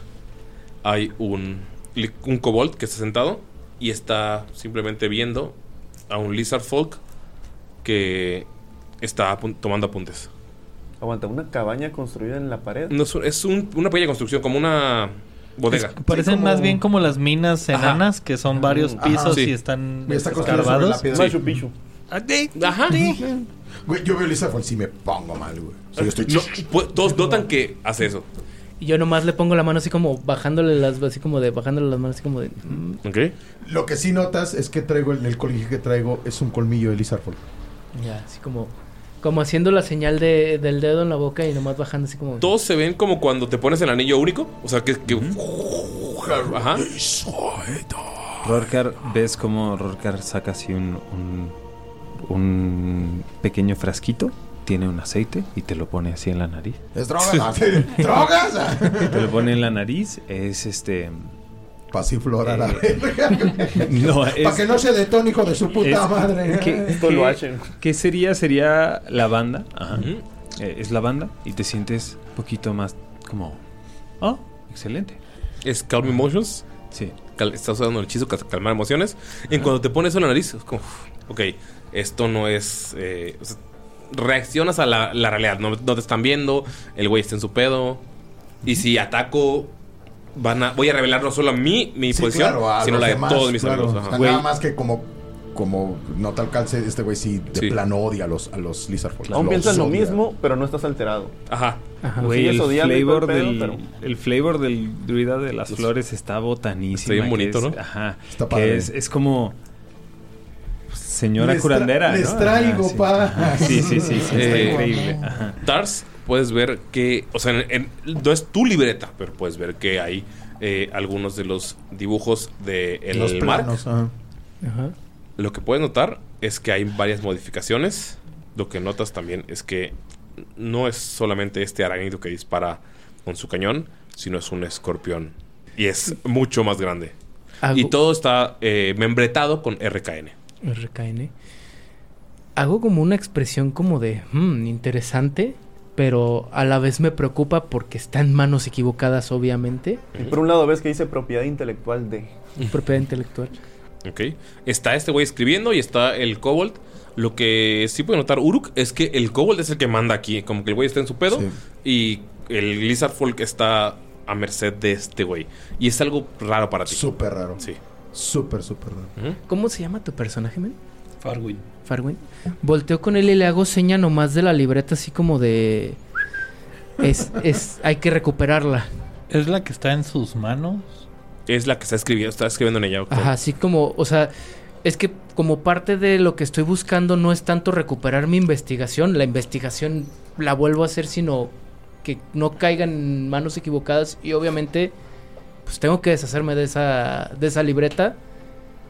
Speaker 2: hay un, li- un kobold que está sentado y está simplemente viendo a un lizard folk que está apun- tomando apuntes.
Speaker 3: Aguanta, una cabaña construida en la pared.
Speaker 2: No, es un- es un- una pequeña construcción, como una bodega.
Speaker 7: Es- parecen
Speaker 5: Sí, como- Mm,
Speaker 7: más bien como las minas
Speaker 2: Ajá.
Speaker 7: enanas que son varios
Speaker 5: Ajá.
Speaker 7: pisos
Speaker 2: Sí.
Speaker 7: y están
Speaker 5: Y está construido sobre la
Speaker 7: escarbados.
Speaker 5: piedra.
Speaker 3: Machu Picchu.
Speaker 2: Ajá.
Speaker 5: Güey, yo veo el Isafol si me pongo mal, güey. O sea, yo estoy
Speaker 2: No, pu- todos notan que hace eso.
Speaker 6: Y yo nomás le pongo la mano así como bajándole las así como de bajándole las manos así como de mm.
Speaker 2: Ok.
Speaker 5: Lo que sí notas es que traigo el, el colmillo que traigo es un colmillo de Lizardfall.
Speaker 6: ya, así como como haciendo la señal de, del dedo en la boca y nomás bajando así como
Speaker 2: Todos se ven como cuando te pones el anillo único. O sea, que. que- Ajá.
Speaker 5: eh.
Speaker 4: Rorcar, ¿ves cómo Rorcar saca así un, un, un pequeño frasquito? Tiene un aceite y te lo pone así en la nariz.
Speaker 5: Es droga, no? drogas.
Speaker 4: Te lo pone en la nariz, es este...
Speaker 5: Pasiflora, la
Speaker 4: Eh,
Speaker 5: verga.
Speaker 4: No,
Speaker 5: Para que
Speaker 4: es...
Speaker 5: no se detone, hijo de su puta
Speaker 4: es-
Speaker 5: madre.
Speaker 4: ¿qué,
Speaker 3: Esto lo
Speaker 4: qué-
Speaker 3: hacen.
Speaker 4: qué sería? Sería lavanda. Ajá. eh, es la banda y te sientes un poquito más como, oh, excelente.
Speaker 2: Es Calm Emotions.
Speaker 4: Sí.
Speaker 2: estás usando el hechizo para calmar emociones. Y en cuando te pones eso en la nariz, es como, "Uf, ok, esto no es. eh, o sea, reaccionas a la, la realidad. No, no te están viendo, el güey está en su pedo. Y si ataco, van a, voy a revelar no solo a mí, mi
Speaker 5: Sí,
Speaker 2: posición,
Speaker 5: claro, a
Speaker 2: sino
Speaker 5: los
Speaker 2: la de
Speaker 5: demás,
Speaker 2: todos mis
Speaker 5: claro.
Speaker 2: amigos.
Speaker 5: O
Speaker 2: Ajá.
Speaker 5: sea, Nada más que como, como no te alcance, este güey sí de
Speaker 2: Sí.
Speaker 5: plano odia a los, a los Lizard Folk.
Speaker 3: Aún
Speaker 5: Los
Speaker 3: piensas lo
Speaker 5: odia.
Speaker 3: mismo, pero no estás alterado. Pues
Speaker 2: Ajá.
Speaker 3: Ajá.
Speaker 4: Güey,
Speaker 3: Lo
Speaker 4: el,
Speaker 3: sigues odiando y todo el
Speaker 4: flavor
Speaker 3: pedo,
Speaker 4: del,
Speaker 3: pero-
Speaker 4: el flavor del druida de las flores está botanísimo.
Speaker 2: Está bien bonito, ¿no?
Speaker 4: Ajá.
Speaker 5: Está
Speaker 4: que
Speaker 5: padre.
Speaker 4: es, es como... pues, Señora
Speaker 5: Les tra-
Speaker 4: curandera.
Speaker 5: les
Speaker 4: ¿no?
Speaker 5: traigo,
Speaker 4: sí.
Speaker 5: pa.
Speaker 4: Ajá, Sí, sí, sí, sí, está
Speaker 2: Eh,
Speaker 4: increíble. Ajá.
Speaker 2: Tars, puedes ver que, o sea, en- en- no es tu libreta, pero puedes ver que hay eh, algunos de los dibujos de el
Speaker 5: Los
Speaker 2: mar.
Speaker 5: planos. ajá.
Speaker 6: Ajá.
Speaker 2: Lo que puedes notar es que hay varias modificaciones. Lo que notas también es que no es solamente este arácnido que dispara con su cañón, sino es un escorpión. Y es mucho más grande.
Speaker 6: Hago-
Speaker 2: Y todo está eh, membretado con RKN.
Speaker 6: RKN. Hago como una expresión como de "Hmm, interesante, pero a la vez me preocupa porque está en manos equivocadas, obviamente.
Speaker 3: Y por un lado ves que dice propiedad intelectual de.
Speaker 6: Propiedad intelectual.
Speaker 2: Ok. Está este güey escribiendo y está el kobold. Lo que sí puede notar Uruk es que el kobold es el que manda aquí. Como que el güey está en su pedo.
Speaker 5: Sí.
Speaker 2: Y el Lizard Folk está a merced de este güey. Y es algo raro para ti.
Speaker 5: Súper raro.
Speaker 2: Sí.
Speaker 5: Súper, súper raro.
Speaker 6: ¿Cómo se llama tu personaje, men?
Speaker 7: Farwin.
Speaker 6: Farwin. Volteo con él y le hago seña nomás de la libreta, así como de. Es, es, hay que recuperarla.
Speaker 7: ¿Es la que está en sus manos?
Speaker 2: Es la que está escribiendo. Está escribiendo en ella. ok.
Speaker 6: Ajá, así como, o sea, es que como parte de lo que estoy buscando no es tanto recuperar mi investigación, la investigación la vuelvo a hacer, sino que no caigan en manos equivocadas y obviamente pues tengo que deshacerme de esa, de esa libreta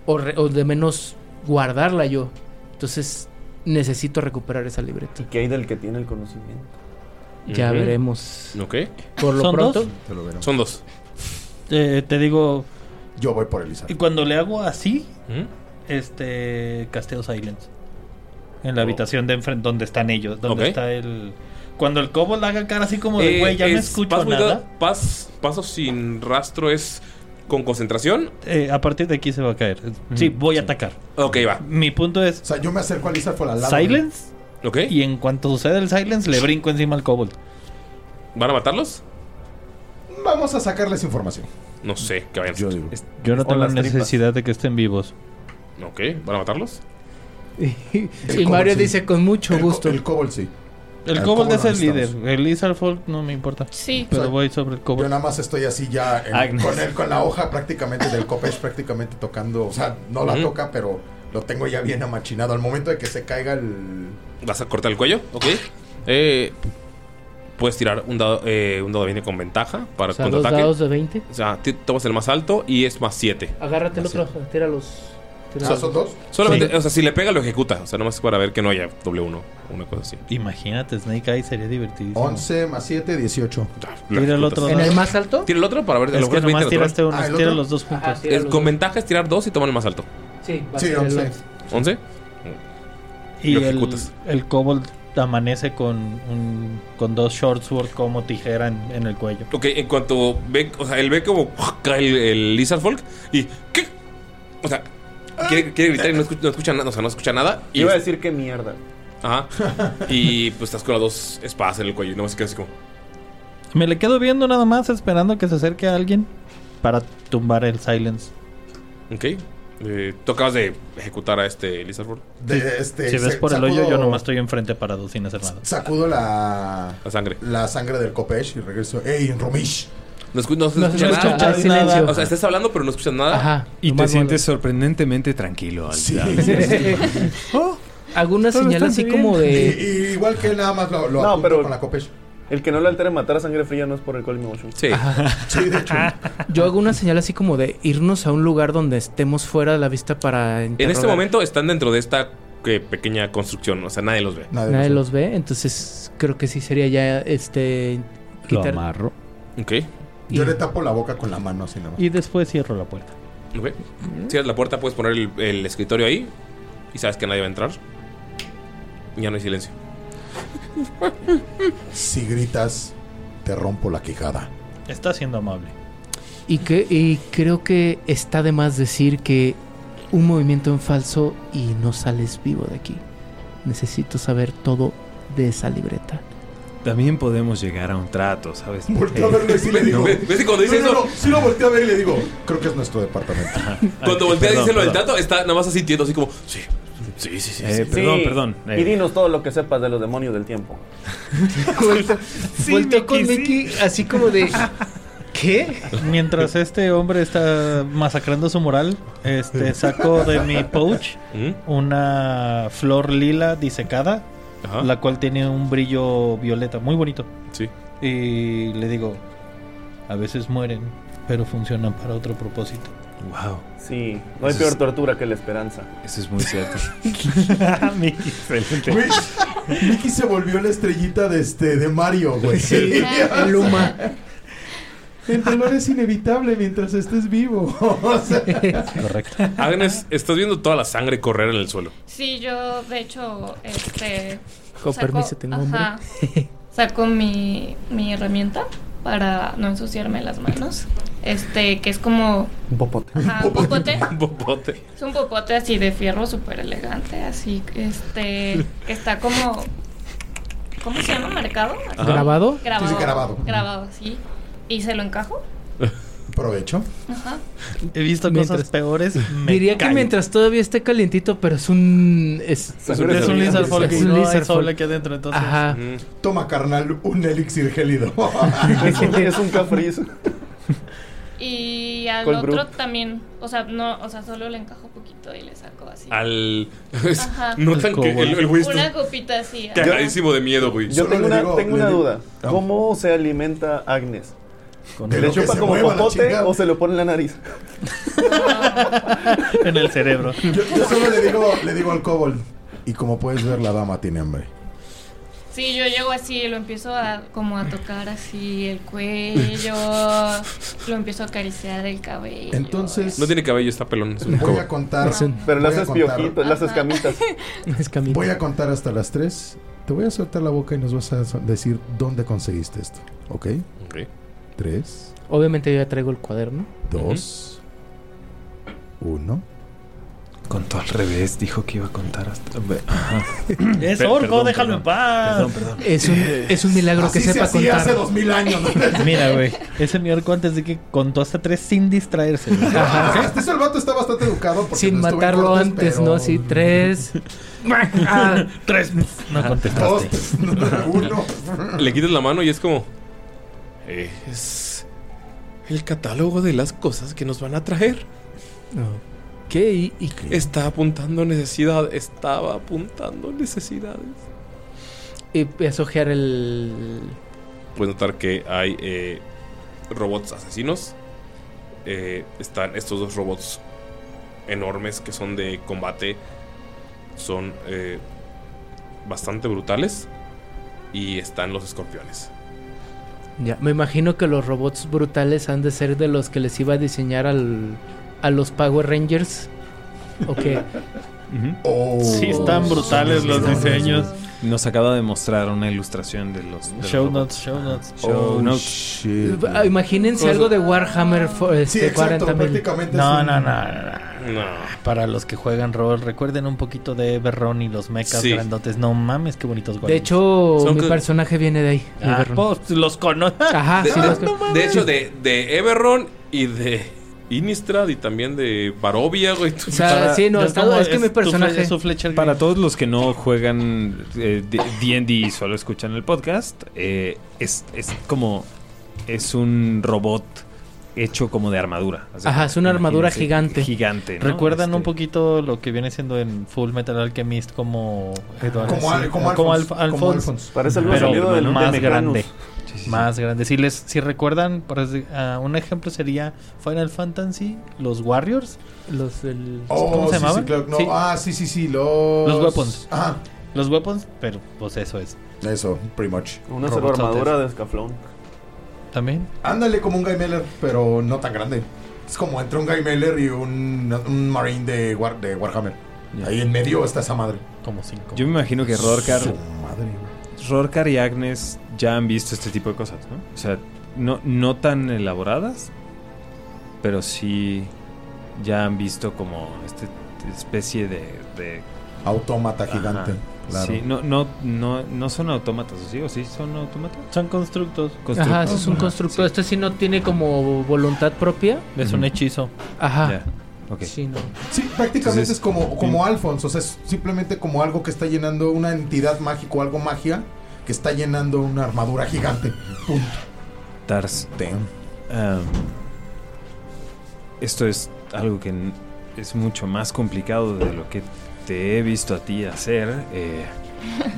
Speaker 6: o, re- o de menos guardarla yo. Entonces necesito recuperar esa libreta.
Speaker 3: ¿Y qué hay del que tiene el conocimiento?
Speaker 6: Ya
Speaker 2: Ujú.
Speaker 6: veremos.
Speaker 2: Ok.
Speaker 6: Por lo
Speaker 7: ¿Son
Speaker 6: pronto,
Speaker 7: dos?
Speaker 5: Te lo veremos.
Speaker 2: Son dos.
Speaker 7: Eh, te digo,
Speaker 5: Yo voy por el Lizard.
Speaker 7: y cuando le hago así,
Speaker 2: Ujú.
Speaker 7: este casteo silence en la
Speaker 2: ¿Mm? Oh.
Speaker 7: habitación de enfrente donde están ellos donde
Speaker 2: Ok.
Speaker 7: está el cuando el kobold haga cara así como de
Speaker 2: Eh,
Speaker 7: güey ya no
Speaker 2: es
Speaker 7: escucho
Speaker 2: paz muy
Speaker 7: nada
Speaker 2: da- paz- paso sin rastro es con concentración.
Speaker 7: eh, a partir de aquí se va a caer sí voy a atacar
Speaker 2: Ok, va.
Speaker 7: mi punto
Speaker 5: O
Speaker 7: es
Speaker 5: sea, yo me acerco al Lizard por al lado.
Speaker 7: silence
Speaker 2: Ok.
Speaker 7: y en cuanto suceda el silence le brinco encima al kobold
Speaker 2: ¿Van a matarlos?
Speaker 5: Vamos a sacarles información.
Speaker 2: No sé. Que vayan.
Speaker 5: Yo digo.
Speaker 7: yo no
Speaker 3: tengo
Speaker 7: tengo
Speaker 3: las
Speaker 7: necesidad de que estén vivos
Speaker 2: Ok. ¿Van a matarlos?
Speaker 6: y Mario dice con mucho
Speaker 5: El co-
Speaker 6: gusto.
Speaker 5: El Cobalt sí.
Speaker 7: el,
Speaker 5: Al
Speaker 7: kobold
Speaker 5: kobold
Speaker 7: es
Speaker 5: no
Speaker 7: el líder
Speaker 5: necesitamos.
Speaker 7: el lizard folk no me importa
Speaker 8: Sí.
Speaker 7: pero
Speaker 5: O sea,
Speaker 7: voy sobre el
Speaker 5: Yo
Speaker 7: kobold
Speaker 5: nada más estoy así ya en-
Speaker 4: Agnes.
Speaker 5: con, el- con la hoja prácticamente del copech prácticamente tocando. O sea, no la
Speaker 2: Ujú.
Speaker 5: toca, pero lo tengo ya bien amachinado. Al momento de que se caiga el.
Speaker 2: ¿Vas a cortar el cuello? Ok. Eh, puedes tirar un dado, eh, un dado 20 con ventaja para
Speaker 6: O sea, dos
Speaker 2: contraataque.
Speaker 6: dados de 20.
Speaker 2: O sea, ti- tomas el más alto y es más 7.
Speaker 6: Agárrate el otro, tira los... Ah,
Speaker 5: O sea, son dos.
Speaker 2: Solamente,
Speaker 7: Sí.
Speaker 2: o sea, si le pega, lo ejecuta. O sea, nomás para ver que no haya doble 1 o una cosa así. Oh,
Speaker 7: imagínate Snake Eye sería divertidísimo
Speaker 5: 11 más 7, 18.
Speaker 2: Lo
Speaker 7: Tira el
Speaker 2: ejecutas.
Speaker 7: otro
Speaker 6: ¿En
Speaker 7: dado.
Speaker 6: el más alto?
Speaker 2: Tira el otro para ver. a lo
Speaker 7: es
Speaker 2: mejor
Speaker 7: que
Speaker 2: es 20
Speaker 7: nomás
Speaker 2: natural.
Speaker 7: tiraste uno
Speaker 5: Ah, ¿el
Speaker 7: tira
Speaker 5: otro?
Speaker 7: los dos juntos
Speaker 6: Ajá, tira
Speaker 2: El-
Speaker 6: los
Speaker 2: con
Speaker 6: dos.
Speaker 2: ventaja es tirar 2 y tomar el más alto.
Speaker 6: Sí, va a
Speaker 5: Sí,
Speaker 6: ser el
Speaker 5: 11.
Speaker 6: once.
Speaker 2: 11.
Speaker 7: Y
Speaker 2: Lo
Speaker 7: el,
Speaker 2: ejecutas.
Speaker 7: el kobold amanece con, un- con dos short sword como tijera en, en el cuello.
Speaker 2: Ok, en cuanto ve, o sea, él ve como cae el, el Lizard Folk y ¿qué? O sea, quiere, quiere gritar y no escucha, no escucha nada, o sea, no escucha nada y
Speaker 3: Iba a decir que mierda.
Speaker 2: ajá. Y pues estás con las dos espadas en el cuello y nomás quedas así como
Speaker 7: Me le quedo viendo nada más esperando que se acerque a alguien para tumbar el silence.
Speaker 2: Ok. Eh, tú acabas de ejecutar a este Lizard Folk
Speaker 5: De este,
Speaker 7: si ves
Speaker 5: se-
Speaker 7: por el hoyo,
Speaker 5: sacudo-
Speaker 7: yo nomás estoy enfrente parado sin hacer nada.
Speaker 5: Sacudo la.
Speaker 2: la sangre.
Speaker 5: La sangre del copech y regreso. ¡Ey, Romish!
Speaker 2: No, escu- no se
Speaker 6: No
Speaker 2: escucha
Speaker 6: se
Speaker 2: nada.
Speaker 6: escucha
Speaker 7: nada.
Speaker 6: silencio.
Speaker 2: O sea, estás hablando pero no escuchas
Speaker 7: Ah,
Speaker 2: nada.
Speaker 6: Ajá.
Speaker 4: Y te
Speaker 6: nomás
Speaker 4: sientes sorprendentemente tranquilo. al-
Speaker 5: Sí.
Speaker 4: Oh,
Speaker 6: vuelas. Alguna
Speaker 4: Todo
Speaker 6: Eh, señal
Speaker 4: está
Speaker 6: así
Speaker 4: bien.
Speaker 6: como
Speaker 5: Y-
Speaker 6: de.
Speaker 5: y igual que nada más lo, lo
Speaker 3: No,
Speaker 5: apunto
Speaker 3: pero-
Speaker 5: con la copech.
Speaker 3: El que no lo altere matar a sangre fría no es por el Colin Motion.
Speaker 2: Sí.
Speaker 5: Sí, de hecho.
Speaker 6: Yo hago una señal así como de irnos a un lugar donde estemos fuera de la vista para.
Speaker 2: En este
Speaker 6: interrogar.
Speaker 2: momento están dentro de esta que, pequeña construcción, o sea, nadie los ve.
Speaker 5: Nadie
Speaker 6: Nadie
Speaker 5: lo
Speaker 6: los ve, entonces creo que sí sería ya este.
Speaker 7: Lo
Speaker 6: Quitar.
Speaker 7: amarro.
Speaker 2: Ok.
Speaker 5: sabe. Yo le tapo la boca con la mano así nada más.
Speaker 7: Y después cierro la puerta.
Speaker 2: Ok. Cierras la puerta, puedes poner el, el escritorio ahí y sabes que nadie va a entrar. Y Ya no hay silencio.
Speaker 5: Si gritas, te rompo la quijada.
Speaker 7: Está siendo amable.
Speaker 6: Y, que, y creo que está de más decir que un movimiento en falso y no sales vivo de aquí. Necesito saber todo de esa libreta.
Speaker 4: También podemos llegar a un trato, ¿sabes?
Speaker 5: Volteo a verlo y sí le digo.
Speaker 2: ¿Ves ves que cuando dice
Speaker 5: No, no,
Speaker 2: eso?
Speaker 5: no, sí lo volteo a ver y le digo, creo que es nuestro departamento.
Speaker 2: Cuando voltea y
Speaker 4: perdón,
Speaker 2: dice lo del
Speaker 4: perdón.
Speaker 2: trato, está nada más así tiendo, así como, sí, sí, sí, sí.
Speaker 4: Eh,
Speaker 2: sí.
Speaker 4: perdón,
Speaker 3: Sí,
Speaker 4: perdón.
Speaker 3: Y
Speaker 4: eh,
Speaker 3: dinos todo lo que sepas de los demonios del tiempo.
Speaker 6: Volteó con Mickey así como de... ¿Qué?
Speaker 7: Mientras este hombre está masacrando su moral, este saco de mi pouch
Speaker 2: ¿Mm?
Speaker 7: una flor lila disecada,
Speaker 2: Ajá.
Speaker 7: la cual tiene un brillo violeta muy bonito.
Speaker 2: Sí.
Speaker 7: Y le digo, a veces mueren, pero funcionan para otro propósito.
Speaker 4: Wow,
Speaker 3: Sí, no hay
Speaker 4: Eso
Speaker 3: peor
Speaker 4: es-
Speaker 3: tortura que la esperanza.
Speaker 4: eso es muy cierto.
Speaker 5: Güey, Mickey se volvió la estrellita de este de Mario, güey.
Speaker 6: Sí, el Luma.
Speaker 5: El dolor es inevitable mientras estés vivo. O sea,
Speaker 7: Correcto.
Speaker 2: Agnes, estás viendo toda la sangre correr en el suelo.
Speaker 8: Sí, yo de hecho, este.
Speaker 6: Con
Speaker 8: saco-
Speaker 6: permiso, tengo hambre.
Speaker 8: ajá, Saco mi, mi herramienta para no ensuciarme las manos. Este, que es como.
Speaker 3: Un popote.
Speaker 8: ajá, un popote.
Speaker 2: Un popote.
Speaker 8: Es un popote así de fierro súper elegante, así, este. Que está como. ¿Cómo se llama? ¿Marcado? Así,
Speaker 6: ¿Grabado?
Speaker 8: Grabado.
Speaker 5: Sí, sí, grabado.
Speaker 8: Grabado, sí. Y se lo encajo.
Speaker 5: Provecho.
Speaker 8: Ajá.
Speaker 7: He visto
Speaker 6: Mientras-
Speaker 7: cosas peores. me
Speaker 6: Diría
Speaker 7: callo.
Speaker 6: que mientras todavía esté calientito, pero es un... Es,
Speaker 3: Sangre
Speaker 7: Es un
Speaker 3: de-
Speaker 7: lizard folk
Speaker 6: Es
Speaker 7: y
Speaker 6: un
Speaker 7: no hay
Speaker 6: lizard
Speaker 7: sol
Speaker 6: folk.
Speaker 7: aquí adentro, entonces.
Speaker 6: Ajá.
Speaker 5: Toma, carnal, un elixir gélido.
Speaker 3: Es un, es un cafrizo.
Speaker 8: Y al
Speaker 3: Cold brew.
Speaker 8: otro también. O sea, no, o sea, solo le encajo poquito y le saco así.
Speaker 2: Al.
Speaker 8: Ajá.
Speaker 2: Notan que el, el güey
Speaker 8: Una
Speaker 2: está
Speaker 8: copita así. ajá.
Speaker 2: cagadísimo de miedo, güey.
Speaker 3: Yo
Speaker 5: Solo
Speaker 3: tengo
Speaker 5: le
Speaker 3: una,
Speaker 5: digo-
Speaker 3: tengo
Speaker 5: le
Speaker 3: una
Speaker 5: digo-
Speaker 3: duda.
Speaker 5: Ah.
Speaker 3: ¿Cómo se alimenta Agnes?
Speaker 5: De
Speaker 3: ¿Le
Speaker 5: lo que
Speaker 3: chupa
Speaker 5: se
Speaker 3: como
Speaker 5: mueva la
Speaker 3: popote
Speaker 5: chingada.
Speaker 3: o se lo pone en la nariz?
Speaker 7: En el cerebro.
Speaker 5: Yo, yo solo le digo, le digo al kobold. Y como puedes ver, la dama tiene hambre.
Speaker 8: Sí, yo llego así, lo empiezo a como a tocar así el cuello, lo empiezo a acariciar el cabello.
Speaker 5: Entonces,
Speaker 2: No tiene cabello, está pelón. es un
Speaker 5: voy a
Speaker 2: cobo.
Speaker 5: contar.
Speaker 6: Es un-
Speaker 3: Pero le
Speaker 5: voy a
Speaker 3: haces
Speaker 5: contar-
Speaker 3: piojitos, le haces
Speaker 8: Ajá.
Speaker 3: camitas.
Speaker 6: Es camino.
Speaker 5: Voy a contar hasta las 3. Te voy a soltar la boca y nos vas a so- decir dónde conseguiste esto. ¿Ok?
Speaker 2: Ok.
Speaker 5: 3,
Speaker 6: Obviamente yo ya traigo el cuaderno.
Speaker 5: 2, 1.
Speaker 4: Contó al revés, dijo que iba a contar hasta.
Speaker 7: Es
Speaker 4: Pe-
Speaker 7: orco,
Speaker 4: perdón,
Speaker 7: déjalo en paz.
Speaker 4: Perdón, perdón.
Speaker 6: Es un, es un milagro que
Speaker 5: se
Speaker 6: sepa
Speaker 5: hacía
Speaker 6: contar.
Speaker 5: hace 2000 años. ¿no?
Speaker 7: Mira, güey. Ese mi orco antes de que contó hasta tres sin distraerse. güey.
Speaker 5: Hasta eso el vato está bastante educado. Porque
Speaker 6: Sin
Speaker 5: no estuvo en
Speaker 6: matarlo
Speaker 5: cortes,
Speaker 6: antes,
Speaker 5: pero-
Speaker 6: ¿no? Así, tres. Ah,
Speaker 7: Tres. No
Speaker 5: Dos,
Speaker 7: contestaste.
Speaker 5: uno.
Speaker 2: Le quitas la mano y es como. "Eh, Es. El catálogo de las cosas que nos van a traer.
Speaker 6: ¿Qué? ¿Y, y-
Speaker 2: Está apuntando necesidad. Estaba apuntando necesidades.
Speaker 6: y empiezo a ojear el.
Speaker 2: Puedes notar que hay eh, robots asesinos. Eh, están estos dos robots enormes que son de combate. Son eh, bastante brutales. Y están los escorpiones.
Speaker 6: Ya, me imagino que los robots brutales han de ser de los que les iba a diseñar al, a los Power Rangers. ¿O qué?
Speaker 5: Oh,
Speaker 7: Sí, están brutales los
Speaker 5: están
Speaker 7: diseños.
Speaker 4: Nos acaba de mostrar una ilustración de los. de los
Speaker 7: Show
Speaker 4: robots.
Speaker 7: notes, show notes.
Speaker 5: Oh,
Speaker 4: Show notes.
Speaker 5: shit.
Speaker 6: Ah, Imagínense algo de Warhammer for-
Speaker 5: Sí,
Speaker 6: este,
Speaker 5: exacto.
Speaker 6: 40.000.
Speaker 5: Prácticamente
Speaker 7: Pues, No,
Speaker 5: es un-
Speaker 7: no, no, no, no.
Speaker 2: No.
Speaker 7: Para los que juegan rol, recuerden un poquito de Berrón y los mechas
Speaker 2: Sí.
Speaker 7: grandotes. No mames, qué bonitos
Speaker 6: De
Speaker 7: golems.
Speaker 6: hecho,
Speaker 2: Son
Speaker 6: mi
Speaker 2: que-
Speaker 6: personaje viene de ahí. mi
Speaker 7: Ah,
Speaker 6: Berrón.
Speaker 7: pues, los conozco.
Speaker 6: Ajá,
Speaker 2: De,
Speaker 6: Ah, sí,
Speaker 2: de-
Speaker 6: los-
Speaker 2: de hecho, de, de Everon y de Inistrad y también de Barovia, güey.
Speaker 6: O sea, sí, no, está- es que mi personaje.
Speaker 7: Su Fletcher
Speaker 4: Para todos los que no juegan eh, D- D&D y solo escuchan el podcast, eh, es, es como... Es un robot hecho como de armadura. O sea,
Speaker 6: Ajá, es una armadura
Speaker 4: imagínense,
Speaker 6: gigante.
Speaker 4: Gigante, ¿no?
Speaker 7: ¿Recuerdan
Speaker 4: Este,
Speaker 7: un poquito lo que viene siendo en Full Metal Alchemist como Eduardo?
Speaker 5: Como, al, como,
Speaker 7: como
Speaker 5: Alphonse,
Speaker 7: Alf-
Speaker 5: como
Speaker 7: Alphonse.
Speaker 5: Alphonse.
Speaker 3: Parece algo
Speaker 7: Pero
Speaker 3: salido del
Speaker 7: más
Speaker 3: de Mecranus.
Speaker 7: grande. Más grande. Si les, si recuerdan, por así- ah, un ejemplo sería Final Fantasy, los Warriors,
Speaker 6: los del-
Speaker 5: Oh,
Speaker 7: ¿Cómo se
Speaker 5: sí, sí,
Speaker 7: llamaban?
Speaker 5: claro, no,
Speaker 7: Sí.
Speaker 5: Ah, sí, sí, sí. Los,
Speaker 7: Los weapons.
Speaker 5: Ah,
Speaker 7: los Weapons, pero pues eso es.
Speaker 5: eso, pretty much.
Speaker 3: Una
Speaker 7: Robots
Speaker 3: cero armadura
Speaker 7: altos.
Speaker 3: de escaflón.
Speaker 7: También.
Speaker 5: Ándale como un Gaimeller, pero no tan grande. Es como entre un Gaimeller y un, un Marine de, War- de Warhammer. Ahí en medio está esa madre.
Speaker 7: Como cinco.
Speaker 4: Yo me imagino que Rorcar...
Speaker 5: Su madre, güey.
Speaker 4: Rorcar y Agnes ya han visto este tipo de cosas, ¿no? O sea, no, no tan elaboradas, pero sí ya han visto como esta especie de... de-
Speaker 5: Autómata gigante.
Speaker 4: Ajá.
Speaker 5: Claro.
Speaker 4: Sí, no, no, no, no son autómatas, ¿o ¿sí? ¿O sí son autómatas?
Speaker 7: Son constructos.
Speaker 6: Ajá, ese es un
Speaker 4: Ajá,
Speaker 6: constructo. Este sí no tiene como voluntad propia.
Speaker 7: Es un hechizo.
Speaker 6: Ajá.
Speaker 4: Ya, ok.
Speaker 6: Sí, no.
Speaker 5: Sí, prácticamente
Speaker 4: Entonces,
Speaker 5: es como, como Alphonse, o sea, es simplemente como algo que está llenando una entidad mágica o algo magia que está llenando una armadura gigante. Punto.
Speaker 4: Tars. Am, Um, esto es algo que n- es mucho más complicado de lo que te he visto a ti hacer. eh,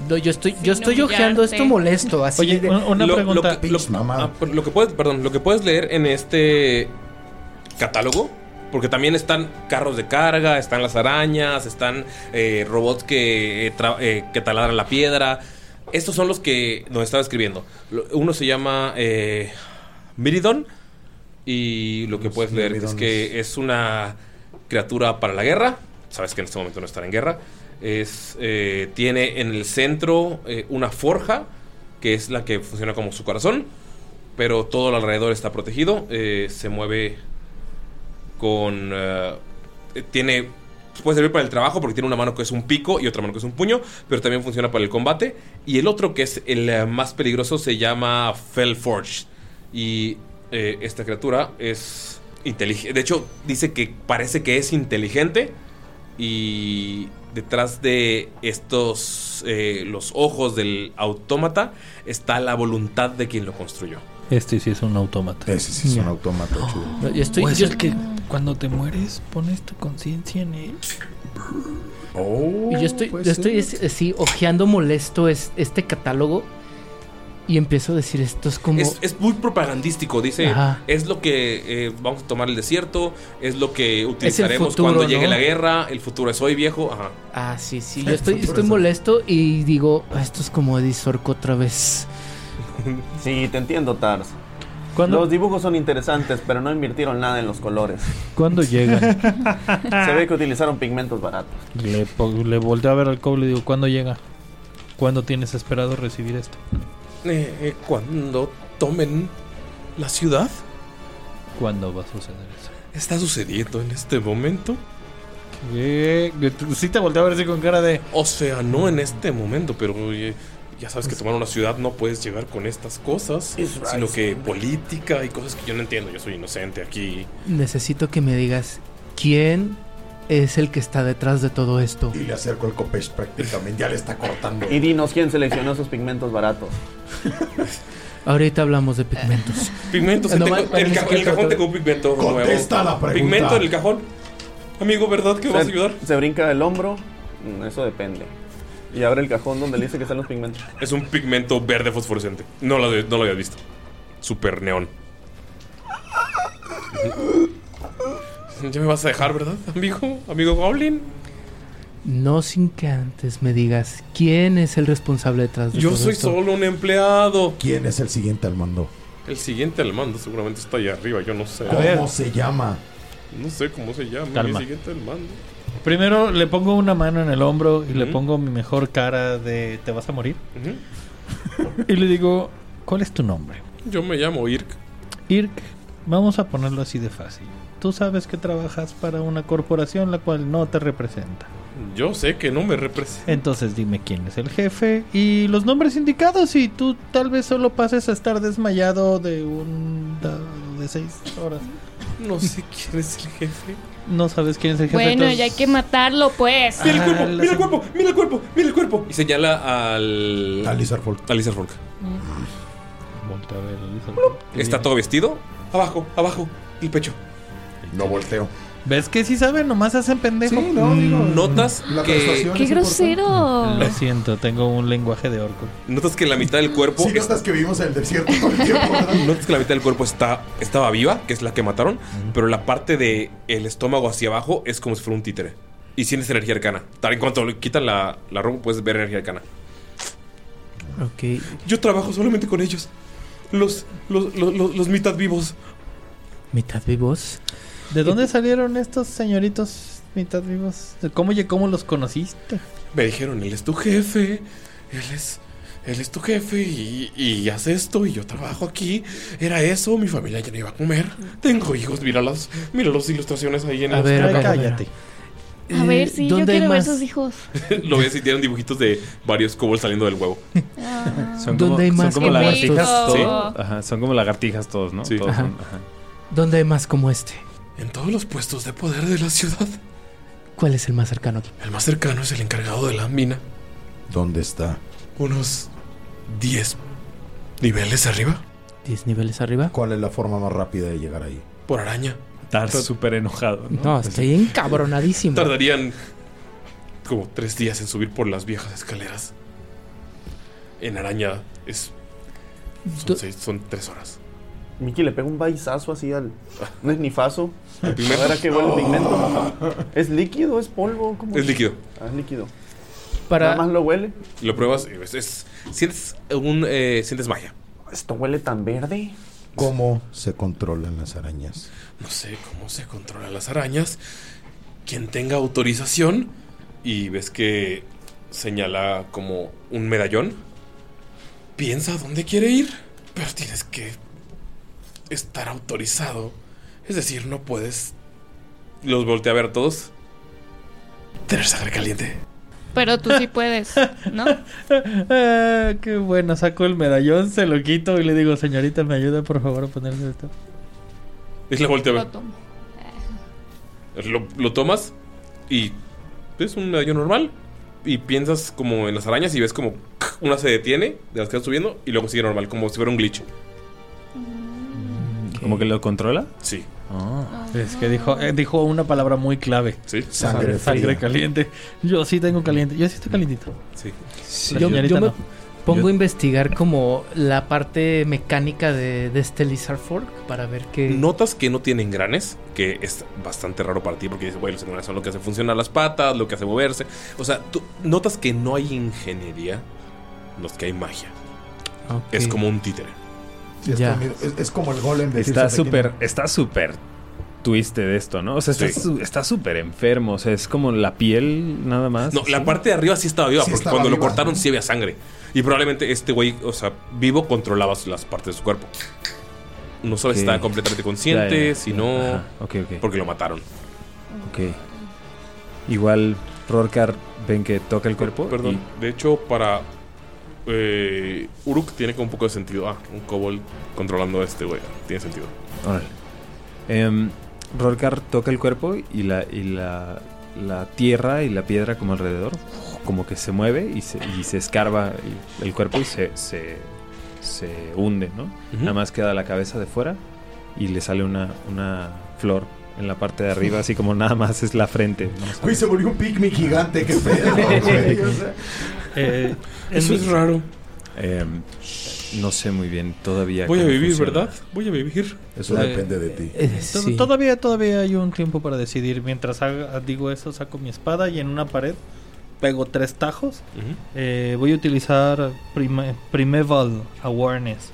Speaker 6: No, yo estoy, yo
Speaker 8: Sin
Speaker 6: estoy ojeando
Speaker 8: humillarte.
Speaker 6: esto molesto. Así
Speaker 7: Oye,
Speaker 6: de-
Speaker 7: una, una
Speaker 2: Lo-
Speaker 7: pregunta.
Speaker 2: Lo que,
Speaker 5: Pinche
Speaker 2: lo-
Speaker 5: mamada.
Speaker 2: ah, pero lo que puedes, perdón, lo que puedes leer en este catálogo, porque también están carros de carga, están las arañas, están eh, robots que, eh, tra- eh, que taladran la piedra. Estos son los que nos estaba escribiendo. Lo- Uno se llama eh, Miridon y lo que
Speaker 5: Los
Speaker 2: puedes leer es
Speaker 5: Miridones.
Speaker 2: que es una criatura para la guerra. Sabes que en este momento no estará en guerra. Es, eh, tiene en el centro eh, una forja, que es la que funciona como su corazón, pero todo lo alrededor está protegido. eh, se mueve con... eh, eh, tiene... Puede servir para el trabajo porque tiene una mano que es un pico y otra mano que es un puño, pero también funciona para el combate. Y el otro que es el eh, más peligroso se llama Fellforge. Y eh, esta criatura es inteligente. De hecho, dice que parece que es inteligente. Y detrás de estos, eh, los ojos del autómata, está la voluntad de quien lo construyó.
Speaker 7: Este sí es un autómata.
Speaker 5: Ese sí es un autómata
Speaker 7: Oh,
Speaker 5: chido.
Speaker 6: No, yo estoy,
Speaker 7: Puede
Speaker 6: yo-
Speaker 7: ser que cuando te mueres pones tu conciencia en él.
Speaker 2: Oh,
Speaker 6: Y yo estoy, yo estoy es- así ojeando molesto es, este catálogo y empiezo a decir esto es como
Speaker 2: Es, es muy propagandístico, dice.
Speaker 6: Ajá.
Speaker 2: Es lo que eh, vamos a tomar el desierto, es lo que utilizaremos
Speaker 6: futuro,
Speaker 2: cuando llegue
Speaker 6: ¿no?
Speaker 2: la guerra, el futuro es hoy, viejo. Ajá.
Speaker 6: ah sí sí yo estoy estoy molesto y digo "Ah, esto es como Eddie Sorco otra vez
Speaker 3: Sí, te entiendo, Tars.
Speaker 7: ¿Cuándo,
Speaker 3: Los dibujos son interesantes, pero no invirtieron nada en los colores.
Speaker 7: ¿cuándo llegan?
Speaker 3: Se ve que utilizaron pigmentos baratos.
Speaker 7: le, po- le volteo a ver al cobre y le digo, ¿cuándo llega? ¿Cuándo tienes esperado recibir esto?
Speaker 2: eh, cuando tomen la ciudad,
Speaker 7: ¿Cuándo va a suceder eso?
Speaker 2: está sucediendo en este momento.
Speaker 7: ¿Qué? Sí te volteo a ver así con cara de...
Speaker 2: O sea, no en este momento, pero oye, ya sabes que tomar una ciudad no puedes llegar con estas cosas, sino que política y cosas que yo no entiendo. Yo soy inocente aquí.
Speaker 6: necesito que me digas quién es el que está detrás de todo esto
Speaker 5: Y le acerco el copech prácticamente, ya le está cortando.
Speaker 3: Y dinos quién seleccionó esos pigmentos baratos.
Speaker 6: ahorita hablamos de pigmentos
Speaker 2: Pigmentos,
Speaker 6: No,
Speaker 2: tengo-
Speaker 6: mal- mal-
Speaker 2: el, ca-
Speaker 6: mal-
Speaker 2: el cajón tengo un pigmento nuevo.
Speaker 5: Contesta la pregunta.
Speaker 2: Pigmento en el cajón. Amigo, ¿verdad que me vas a ayudar?
Speaker 3: Se brinca el hombro, mm, eso depende. Y abre el cajón donde le dice que están los pigmentos.
Speaker 2: Es un pigmento verde fosforescente. No lo, no lo había visto. Super neón. Ya me vas a dejar, ¿verdad, amigo? Amigo Goblin.
Speaker 6: no sin que antes me digas quién es el responsable detrás de
Speaker 2: Yo
Speaker 6: todo
Speaker 2: soy
Speaker 6: esto.
Speaker 2: solo un empleado.
Speaker 5: ¿Quién es el siguiente al mando?
Speaker 2: El siguiente al mando seguramente está allá arriba, yo no sé.
Speaker 5: ¿Cómo se llama?
Speaker 2: No sé cómo se llama.
Speaker 7: Calma.
Speaker 2: El siguiente al mando.
Speaker 7: Primero le pongo una mano en el hombro y le
Speaker 2: Ujú.
Speaker 7: pongo mi mejor cara de ¿te vas a morir?
Speaker 2: Ujú.
Speaker 7: Y le digo, ¿cuál es tu nombre?
Speaker 2: Yo me llamo Irk.
Speaker 7: Irk, vamos a ponerlo así de fácil. Tú sabes que trabajas para una corporación la cual no te representa.
Speaker 2: Yo sé que no me representa.
Speaker 7: Entonces dime quién es el jefe y los nombres indicados y tú tal vez solo pases a estar desmayado de un dado de seis horas.
Speaker 2: No sé quién es el jefe.
Speaker 7: No sabes quién es el jefe.
Speaker 8: Bueno,
Speaker 7: entonces-
Speaker 8: ya hay que matarlo, pues.
Speaker 7: Ah,
Speaker 2: Mira el cuerpo,
Speaker 7: la
Speaker 2: mira el
Speaker 7: señora-
Speaker 2: cuerpo, mira el cuerpo, mira el cuerpo. Y señala al.
Speaker 5: A Lizardfolk.
Speaker 2: al Lizardfolk.
Speaker 7: Voltea a ver, Elizabeth.
Speaker 2: Está todo vestido. Abajo, abajo, el pecho.
Speaker 5: No volteo.
Speaker 7: ¿Ves que sí saben? Nomás hacen pendejo. Mm,
Speaker 5: Sí, no, digo,
Speaker 2: Notas
Speaker 5: la
Speaker 2: que.
Speaker 5: prestación
Speaker 8: ¡Qué
Speaker 5: es importante.
Speaker 8: grosero!
Speaker 7: Lo siento, tengo un lenguaje de orco.
Speaker 2: Notas que la mitad del cuerpo.
Speaker 5: Sí,
Speaker 2: es-
Speaker 5: notas que vivimos en el desierto todo el tiempo. ¿verdad?
Speaker 2: Notas que la mitad del cuerpo está, estaba viva, que es la que mataron, pero la parte del el estómago hacia abajo es como si fuera un títere. Y sientes energía arcana. Tal en cuanto le quitan la, la ropa, puedes ver energía arcana.
Speaker 6: Ok.
Speaker 2: Yo trabajo solamente con ellos. Los, los, los, los, los mitad vivos.
Speaker 6: mitad vivos
Speaker 7: ¿De dónde salieron estos señoritos mitad vivos? ¿Cómo, lle- cómo los conociste?
Speaker 2: Me dijeron, él es tu jefe. Él es.
Speaker 9: él es tu jefe y, y hace esto y yo trabajo aquí. Era eso, mi familia ya no iba a comer. Tengo hijos, mira las, mira las ilustraciones ahí en Eh,
Speaker 2: A
Speaker 9: el
Speaker 2: ver,
Speaker 9: Oscar.
Speaker 2: a ver, a ver. Cállate.
Speaker 8: A ver, sí, yo
Speaker 6: ¿dónde hay
Speaker 8: quiero ver
Speaker 6: más?
Speaker 8: sus hijos.
Speaker 2: Lo ves y tienen dibujitos de varios kobolds saliendo del huevo.
Speaker 8: Ah.
Speaker 4: Son como,
Speaker 6: ¿Dónde hay
Speaker 4: son
Speaker 6: más
Speaker 4: como
Speaker 6: que
Speaker 4: lagartijas
Speaker 6: México?
Speaker 4: todos.
Speaker 6: Sí.
Speaker 4: Ajá, son como lagartijas todos, ¿no? Todos
Speaker 6: Ajá.
Speaker 4: son- ajá.
Speaker 6: ¿Dónde hay más como este?
Speaker 9: En todos los puestos de poder de la ciudad.
Speaker 6: ¿Cuál es el más cercano aquí?
Speaker 9: El más cercano es el encargado de la mina.
Speaker 5: ¿Dónde está?
Speaker 9: Unos 10 niveles arriba.
Speaker 6: 10 niveles arriba.
Speaker 5: ¿Cuál es la forma más rápida de llegar ahí?
Speaker 9: Por araña.
Speaker 4: Estar súper enojado, ¿no?
Speaker 6: No, estoy encabronadísimo.
Speaker 9: Tardarían como tres días en subir por las viejas escaleras. En araña es. Son, seis- son tres horas.
Speaker 3: Miki le pega un baizazo así al. Un esnifazo.
Speaker 9: Al pigmento.
Speaker 3: A ver a qué huele el pigmento. ¿Es líquido? ¿Es polvo? ¿Cómo
Speaker 9: Es líquido.
Speaker 3: Ah, es líquido.
Speaker 6: Para...
Speaker 3: Nada más lo huele.
Speaker 2: Lo pruebas y ves, es- sientes, un, eh, sientes magia.
Speaker 3: Esto huele tan verde.
Speaker 5: ¿Cómo se controlan las arañas?
Speaker 9: No sé cómo se controlan las arañas. Quien tenga autorización.
Speaker 2: Y ves que señala como un medallón.
Speaker 9: piensa dónde quiere ir, pero tienes que estar autorizado. Es decir, no puedes
Speaker 2: Los voltea a ver a todos.
Speaker 9: tener sangre caliente.
Speaker 8: Pero tú sí puedes, ¿no?
Speaker 7: Ah, qué bueno, saco el medallón, se lo quito y le digo, señorita, me ayuda por favor a ponerse esto.
Speaker 2: Y la voltea a ver.
Speaker 8: Lo tomo.
Speaker 2: Lo, lo tomas y ves un medallón normal. Y piensas como en las arañas y ves como una se detiene de las que están subiendo y luego sigue normal, como si fuera un glitch.
Speaker 4: ¿Como que lo controla? Ah.
Speaker 2: Sí.
Speaker 7: Es que dijo, eh, dijo una palabra muy clave.
Speaker 2: Sí.
Speaker 5: Sangre fría.
Speaker 7: caliente. Yo sí tengo caliente. Yo sí
Speaker 9: Mm.
Speaker 7: estoy calientito.
Speaker 2: Sí.
Speaker 7: La
Speaker 6: yo,
Speaker 7: señorita
Speaker 6: yo me
Speaker 7: no.
Speaker 6: pongo
Speaker 7: Yo-
Speaker 6: a investigar como la parte mecánica de, de este Lizard Fork para ver qué...
Speaker 2: Notas que no tiene engranes, que es bastante raro para ti porque dices, güey, los engranes son lo que hace funcionar las patas, lo que hace moverse. O sea, tú notas que no hay ingeniería, no es que hay magia.
Speaker 6: Ok.
Speaker 2: Es como un títere.
Speaker 5: Sí, es,
Speaker 6: Ya.
Speaker 5: como- es- es como el golem de
Speaker 4: Está
Speaker 5: Tears of the
Speaker 4: súper,
Speaker 5: Kingdom.
Speaker 4: está súper twiste de esto, ¿no? O sea, está
Speaker 2: Sí.
Speaker 4: su- está súper enfermo. O sea, es como la piel nada más.
Speaker 2: No, la
Speaker 4: así.
Speaker 2: parte de arriba sí estaba viva,
Speaker 5: Sí
Speaker 2: porque
Speaker 5: estaba
Speaker 2: cuando lo
Speaker 5: viva.
Speaker 2: cortaron sí había sangre. Y probablemente este güey, o sea, vivo controlaba las partes de su cuerpo. No sabes si
Speaker 4: Ok.
Speaker 2: estaba completamente
Speaker 4: Ya,
Speaker 2: consciente,
Speaker 4: ya, ya.
Speaker 2: si no,
Speaker 4: Ajá, Ok, ok.
Speaker 2: porque lo mataron.
Speaker 4: ok. Igual Rorcar ven que toca el cuerpo.
Speaker 2: Perdón.
Speaker 4: y-
Speaker 2: De hecho, para eh, Uruk tiene como un poco de sentido. Ah, un kobold controlando a este güey. Tiene sentido.
Speaker 4: órale. Em, Rorcar toca el cuerpo y la, y la, la tierra y la piedra como alrededor, como que se mueve y se, y se escarba el- el cuerpo y se, se, se hunde, ¿no? Nada más queda la cabeza de fuera y le sale una, una flor en la parte de arriba, así como nada más es la frente. ¿no? O sea,
Speaker 5: Güey, se murió un picnic gigante, qué pedo, güey. o sea.
Speaker 7: Eh,
Speaker 9: Eso es raro.
Speaker 4: em, no sé muy bien todavía.
Speaker 9: Voy a
Speaker 4: cómo
Speaker 9: vivir,
Speaker 4: funciona.
Speaker 9: ¿verdad? Voy a vivir.
Speaker 5: Eso
Speaker 7: La-
Speaker 5: depende de ti.
Speaker 6: Eh,
Speaker 7: to-
Speaker 6: sí.
Speaker 7: Todavía, todavía hay un tiempo para decidir. Mientras haga- digo eso, saco mi espada y en una pared pego tres tajos. Eh, voy a utilizar prime- Primeval Awareness.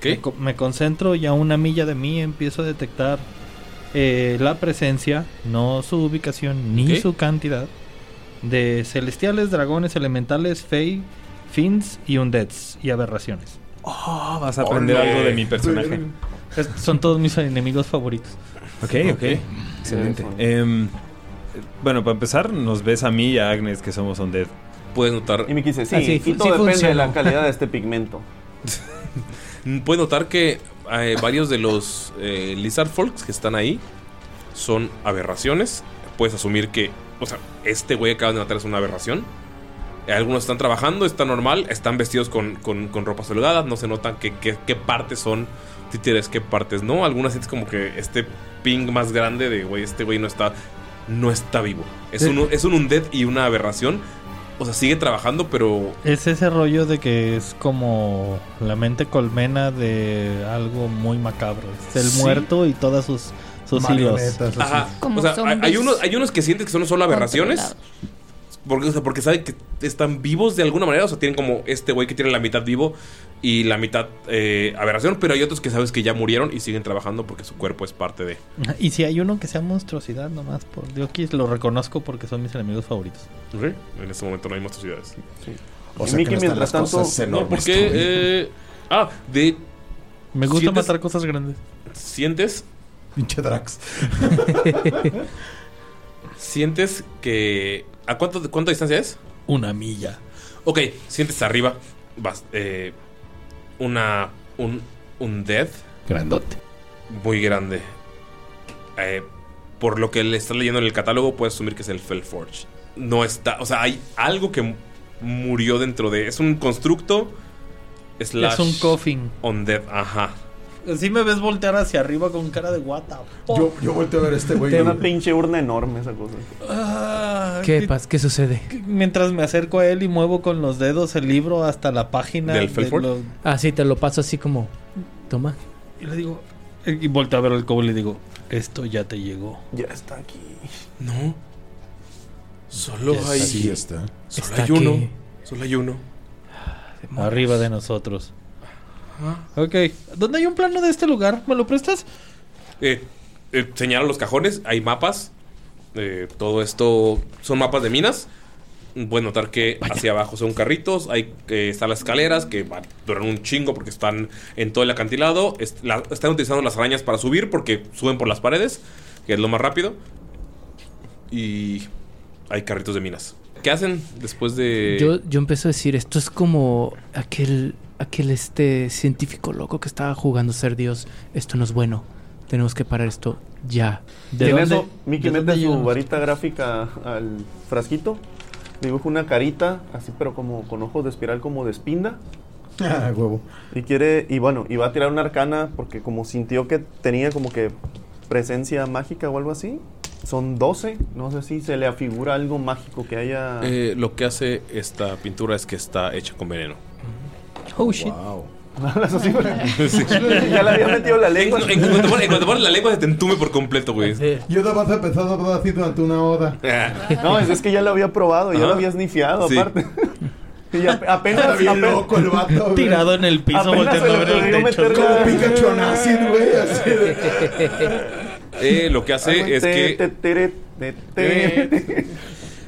Speaker 7: Me,
Speaker 2: ¿Qué?
Speaker 7: co- me concentro y a una milla de mí empiezo a detectar eh, la presencia, no su ubicación ni
Speaker 2: Ok.
Speaker 7: su cantidad, de celestiales, dragones, elementales, fey, fins y undeads y aberraciones.
Speaker 4: Oh, vas a aprender
Speaker 2: Ole.
Speaker 4: algo de mi personaje.
Speaker 7: Es- son todos mis enemigos favoritos.
Speaker 4: Ok, ok. Excelente. Em, bueno, para empezar, nos ves a mí y a Agnes, que somos Undead.
Speaker 2: Puedes notar
Speaker 3: Y Miki dice, sí,
Speaker 6: Ah, sí,
Speaker 3: y
Speaker 6: fu-
Speaker 3: todo
Speaker 6: sí
Speaker 3: depende de
Speaker 6: funciona.
Speaker 3: la calidad de este pigmento.
Speaker 2: Mm, Puedes notar que eh, varios de los eh, Lizard Folks que están ahí son aberraciones. Puedes asumir que, o sea, este güey que acabas de matar es una aberración. Eh, Algunos están trabajando, está normal, están vestidos con, con, con ropas holgadas, no se notan qué que, qué partes son títeres, qué partes no. Algunas sientes como que este ping más grande de, güey, este güey no está, no está vivo. Es
Speaker 7: Eh.
Speaker 2: un, es un undead y una aberración. O sea, sigue trabajando, pero
Speaker 7: Es ese rollo de que es como la mente colmena de algo muy macabro. Es el
Speaker 2: Sí.
Speaker 7: muerto y todas sus, sus hilos.
Speaker 5: Marionetas, así.
Speaker 2: Ajá.
Speaker 8: Como
Speaker 2: o sea, hay,
Speaker 8: zombies
Speaker 2: hay unos, hay unos que sienten que son solo aberraciones.
Speaker 8: controlados.
Speaker 2: Porque, o sea, porque saben que están vivos de alguna manera. O sea, tienen como este güey que tiene la mitad vivo y la mitad eh, aberración. Pero hay otros que sabes que ya murieron y siguen trabajando porque su cuerpo es parte de.
Speaker 7: Y si hay uno que sea monstruosidad nomás, por Dios, que lo reconozco porque son mis enemigos favoritos.
Speaker 2: En este momento no hay monstruosidades.
Speaker 5: O
Speaker 3: Y Mickey,
Speaker 5: sea, que no están
Speaker 3: mientras
Speaker 5: las
Speaker 3: tanto,
Speaker 5: cosas
Speaker 3: no,
Speaker 5: enormes.
Speaker 2: Porque.
Speaker 5: todavía.
Speaker 2: eh, ah, de.
Speaker 7: Me gusta
Speaker 2: ¿Sientes-
Speaker 7: matar cosas grandes.
Speaker 2: ¿Sientes?
Speaker 5: Pinche Drax.
Speaker 2: ¿Sientes que. ¿A cuánto, cuánta distancia es?
Speaker 7: Una milla.
Speaker 2: Ok, sientes arriba. Vas, eh, una. Un, un death
Speaker 7: Grandote.
Speaker 2: muy grande. Eh, por lo que le estás leyendo en el catálogo, puedes asumir que es el Felforge. No está. O sea, hay algo que mu- murió dentro de. Es un constructo. Slash
Speaker 7: Es un coffin.
Speaker 2: On death, ajá.
Speaker 7: Así me ves voltear hacia arriba con cara de guata.
Speaker 5: Yo, yo volteo a ver a este güey.
Speaker 3: Tiene una pinche urna enorme esa cosa.
Speaker 7: Mm.
Speaker 6: ¿Qué, pas- ¿Qué sucede?
Speaker 7: Mientras me acerco a él y muevo con los dedos el libro hasta la página
Speaker 2: ¿Del
Speaker 7: de
Speaker 2: Felford?
Speaker 7: lo-
Speaker 6: Ah, sí, te lo paso así como. Toma.
Speaker 7: Y le digo. eh, Y volteo a ver al cobo y le digo: Esto ya te llegó.
Speaker 3: Ya está aquí.
Speaker 2: No. Solo
Speaker 7: Ya
Speaker 2: hay.
Speaker 5: Sí está.
Speaker 2: Solo
Speaker 6: Está
Speaker 2: hay uno.
Speaker 6: aquí.
Speaker 2: Solo hay uno.
Speaker 7: Arriba de nosotros. Ok. ¿Dónde hay un plano de este lugar? ¿Me lo prestas?
Speaker 2: Eh, eh, señala los cajones, hay mapas. Eh, todo esto son mapas de minas. Pueden notar que hacia abajo son carritos. Hay, eh, están las escaleras que va- duran un chingo porque están en todo el acantilado. Est- la- están utilizando las arañas para subir porque suben por las paredes, que es lo más rápido. Y hay carritos de minas. ¿Qué hacen después de.?
Speaker 6: Yo, yo empiezo a decir, esto es como aquel, aquel este científico loco que estaba jugando a ser Dios. Esto no es bueno. Tenemos que parar esto ya.
Speaker 7: ¿De
Speaker 3: en
Speaker 7: dónde-
Speaker 3: eso, Mickey
Speaker 7: de dónde
Speaker 3: mete su
Speaker 7: llegan?
Speaker 3: varita gráfica al frasquito. Dibuja una carita, así pero como con ojos de espiral, como de espinda.
Speaker 5: Ah, huevo.
Speaker 3: Y quiere, y bueno, y va a tirar una arcana porque como sintió que tenía como que presencia mágica o algo así. Son 12, no sé si se le afigura algo mágico que haya...
Speaker 2: Eh, lo que hace esta pintura es que está hecha con veneno.
Speaker 7: Oh shit.
Speaker 5: Wow.
Speaker 3: Las así, güey. ya le había metido la
Speaker 2: En,
Speaker 3: lengua.
Speaker 2: en cuanto pones- en cuanto pones la lengua se te entume por completo, güey. Eh,
Speaker 5: Yo no vas a empezar a hablar así durante una hora.
Speaker 3: No, es, es que ya lo había probado, ya
Speaker 2: Ajá.
Speaker 3: lo había snifiado
Speaker 2: Sí.
Speaker 3: aparte. y ap- apenas...
Speaker 5: Está bien
Speaker 3: ape-
Speaker 5: loco el vato. güey.
Speaker 7: Tirado en el piso,
Speaker 3: Apenas
Speaker 7: volteando a
Speaker 3: se le
Speaker 7: ver el
Speaker 3: ocurrió
Speaker 7: techo.
Speaker 3: meter-
Speaker 5: Como Pikachu en acid, güey. Así de...
Speaker 2: Eh, lo que hace es
Speaker 3: Te- te-
Speaker 2: que.
Speaker 3: tere- te- te-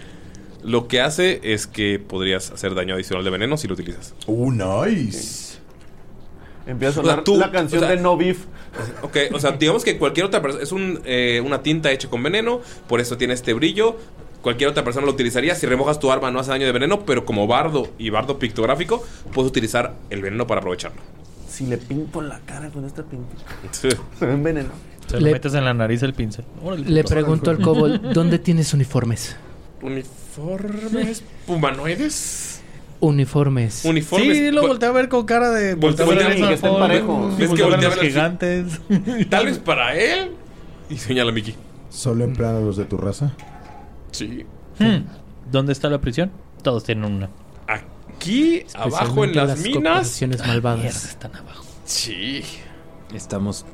Speaker 2: Lo que hace es que podrías hacer daño adicional de veneno si lo utilizas.
Speaker 5: Uh, nice.
Speaker 3: Empieza a
Speaker 2: O sea,
Speaker 3: sonar
Speaker 2: tú-
Speaker 3: la canción
Speaker 2: o sea-
Speaker 3: de No Beef.
Speaker 2: Ok, o sea, digamos que cualquier otra persona. Es un, eh, una tinta hecha con veneno, por eso tiene este brillo. Cualquier otra persona lo utilizaría. Si remojas tu arma, no hace daño de veneno, pero como bardo y bardo pictográfico, puedes utilizar el veneno para aprovecharlo.
Speaker 3: Si le pinto la cara con esta pintura, se ve envenenado.
Speaker 7: Se lo
Speaker 6: Le-
Speaker 7: metes en la nariz el pincel. Órale. pues.
Speaker 6: Le pregunto al Cobol, ¿dónde tienes uniformes?
Speaker 2: Uniformes humanoides.
Speaker 6: Uniformes.
Speaker 2: Uniformes.
Speaker 7: Sí, lo
Speaker 2: Bu-
Speaker 7: volteé a ver con cara de.
Speaker 2: Voltea-
Speaker 7: volteé a ver
Speaker 2: voltea-
Speaker 7: eso
Speaker 2: que
Speaker 7: al
Speaker 3: estén
Speaker 7: fondo.
Speaker 3: parejos.
Speaker 7: Sí,
Speaker 2: Es que
Speaker 7: volteé a ver
Speaker 2: voltea a
Speaker 7: los
Speaker 2: ver
Speaker 7: gigantes.
Speaker 2: Tal vez para él. Y señala a Mickey.
Speaker 5: Solo emplean a los de tu raza.
Speaker 2: Sí.
Speaker 7: Hmm, ¿Dónde está la prisión? Todos tienen una.
Speaker 2: Aquí, abajo en
Speaker 6: Especialmente
Speaker 2: las, minas.
Speaker 6: corporaciones
Speaker 7: Mierda,
Speaker 6: malvadas.
Speaker 7: están abajo.
Speaker 2: Sí.
Speaker 10: Estamos.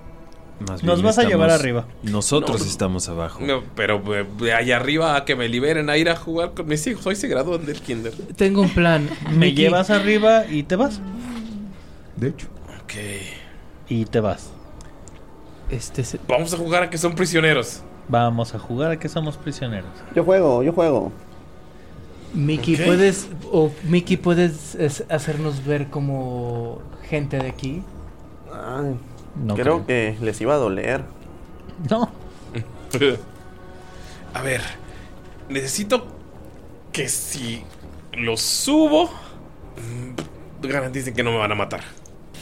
Speaker 10: Más bien
Speaker 7: Nos vas a
Speaker 10: estamos-
Speaker 7: llevar arriba.
Speaker 10: Nosotros estamos abajo.
Speaker 2: No, pero eh, allá arriba a que me liberen a ir a jugar con mis hijos. Hoy se gradúan del kinder.
Speaker 6: Tengo un plan.
Speaker 7: Me
Speaker 6: Mickey,
Speaker 7: llevas arriba y te vas.
Speaker 5: De hecho.
Speaker 2: Ok.
Speaker 7: Y te vas.
Speaker 6: Este, se-
Speaker 2: Vamos a jugar a que son prisioneros.
Speaker 7: Vamos a jugar a que somos prisioneros.
Speaker 3: Yo juego, yo juego.
Speaker 6: Mickey, ¿puedes, o Mickey, ¿puedes es, hacernos ver como gente de aquí?
Speaker 3: Ay,
Speaker 7: No
Speaker 3: creo que les iba a doler.
Speaker 7: No.
Speaker 2: a ver. Necesito que si los subo, mm, garanticen que no me van a matar.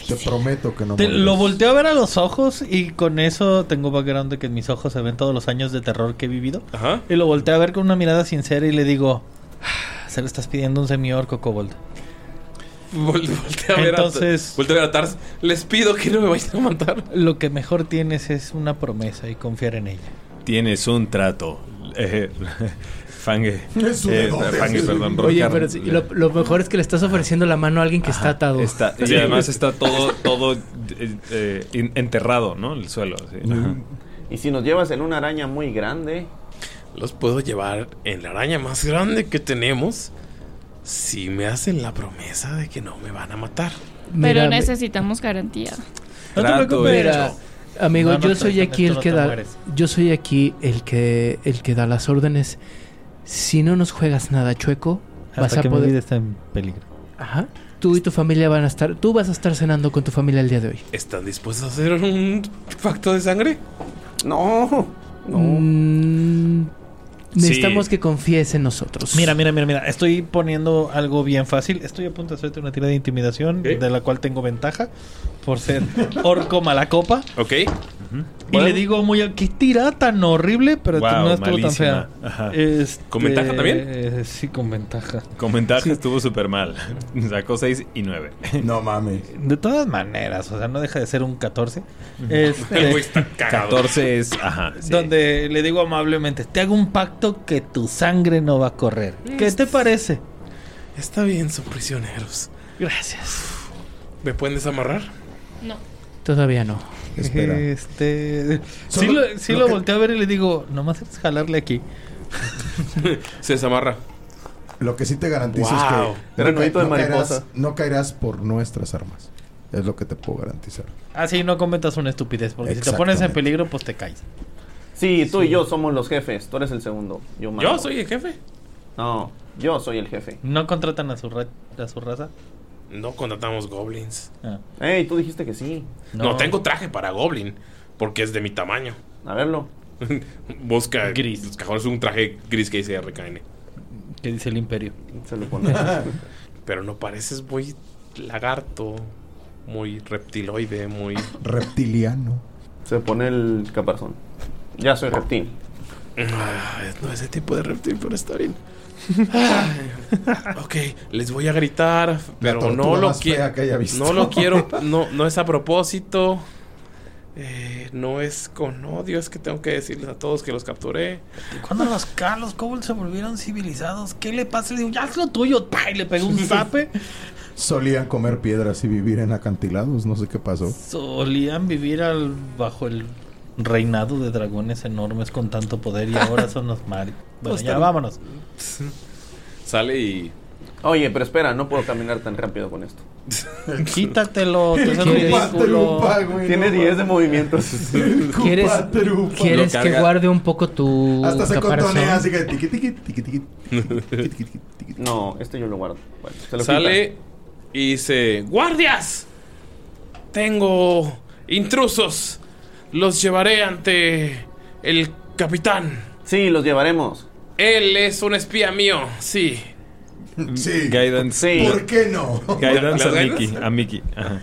Speaker 5: Te prometo que no
Speaker 7: Te-
Speaker 5: morirás.
Speaker 7: lo volteo a ver a los ojos y con eso tengo background de que en mis ojos se ven todos los años de terror que he vivido.
Speaker 2: Ajá.
Speaker 7: Y lo volteo a ver con una mirada sincera y le digo, "Ah, se lo estás pidiendo un semi-orco, Kobold.
Speaker 2: Vol- voltea a ver a-
Speaker 7: Entonces-
Speaker 2: voltea a ver a Tars. Les pido que no me vayan a matar.
Speaker 7: Lo que mejor tienes es una promesa y confiar en ella.
Speaker 10: Tienes un trato. Eh, fangue.
Speaker 5: Es un
Speaker 10: Eh,
Speaker 5: dedote,
Speaker 10: fangue,
Speaker 5: sí.
Speaker 10: perdón.
Speaker 6: Oye,
Speaker 10: Rocar-
Speaker 6: pero si- lo, lo mejor es que le estás ofreciendo la mano a alguien que está atado. pues,
Speaker 10: Está, y además está todo, todo eh, eh, in- enterrado, ¿no? El suelo. sí. Ajá.
Speaker 3: Y si nos llevas en una araña muy grande,
Speaker 2: Los puedo llevar en la araña más grande que tenemos. Si me hacen la promesa de que no me van a matar.
Speaker 8: Pero
Speaker 6: Mira, me-
Speaker 8: necesitamos garantía.
Speaker 7: No te
Speaker 10: Trato
Speaker 7: preocupes.
Speaker 6: Mira, amigo,
Speaker 7: No, no
Speaker 6: yo
Speaker 7: te-
Speaker 6: soy
Speaker 7: con
Speaker 6: aquí
Speaker 7: esto
Speaker 6: el
Speaker 7: no
Speaker 6: que
Speaker 7: te
Speaker 6: da.
Speaker 7: mueres.
Speaker 6: Yo soy aquí el que el que da las órdenes. Si no nos juegas nada chueco, vas
Speaker 7: Hasta
Speaker 6: a
Speaker 7: que mi vida
Speaker 6: poder.
Speaker 7: está en peligro.
Speaker 6: Ajá. Tú y tu familia van a estar. Tú vas a estar cenando con tu familia el día de hoy.
Speaker 2: ¿Están dispuestos a hacer un pacto de sangre?
Speaker 3: No.
Speaker 6: Mm,
Speaker 7: Sí.
Speaker 6: necesitamos que confíes en nosotros.
Speaker 7: Mira, mira, mira, mira. Estoy poniendo algo bien fácil. Estoy a punto de hacerte una tira de intimidación, de la cual tengo ventaja por ser orco malacopa.
Speaker 2: Ok.
Speaker 7: Y le digo muy. a- Qué tirada tan horrible, pero
Speaker 10: Wow,
Speaker 7: no estuvo tan
Speaker 10: malísima.
Speaker 7: fea.
Speaker 10: Ajá.
Speaker 7: Este,
Speaker 10: ¿Con ventaja también?
Speaker 7: eh, sí, con ventaja.
Speaker 10: Con ventaja estuvo súper mal. Sacó 6 y 9.
Speaker 5: No mames.
Speaker 7: De todas maneras, o sea, no deja de ser un 14.
Speaker 10: El
Speaker 7: Este,
Speaker 10: güey está cagado. 14 es- ajá, sí.
Speaker 7: Donde le digo amablemente, te hago un pacto que tu sangre no va a correr. ¿Qué te parece?
Speaker 2: Mm. Está bien, son prisioneros.
Speaker 7: Gracias.
Speaker 2: ¿Me pueden desamarrar?
Speaker 6: Todavía no.
Speaker 7: Espera. Este. Sí
Speaker 2: Solo-
Speaker 7: lo, sí
Speaker 2: lo
Speaker 7: lo
Speaker 2: que-
Speaker 7: volteé a ver y le digo, nomás es jalarle aquí.
Speaker 2: Se desamarra.
Speaker 5: Lo que sí te garantizo
Speaker 2: Wow.
Speaker 5: es que
Speaker 2: Era nuevito de
Speaker 5: caerás,
Speaker 2: mariposa.
Speaker 5: no caerás por nuestras armas. Es lo que te puedo garantizar.
Speaker 7: Así Ah, no cometas una estupidez, porque si te
Speaker 5: Exactamente.
Speaker 7: pones en peligro, pues te caes.
Speaker 3: Sí, tú
Speaker 7: Sí.
Speaker 3: y yo somos los jefes. Tú eres el segundo. Yo, mando.
Speaker 7: ¿Yo soy el jefe?
Speaker 3: No, yo soy el jefe.
Speaker 7: ¿No contratan a su, ra- a su raza?
Speaker 2: No contratamos goblins.
Speaker 3: Ey, tú dijiste que sí.
Speaker 2: No. tengo traje para goblin. Porque es de mi tamaño.
Speaker 3: A verlo.
Speaker 2: Busca. Gris. Los cajones un traje gris que dice RKN.
Speaker 7: Que dice el imperio.
Speaker 3: Se lo
Speaker 2: Pero no pareces muy lagarto. Muy reptiloide. Muy.
Speaker 5: Reptiliano.
Speaker 3: Se pone el caparazón. Ya soy reptil.
Speaker 2: Ah, no ese tipo de reptil, pero está bien. ok, les voy a gritar, pero
Speaker 9: tortuga
Speaker 2: no lo
Speaker 9: más fea
Speaker 2: quiero.
Speaker 9: que haya visto.
Speaker 2: No lo quiero, no, no es a propósito. eh, no es con odio, es que tengo que decirles a todos que los capturé.
Speaker 7: Cuando los Carlos Cobol se volvieron civilizados, ¿qué le pasa? Le digo, ya es lo tuyo. pa, Y le pegó un zape.
Speaker 5: Solían comer piedras y vivir en acantilados. No sé qué pasó.
Speaker 7: Solían vivir al, bajo el reinado de dragones enormes con tanto poder y ahora son los mares. Bueno,
Speaker 3: Pues
Speaker 7: ya
Speaker 3: tan-
Speaker 7: vámonos.
Speaker 2: Sale y.
Speaker 3: Oye, pero espera, no puedo caminar tan rápido con esto.
Speaker 7: Quítatelo, tú eres
Speaker 3: ¿Quieres?
Speaker 7: ridículo.
Speaker 3: Trupa, güey, Tiene no 10 de movimientos.
Speaker 6: ¿Quieres,
Speaker 5: Trupa.
Speaker 6: quieres
Speaker 5: Lo
Speaker 6: que
Speaker 5: carga.
Speaker 6: guarde un poco tu
Speaker 5: Hasta se
Speaker 6: caparazón?
Speaker 5: contonea, así que tiqui, tiqui, tiqui, tiqui.
Speaker 3: No, este yo lo guardo. Bueno, se lo
Speaker 2: Sale y dice: ¡Guardias! Tengo intrusos. Los llevaré ante el capitán.
Speaker 3: Sí, los llevaremos.
Speaker 2: Él es un espía mío, sí.
Speaker 5: Sí.
Speaker 10: Guidance.
Speaker 2: Mm, Sí.
Speaker 5: ¿Por qué no?
Speaker 10: Guidance
Speaker 2: ¿Las
Speaker 10: a
Speaker 2: guidance?
Speaker 10: Mickey. A Mickey. Ajá.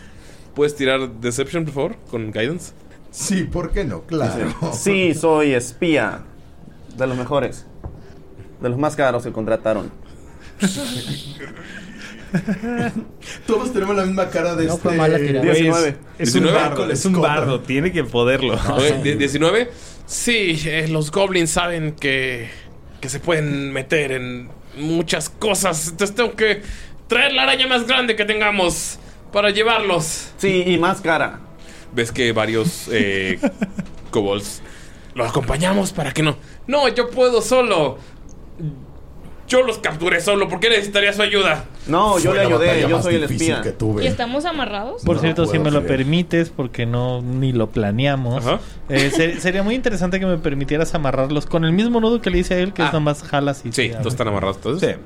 Speaker 2: ¿Puedes tirar Deception, por favor? Con Guidance.
Speaker 5: Sí, ¿por qué no?
Speaker 3: Dice, Sí, soy espía. De los mejores. De los más caros que contrataron.
Speaker 5: Todos tenemos la misma cara de
Speaker 3: No
Speaker 5: este.
Speaker 3: fue mala tirada.
Speaker 10: Güey, es-
Speaker 3: 19.
Speaker 10: Es, un
Speaker 2: 19.
Speaker 10: bardo, es un bardo, tiene que poderlo.
Speaker 2: Ok, die- 19. Sí, eh, los goblins saben que, que se pueden meter en muchas cosas. Entonces tengo que traer la araña más grande que tengamos para llevarlos.
Speaker 3: Sí, y más cara.
Speaker 2: Ves que varios eh, kobolds los acompañamos para que no. No, yo puedo solo. Yo los capturé solo. ¿Por qué necesitaría su ayuda?
Speaker 3: No, yo
Speaker 2: Fue
Speaker 3: le
Speaker 2: la
Speaker 3: ayudé,
Speaker 2: batalla
Speaker 3: yo
Speaker 2: más
Speaker 3: soy el
Speaker 2: difícil
Speaker 3: espía.
Speaker 2: que
Speaker 8: ¿Y estamos
Speaker 5: pues
Speaker 8: amarrados?
Speaker 7: Por cierto, si
Speaker 3: puedo
Speaker 7: me lo
Speaker 3: creer.
Speaker 7: permites, porque no ni lo planeamos, eh, ser- sería muy interesante que me permitieras amarrarlos con el mismo nudo que le hice a él, que es nada más jalas y.
Speaker 2: Ah. Sí,
Speaker 7: ya,
Speaker 2: todos
Speaker 7: güey.
Speaker 2: están amarrados. Entonces,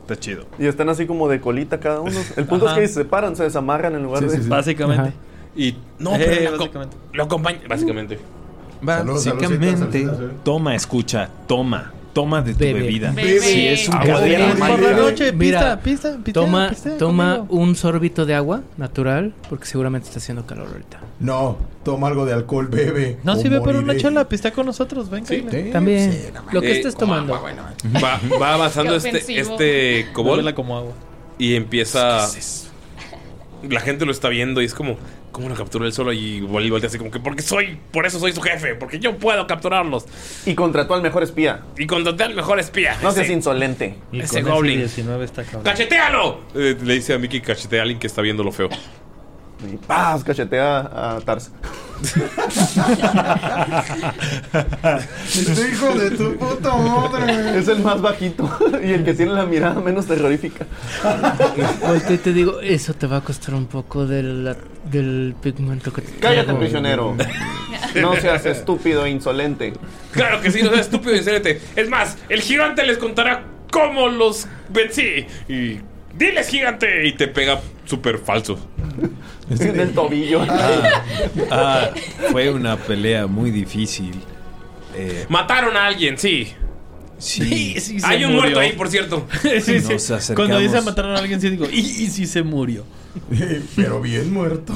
Speaker 10: Está chido.
Speaker 3: Y están así como de colita cada uno. El punto
Speaker 7: Ajá.
Speaker 3: es que se separan, se desamarran en lugar
Speaker 7: Sí,
Speaker 3: de.
Speaker 7: sí, sí. Básicamente. Ajá.
Speaker 2: Y no,
Speaker 7: Eh,
Speaker 2: pero lo,
Speaker 7: básicamente.
Speaker 2: acom- lo acompaña. Básicamente.
Speaker 10: Básicamente, toma, escucha, toma, toma de tu
Speaker 6: Bebe.
Speaker 10: bebida.
Speaker 6: Bebe.
Speaker 10: Si es un
Speaker 6: Agua de
Speaker 10: cabrera,
Speaker 6: la
Speaker 10: madre,
Speaker 6: mira,
Speaker 7: noche,
Speaker 6: mira,
Speaker 7: pista, pista, pistea,
Speaker 6: Toma,
Speaker 7: pistea
Speaker 6: toma
Speaker 7: conmigo.
Speaker 6: un sorbito de agua natural, porque seguramente está haciendo calor ahorita.
Speaker 5: No, toma algo de alcohol, bebe.
Speaker 7: No
Speaker 5: o
Speaker 7: sirve por una
Speaker 5: moriré.
Speaker 7: chela, pista con nosotros, ven, Kyle.
Speaker 6: También. lo que
Speaker 2: Eh,
Speaker 5: Ah,
Speaker 6: estés tomando.
Speaker 2: Va, va avanzando
Speaker 7: Qué
Speaker 2: este,
Speaker 7: ofensivo.
Speaker 2: este kobold
Speaker 7: Dámela como agua.
Speaker 2: y empieza. La gente lo está viendo y es como, ¿cómo lo capturó él solo? Y vol- voltea así como que, porque soy, por eso soy su jefe, porque yo puedo capturarlos.
Speaker 3: Y contrató al mejor espía.
Speaker 2: Y contraté al mejor espía.
Speaker 3: No seas
Speaker 2: Ese-
Speaker 3: insolente.
Speaker 2: Y Ese con ese goblin.
Speaker 7: 19 está cabrón.
Speaker 2: ¡Cachetealo! Eh, le dice a Mickey, cachetea a alguien que está viendo lo feo.
Speaker 3: Y ¡paz! Cachetea a Tars.
Speaker 5: Este hijo de tu puta madre.
Speaker 3: Es el más bajito y el que tiene la mirada menos terrorífica.
Speaker 7: Pues
Speaker 6: Volteo y te digo, eso te va a costar un poco de la- del pigmento que te
Speaker 3: Cállate,
Speaker 6: traigo.
Speaker 3: prisionero. No seas estúpido e insolente.
Speaker 2: Claro que sí, no seas estúpido y Es más, el gigante les contará cómo los vencí. Y ¡Diles, gigante! Y te pega súper falso.
Speaker 3: En el tobillo.
Speaker 4: Ah, fue una pelea muy difícil. Eh,
Speaker 2: Mataron a alguien, sí.
Speaker 4: Sí, sí, se
Speaker 2: Hay un
Speaker 4: murió.
Speaker 2: muerto ahí, por cierto.
Speaker 7: Sí, sí.
Speaker 4: Nos acercamos.
Speaker 7: Cuando dice mataron a alguien, sí digo, y, y si se murió.
Speaker 5: Pero bien muerto.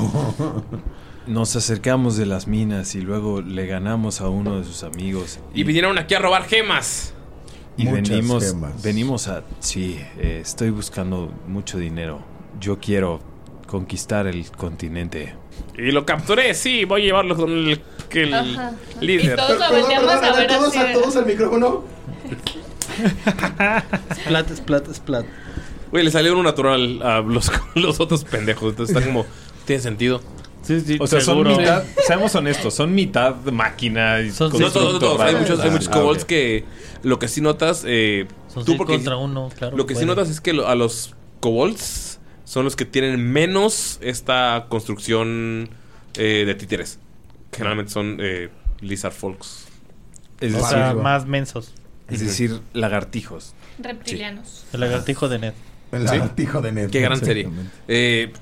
Speaker 4: nos acercamos de las minas y luego le ganamos a uno de sus amigos.
Speaker 2: Y vinieron aquí a robar gemas.
Speaker 4: Y
Speaker 5: Muchas
Speaker 4: venimos,
Speaker 5: gemas.
Speaker 4: venimos a... Sí, eh, estoy buscando mucho dinero. Yo quiero conquistar el continente.
Speaker 2: Y lo capturé, sí. Voy a llevarlo con el, que el
Speaker 8: Ajá.
Speaker 2: líder.
Speaker 8: Y todos lo volteamos a ver
Speaker 5: todos,
Speaker 8: así.
Speaker 5: a todos al micrófono.
Speaker 7: Splat, splat, splat.
Speaker 2: Güey, le salió uno natural a los, los otros pendejos. Entonces está como, tiene sentido.
Speaker 7: Sí, sí,
Speaker 4: O sea,
Speaker 7: seguro.
Speaker 4: son mitad, seamos honestos, son mitad máquina y
Speaker 7: Son
Speaker 2: No todos, no todos. Hay
Speaker 4: constructora.
Speaker 2: muchos, hay muchos
Speaker 4: Ah,
Speaker 2: kobolds
Speaker 4: ok.
Speaker 2: que lo que sí notas, eh,
Speaker 7: Son
Speaker 2: tú
Speaker 7: seis
Speaker 2: porque
Speaker 7: contra uno, claro.
Speaker 2: lo que sí
Speaker 7: puede.
Speaker 2: notas es que lo- a los kobolds son los que tienen menos esta construcción eh, de títeres. Generalmente son eh, lizard folks.
Speaker 4: Es
Speaker 7: O
Speaker 4: decir,
Speaker 7: sea, más mensos.
Speaker 4: es decir, lagartijos.
Speaker 8: Reptilianos.
Speaker 7: El lagartijo de Ned.
Speaker 5: El lagartijo de Ned.
Speaker 2: Qué gran serie.
Speaker 5: Exactamente.
Speaker 2: Eh,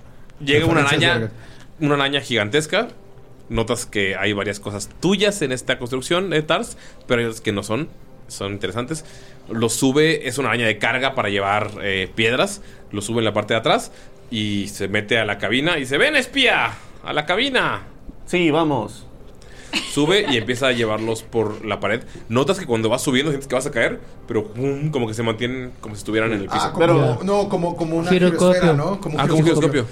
Speaker 2: llega una
Speaker 5: Referencias
Speaker 2: araña,
Speaker 5: largas.
Speaker 2: una araña gigantesca. Notas que hay varias cosas tuyas en esta construcción, eh, Tars, pero hay otras que no son, son interesantes. Lo sube, es una araña de carga para llevar eh, piedras. Lo sube en la parte de atrás y se mete a la cabina y dice: ¡Ven, espía! ¡A la cabina!
Speaker 3: Sí, vamos.
Speaker 2: Sube y empieza a llevarlos por la pared. Notas que cuando vas subiendo sientes que vas a caer, pero um, como que se mantienen como si estuvieran en el piso.
Speaker 5: Ah, como,
Speaker 3: Pero-
Speaker 5: no, como, como una
Speaker 6: Giroscopio.
Speaker 5: girosfera, ¿no? Como
Speaker 2: Ah, como un giroscopio.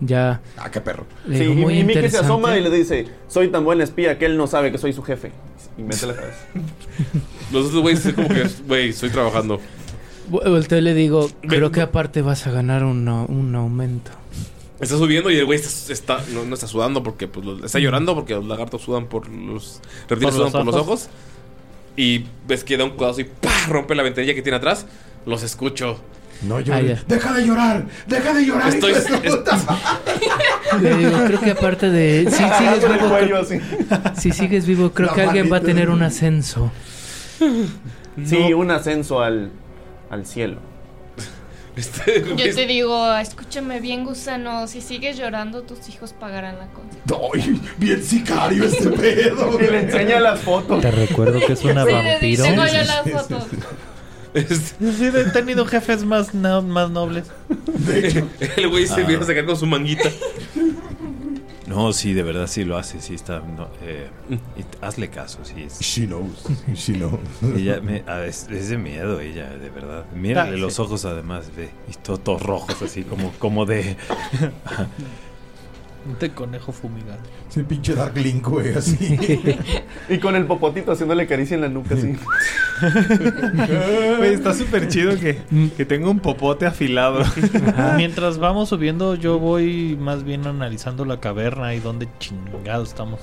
Speaker 6: Ya.
Speaker 5: Ah, qué perro.
Speaker 6: le
Speaker 3: Sí,
Speaker 6: digo,
Speaker 3: y,
Speaker 6: muy
Speaker 3: y Mickey se
Speaker 6: interesante.
Speaker 3: asoma y le dice, soy tan buen espía que él no sabe que soy su jefe. Y mete la cabeza.
Speaker 2: Los otros güeyes es como que, güey, estoy trabajando.
Speaker 6: Vu- Volteo y le digo, creo
Speaker 2: Ve-
Speaker 6: que aparte vas a ganar un, au- un aumento.
Speaker 2: Está subiendo y el güey está, está- no, no está sudando porque pues, lo- está llorando porque los lagartos sudan por los reptiles
Speaker 7: Por los
Speaker 2: sudan por los ojos. Y ves que da un codazo y ¡pah! rompe la ventanilla que tiene atrás. Los escucho.
Speaker 5: No llores.
Speaker 6: ya.
Speaker 5: Deja de llorar. Deja de llorar.
Speaker 2: Estoy-
Speaker 5: hijo de tu
Speaker 2: es-
Speaker 5: puta madre!
Speaker 6: Le digo, creo que aparte de... Si sigues
Speaker 3: Con el
Speaker 6: vivo,
Speaker 3: cuello
Speaker 6: creo,
Speaker 3: así.
Speaker 6: si sigues vivo, creo
Speaker 5: La
Speaker 6: que alguien va a
Speaker 5: maldita-
Speaker 6: tener un ascenso.
Speaker 3: Sí, un ascenso al, al cielo.
Speaker 2: Este,
Speaker 8: Yo
Speaker 2: güey,
Speaker 8: te digo, escúchame bien, gusano. Si sigues llorando, tus hijos pagarán la cosa.
Speaker 5: Ay, bien sicario este pedo.
Speaker 3: Y le
Speaker 5: güey.
Speaker 3: enseña las fotos.
Speaker 11: Te recuerdo que es una
Speaker 8: Sí, sí,
Speaker 11: vampiro.
Speaker 8: Tengo yo las fotos.
Speaker 2: este,
Speaker 7: Sí, he tenido jefes más, no- más nobles.
Speaker 2: el güey
Speaker 7: Ah.
Speaker 2: se empieza a sacar con su manguita.
Speaker 4: No, sí, de verdad sí lo hace, sí está. no, eh, y- hazle caso, sí. es-
Speaker 5: She knows. She knows.
Speaker 4: ella me- ah, es, es de miedo, ella, de verdad. Mírale
Speaker 7: Ah,
Speaker 4: los
Speaker 7: sí.
Speaker 4: ojos, además, ve. Y to- todos rojos, así como, como de.
Speaker 7: Un te conejo fumigado.
Speaker 5: Ese pinche Dark Link,
Speaker 6: eh,
Speaker 5: güey, así.
Speaker 3: Y con el popotito haciéndole caricia en la nuca así.
Speaker 4: Güey, está súper chido que, que tenga un popote afilado.
Speaker 7: Mientras vamos subiendo, yo voy más bien analizando la caverna y dónde chingados estamos.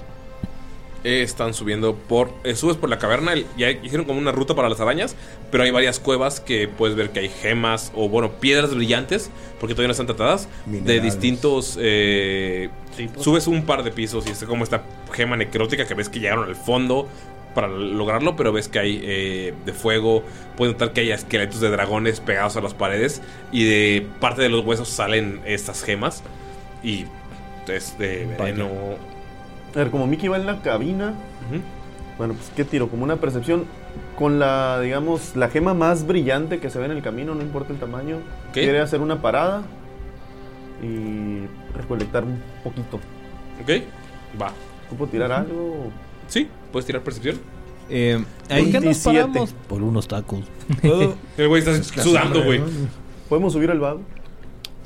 Speaker 2: Eh, están subiendo por. eh, subes por la caverna. el- ya hicieron como una ruta para las arañas. Pero hay varias cuevas que puedes ver que hay gemas o, bueno, piedras brillantes. Porque todavía no están tratadas. De
Speaker 5: Minerales.
Speaker 2: distintos. eh,
Speaker 7: Tipos.
Speaker 2: subes un par de pisos y es como esta gema necrótica que ves que llegaron al fondo para lograrlo. Pero ves que hay eh, de fuego. Puedes notar que hay esqueletos de dragones pegados a las paredes. Y de parte de los huesos salen estas gemas. Y. Este. Veneno.
Speaker 3: A ver, como Mickey va en la cabina.
Speaker 2: Ujú.
Speaker 3: Bueno, pues qué tiro, como una percepción. Con la, digamos, la gema más brillante que se ve en el camino, no importa el tamaño.
Speaker 2: Ok.
Speaker 3: Quiere hacer una parada y recolectar un poquito.
Speaker 2: Ok. Va.
Speaker 3: ¿Puedo tirar algo?
Speaker 2: Sí, puedes tirar percepción.
Speaker 7: Eh,
Speaker 2: Em,
Speaker 7: ¿Por qué nos
Speaker 5: 27.
Speaker 7: paramos? Por unos tacos.
Speaker 2: El güey está sudando, güey.
Speaker 3: ¿Podemos subir al vago?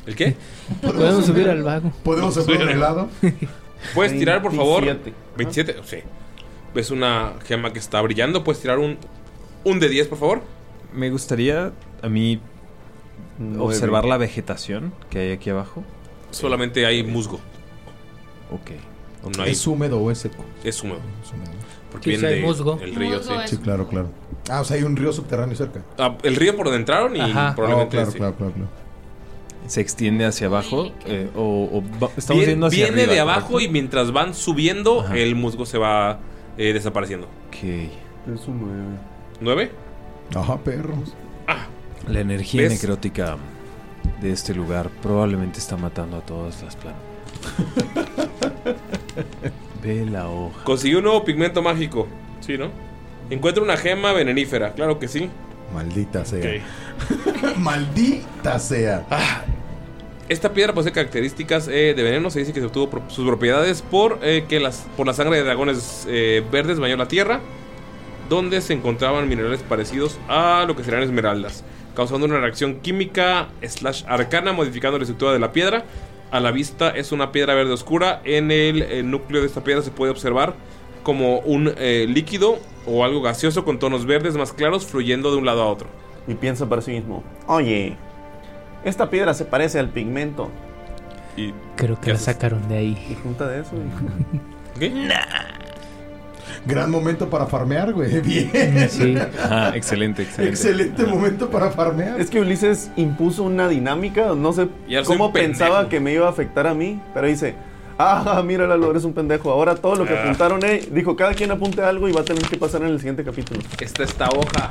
Speaker 2: ¿El qué?
Speaker 6: Podemos subir al vago.
Speaker 5: ¿Podemos hacer un helado?
Speaker 2: Puedes tirar, por favor.
Speaker 3: 27.
Speaker 2: 27, sí. Ves una gema que está brillando. Puedes tirar un, un de 10, por favor.
Speaker 4: Me gustaría a mí
Speaker 3: Nueve.
Speaker 4: observar la vegetación que hay aquí abajo.
Speaker 2: Solamente hay musgo.
Speaker 4: Ok.
Speaker 2: No hay,
Speaker 5: ¿Es húmedo o es seco?
Speaker 2: es húmedo.
Speaker 5: Es húmedo.
Speaker 2: Porque
Speaker 6: Sí, sí
Speaker 2: viene
Speaker 6: hay
Speaker 2: de-
Speaker 6: musgo.
Speaker 2: el río,
Speaker 8: Musgo
Speaker 2: sí.
Speaker 8: es-
Speaker 5: Sí, claro, claro. Ah, o sea, hay un río subterráneo cerca.
Speaker 2: Ah, el río por donde entraron y
Speaker 6: Ajá.
Speaker 5: Oh,
Speaker 2: probablemente
Speaker 5: claro,
Speaker 2: sí.
Speaker 5: claro, claro, claro.
Speaker 4: ¿Se extiende hacia abajo? eh, o, o va- estamos
Speaker 2: Vien-
Speaker 4: yendo hacia
Speaker 2: viene
Speaker 4: arriba,
Speaker 2: de abajo y
Speaker 4: ¿correcto?
Speaker 2: mientras van subiendo,
Speaker 4: Ajá.
Speaker 2: el musgo se va eh, desapareciendo.
Speaker 3: Es un nueve.
Speaker 2: ¿Nueve?
Speaker 5: Ajá, perros.
Speaker 4: Ok. La energía
Speaker 2: ¿Ves?
Speaker 4: necrótica
Speaker 10: de este lugar probablemente está matando a todas las plantas. Ve la hoja.
Speaker 2: Consiguió un nuevo pigmento mágico. Sí, ¿no? Encuentra una gema venenífera. Claro que sí.
Speaker 5: Maldita sea.
Speaker 2: Ok.
Speaker 5: Maldita sea.
Speaker 2: Ah. Esta piedra posee características eh, de veneno. Se dice que se obtuvo pro- sus propiedades por, eh, que las, por la sangre de dragones eh, verdes bañó la tierra, donde se encontraban minerales parecidos a lo que serían esmeraldas, causando una reacción química slash arcana modificando la estructura de la piedra. A la vista es una piedra verde oscura. En el, eh, núcleo de esta piedra se puede observar como un eh, líquido o algo gaseoso con tonos verdes más claros fluyendo de un lado a otro.
Speaker 3: Y piensa para sí mismo. Oye, esta piedra se parece al pigmento.
Speaker 2: Y
Speaker 6: Creo que la sacaron de ahí.
Speaker 3: Y junta de eso.
Speaker 5: Gran momento para farmear, güey. Bien.
Speaker 6: Sí.
Speaker 10: Ah, excelente, excelente.
Speaker 5: Excelente momento para farmear.
Speaker 3: Es que Ulises impuso una dinámica, no sé
Speaker 2: Ya soy
Speaker 3: cómo
Speaker 2: un pendejo.
Speaker 3: pensaba que me iba a afectar a mí, pero dice, ah, mira Lalo, eres un pendejo. Ahora todo lo que
Speaker 2: Ah.
Speaker 3: apuntaron, eh, dijo, cada quien apunte algo y va a tener que pasar en el siguiente capítulo.
Speaker 2: Está esta hoja.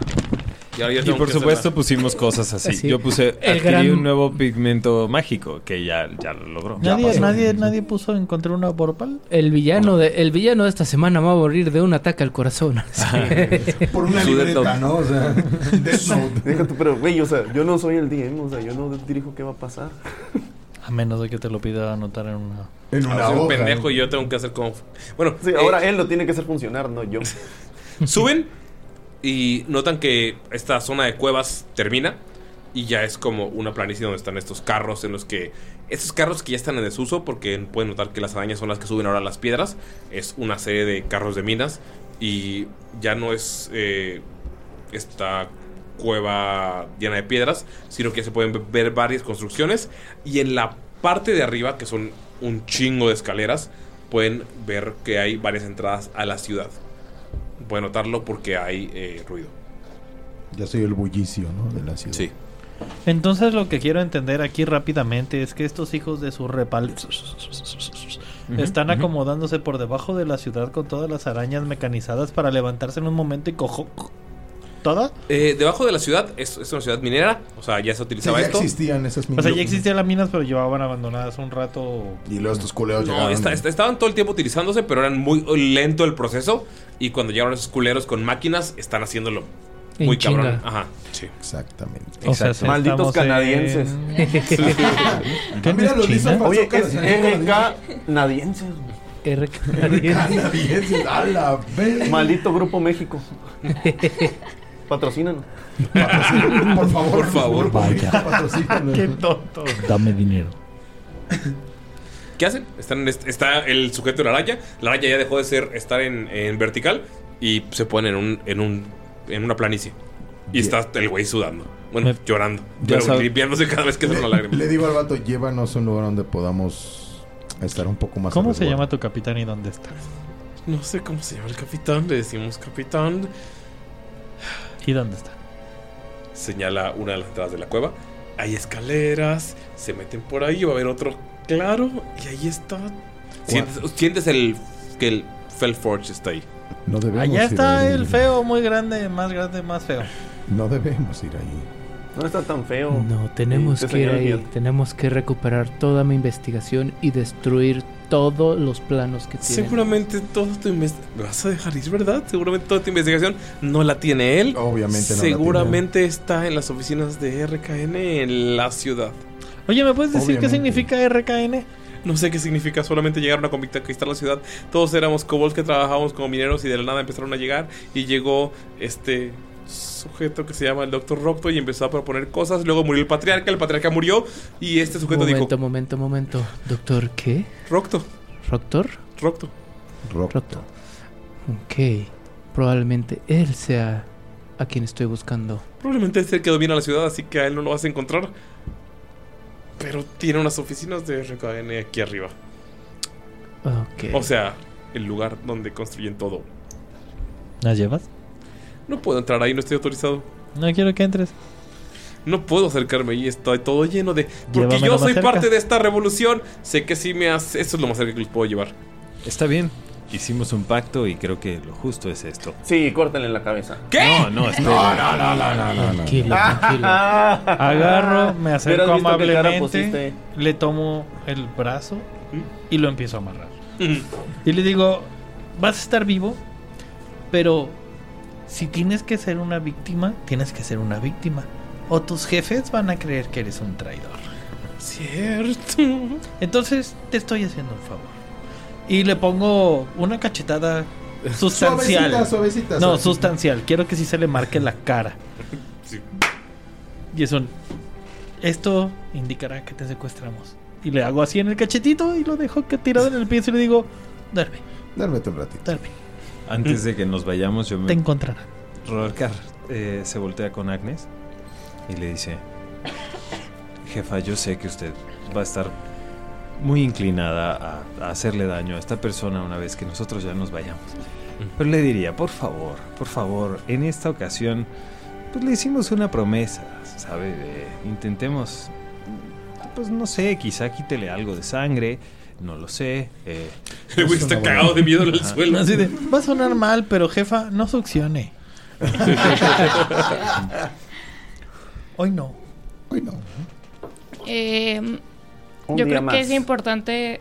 Speaker 2: Y, ahora yo
Speaker 10: Y
Speaker 2: tengo
Speaker 10: por
Speaker 2: que
Speaker 10: supuesto pues, pusimos cosas así.
Speaker 6: Así.
Speaker 10: Yo puse
Speaker 6: El
Speaker 10: adquirí
Speaker 6: gran-
Speaker 10: un nuevo pigmento mágico que ya, ya lo logró.
Speaker 7: Nadie, nadie, nadie puso encontrar una borpal.
Speaker 6: El villano, de, el villano de esta semana va a morir de un ataque al corazón.
Speaker 5: Por una
Speaker 2: Su
Speaker 5: libreta,
Speaker 2: death note.
Speaker 5: ¿no? O sea, Death Note.
Speaker 3: Deja tú, pero güey, o sea, yo no soy el DM, o sea, yo no dirijo qué va a pasar.
Speaker 7: A menos de que te lo pida anotar en una.
Speaker 5: En
Speaker 2: hacer-
Speaker 5: una
Speaker 2: soy Ah, un
Speaker 5: hoja.
Speaker 2: pendejo y yo tengo que hacer como. Bueno,
Speaker 3: Sí,
Speaker 2: eh,
Speaker 3: ahora él lo tiene que hacer funcionar, no yo.
Speaker 2: Suben y notan que esta zona de cuevas termina y ya es como una planicie donde están estos carros en los que estos carros que ya están en desuso porque pueden notar que las arañas son las que suben ahora las piedras es una serie de carros de minas y ya no es eh, esta cueva llena de piedras sino que ya se pueden ver varias construcciones y en la parte de arriba que son un chingo de escaleras pueden ver que hay varias entradas a la ciudad Pueden notarlo porque hay eh, ruido.
Speaker 5: Ya soy el bullicio, ¿no? De la ciudad.
Speaker 7: Entonces lo que quiero entender aquí rápidamente es que estos hijos de su repal están acomodándose por debajo de la ciudad con todas las arañas mecanizadas para levantarse en un momento y cojo toda.
Speaker 2: Eh, debajo de la ciudad es, es una ciudad minera. O sea, ya se
Speaker 5: Sí,
Speaker 2: utilizaba
Speaker 5: ya
Speaker 2: esto.
Speaker 5: existían esas
Speaker 7: O sea,
Speaker 5: mil-
Speaker 7: ya existían las minas, pero llevaban abandonadas un rato.
Speaker 5: Y luego estos culeos
Speaker 2: No,
Speaker 5: llegaron.
Speaker 2: esta- esta- estaban todo el tiempo utilizándose, pero eran muy oh, lento el proceso. Y cuando llegaron esos culeros con máquinas, están haciéndolo
Speaker 6: En
Speaker 2: muy cabrón.
Speaker 6: chinga.
Speaker 2: Ajá. Sí.
Speaker 5: Exactamente.
Speaker 7: O sea,
Speaker 10: Exacto.
Speaker 3: Malditos
Speaker 7: estamos
Speaker 3: canadienses.
Speaker 7: en-
Speaker 5: Ah, mira, los Lizard Fans
Speaker 3: Oye,
Speaker 5: son
Speaker 3: es
Speaker 5: canadienses.
Speaker 3: NK canadienses. güey.
Speaker 6: R canadiense.
Speaker 5: Canadienses, a la vez.
Speaker 3: Maldito Grupo México. Patrocínanos.
Speaker 5: Por favor,
Speaker 2: Por favor,
Speaker 5: vaya.
Speaker 7: Qué tonto.
Speaker 10: Dame dinero.
Speaker 2: ¿Qué hacen? Están en est- está el sujeto de la araña. La araña ya dejó de ser estar en, en vertical y se ponen en un, en un en una planicie. Y está el güey sudando. Bueno,
Speaker 10: Me-
Speaker 2: llorando.
Speaker 10: Ya
Speaker 2: Pero
Speaker 10: sabe-
Speaker 2: limpiándose cada vez que sale una
Speaker 5: Le,
Speaker 2: lágrima.
Speaker 5: le digo al vato, llévanos a un lugar donde podamos estar un poco más.
Speaker 7: ¿Cómo
Speaker 5: al
Speaker 7: se
Speaker 5: resguardo".
Speaker 7: llama tu capitán y dónde está?
Speaker 2: No sé cómo se llama el capitán. Le decimos capitán.
Speaker 7: ¿Y dónde está?
Speaker 2: señala una de las entradas de la cueva. Hay escaleras, se meten por ahí, va a haber otro claro, y ahí está. Sientes, sientes el que el Felforge está ahí.
Speaker 5: No debemos
Speaker 7: Allá
Speaker 5: ir
Speaker 7: está
Speaker 5: ahí.
Speaker 7: el feo, muy grande, más grande, más feo.
Speaker 5: No debemos ir ahí.
Speaker 3: No está tan feo.
Speaker 6: No, tenemos
Speaker 3: Sí, te
Speaker 6: que ir
Speaker 3: señalo
Speaker 6: ahí.
Speaker 3: bien.
Speaker 6: Tenemos que recuperar toda mi investigación y destruir todos los planos que tienen.
Speaker 2: Seguramente todo tu inves- ¿Me vas a dejar ir, verdad? Seguramente toda tu investigación no la tiene él.
Speaker 5: Obviamente no la
Speaker 2: Seguramente está en las oficinas de RKN en la ciudad.
Speaker 7: Oye, ¿me puedes decir qué
Speaker 5: Obviamente.
Speaker 7: significa RKN?
Speaker 2: No sé qué significa, solamente llegaron a conquistar la ciudad. Todos éramos kobolds que trabajábamos como mineros y de la nada empezaron a llegar. Y llegó este sujeto que se llama el Doctor Rocto y empezó a proponer cosas. Luego murió el patriarca, el patriarca murió y este sujeto
Speaker 6: momento,
Speaker 2: dijo:
Speaker 6: momento, momento. Doctor, ¿qué?
Speaker 2: Rocto,
Speaker 6: ¿Doctor?
Speaker 2: Rocto.
Speaker 5: Rock.
Speaker 6: Rocto. Ok. Probablemente él sea a quien estoy buscando.
Speaker 2: Probablemente es el que domina la ciudad, así que a él no lo vas a encontrar. Pero tiene unas oficinas de RKN aquí arriba.
Speaker 6: Ok.
Speaker 2: O sea, el lugar donde construyen todo.
Speaker 7: ¿Las llevas?
Speaker 2: No puedo entrar ahí, no estoy autorizado.
Speaker 7: No quiero que entres.
Speaker 2: No puedo acercarme y estoy todo lleno de. Porque
Speaker 7: Llévamelo
Speaker 2: yo
Speaker 7: más
Speaker 2: soy
Speaker 7: cerca.
Speaker 2: parte de esta revolución. Sé que si me hace. Eso es lo más cerca que los puedo llevar.
Speaker 10: Está bien.
Speaker 4: Hicimos un pacto y creo que lo justo es esto.
Speaker 3: Sí, córtenle la cabeza.
Speaker 4: ¿Qué? No, no, espera.
Speaker 3: No, no, no, no, no, no.
Speaker 4: Tranquilo,
Speaker 3: tranquilo.
Speaker 7: Agarro, me acerco
Speaker 3: Ah. Hubieras visto qué cara
Speaker 7: amablemente,
Speaker 3: pusiste.
Speaker 7: le tomo el brazo y lo empiezo a amarrar. Y le digo, vas a estar vivo, pero si tienes que ser una víctima, tienes que ser una víctima. O tus jefes van a creer que eres un traidor.
Speaker 2: Cierto.
Speaker 7: Entonces te estoy haciendo un favor. Y le pongo una cachetada sustancial.
Speaker 5: Suavecita, suavecita,
Speaker 7: no,
Speaker 5: suavecita.
Speaker 7: sustancial. Quiero que sí se le marque la cara. Y es un... Esto indicará que te secuestramos. Y le hago así en el cachetito y lo dejo que tirado en el piso y le digo, duerme,
Speaker 5: Dármete un ratito.
Speaker 7: duerme,
Speaker 4: Antes de que nos vayamos, yo me.
Speaker 7: te encontrarán.
Speaker 4: Rodolcar eh, se voltea con Agnes y le dice: Jefa, yo sé que usted va a estar muy inclinada a, a hacerle daño a esta persona una vez que nosotros ya nos vayamos. Pero le diría: por favor, por favor, en esta ocasión, pues le hicimos una promesa, ¿sabe? De- intentemos, pues no sé, quizá quítele algo de sangre. No lo sé. eh,
Speaker 2: El güey está cagado de miedo en el suelo.
Speaker 7: Así de, va a sonar mal, pero jefa, no succione. Hoy no.
Speaker 8: Eh,
Speaker 3: Un
Speaker 8: yo
Speaker 3: día
Speaker 8: creo
Speaker 3: más.
Speaker 8: que es importante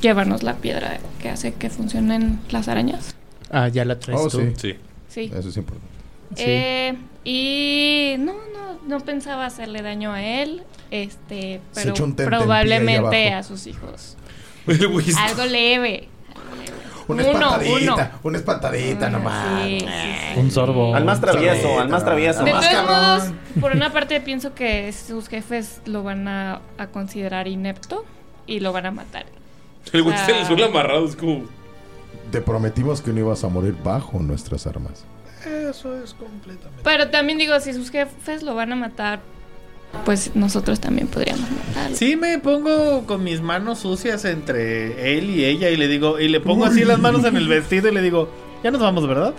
Speaker 8: llevarnos la piedra que hace que funcionen las arañas.
Speaker 6: Ah, ya la traes
Speaker 5: Oh,
Speaker 6: tú.
Speaker 5: sí.
Speaker 2: Sí.
Speaker 8: Sí.
Speaker 5: Eso es importante.
Speaker 6: Sí.
Speaker 8: Eh, y no, no, no pensaba hacerle daño a él, este,
Speaker 5: Se
Speaker 8: pero
Speaker 5: echó un tentempié ahí
Speaker 8: probablemente
Speaker 5: abajo.
Speaker 8: a sus hijos.
Speaker 2: El güey está-
Speaker 8: Algo leve.
Speaker 5: Una
Speaker 8: Uno,
Speaker 5: espantadita,
Speaker 8: uno.
Speaker 5: una espantadita nomás.
Speaker 8: Sí, sí, sí.
Speaker 7: Un sorbo.
Speaker 3: Al más travieso,
Speaker 5: Sí,
Speaker 3: al más
Speaker 5: no,
Speaker 3: travieso.
Speaker 8: De
Speaker 5: Más
Speaker 8: todos modos,
Speaker 5: cabrón.
Speaker 8: por una parte pienso que sus jefes lo van a, a considerar inepto y lo van a matar.
Speaker 2: El güey está en el
Speaker 8: Ah.
Speaker 2: suelo amarrado. Es como.
Speaker 5: Te prometimos que no ibas a morir bajo nuestras armas.
Speaker 7: Eso es completamente.
Speaker 8: Pero también digo, si sus jefes lo van a matar, pues nosotros también podríamos matarlo.
Speaker 7: Sí, me pongo con mis manos sucias entre él y ella y le digo, y le pongo así las manos en el vestido y le digo, ya nos vamos, ¿verdad?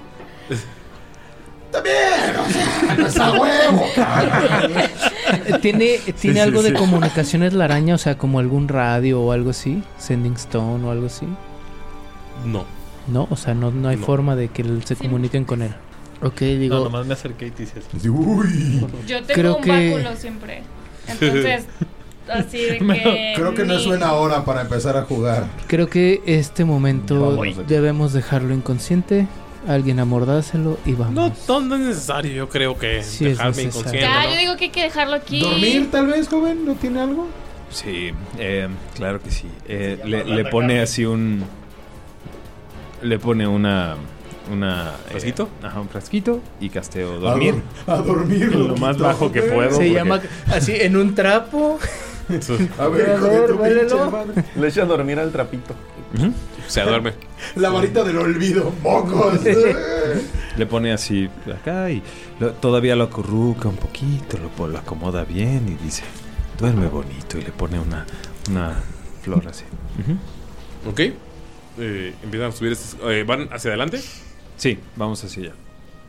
Speaker 5: ¡A huevo!
Speaker 6: Eh, ¿Tiene, ¿tiene algo de comunicaciones la araña? O sea, como algún radio o algo así. Sending Stone o algo así.
Speaker 2: No.
Speaker 6: No, o sea, no, no hay
Speaker 2: No.
Speaker 6: forma de que l- se comuniquen con él. Ok, digo.
Speaker 7: No, nomás me acerqué y te hice así.
Speaker 5: Así, Pues Uy,
Speaker 8: Yo tengo
Speaker 6: Creo
Speaker 8: un
Speaker 6: que-
Speaker 8: báculo siempre. Entonces, así de que.
Speaker 5: creo que no
Speaker 8: ni-
Speaker 5: es buena hora para empezar a jugar.
Speaker 6: Creo que este momento
Speaker 5: Vamos, aquí.
Speaker 6: debemos dejarlo inconsciente. Alguien amordárselo y vamos.
Speaker 2: No, no, no es necesario. Yo creo que
Speaker 6: Sí es
Speaker 2: dejarme
Speaker 6: necesario.
Speaker 2: inconsciente.
Speaker 8: Ya,
Speaker 2: ¿no?
Speaker 8: Ah, yo digo que hay que dejarlo aquí.
Speaker 5: ¿Dormir tal vez, joven? ¿No tiene algo?
Speaker 4: Sí, eh, claro que sí. Eh, le, le pone así un. Le pone una. una eh,
Speaker 2: ¿Frasquito?
Speaker 4: ajá, un frasquito y casteo
Speaker 5: A
Speaker 4: dormir.
Speaker 5: dor- A dormir.
Speaker 4: Lo más bajo que puedo.
Speaker 6: Se
Speaker 4: porque-
Speaker 6: llama así en un trapo.
Speaker 5: A ver, hijo de
Speaker 6: ver,
Speaker 5: tu
Speaker 6: huélelo.
Speaker 5: pinche madre.
Speaker 3: Le echa a dormir al trapito.
Speaker 4: Ujú.
Speaker 2: Se duerme.
Speaker 5: La varita del olvido. ¡Mocos!
Speaker 4: Le pone así acá y lo- todavía lo acurruca un poquito, lo, pon- lo acomoda bien y dice: Duerme bonito. Y le pone una, una flor así. Ujú.
Speaker 2: Ok. Eh, empiezan a subir. esas- eh, van hacia adelante.
Speaker 4: Sí, vamos hacia allá.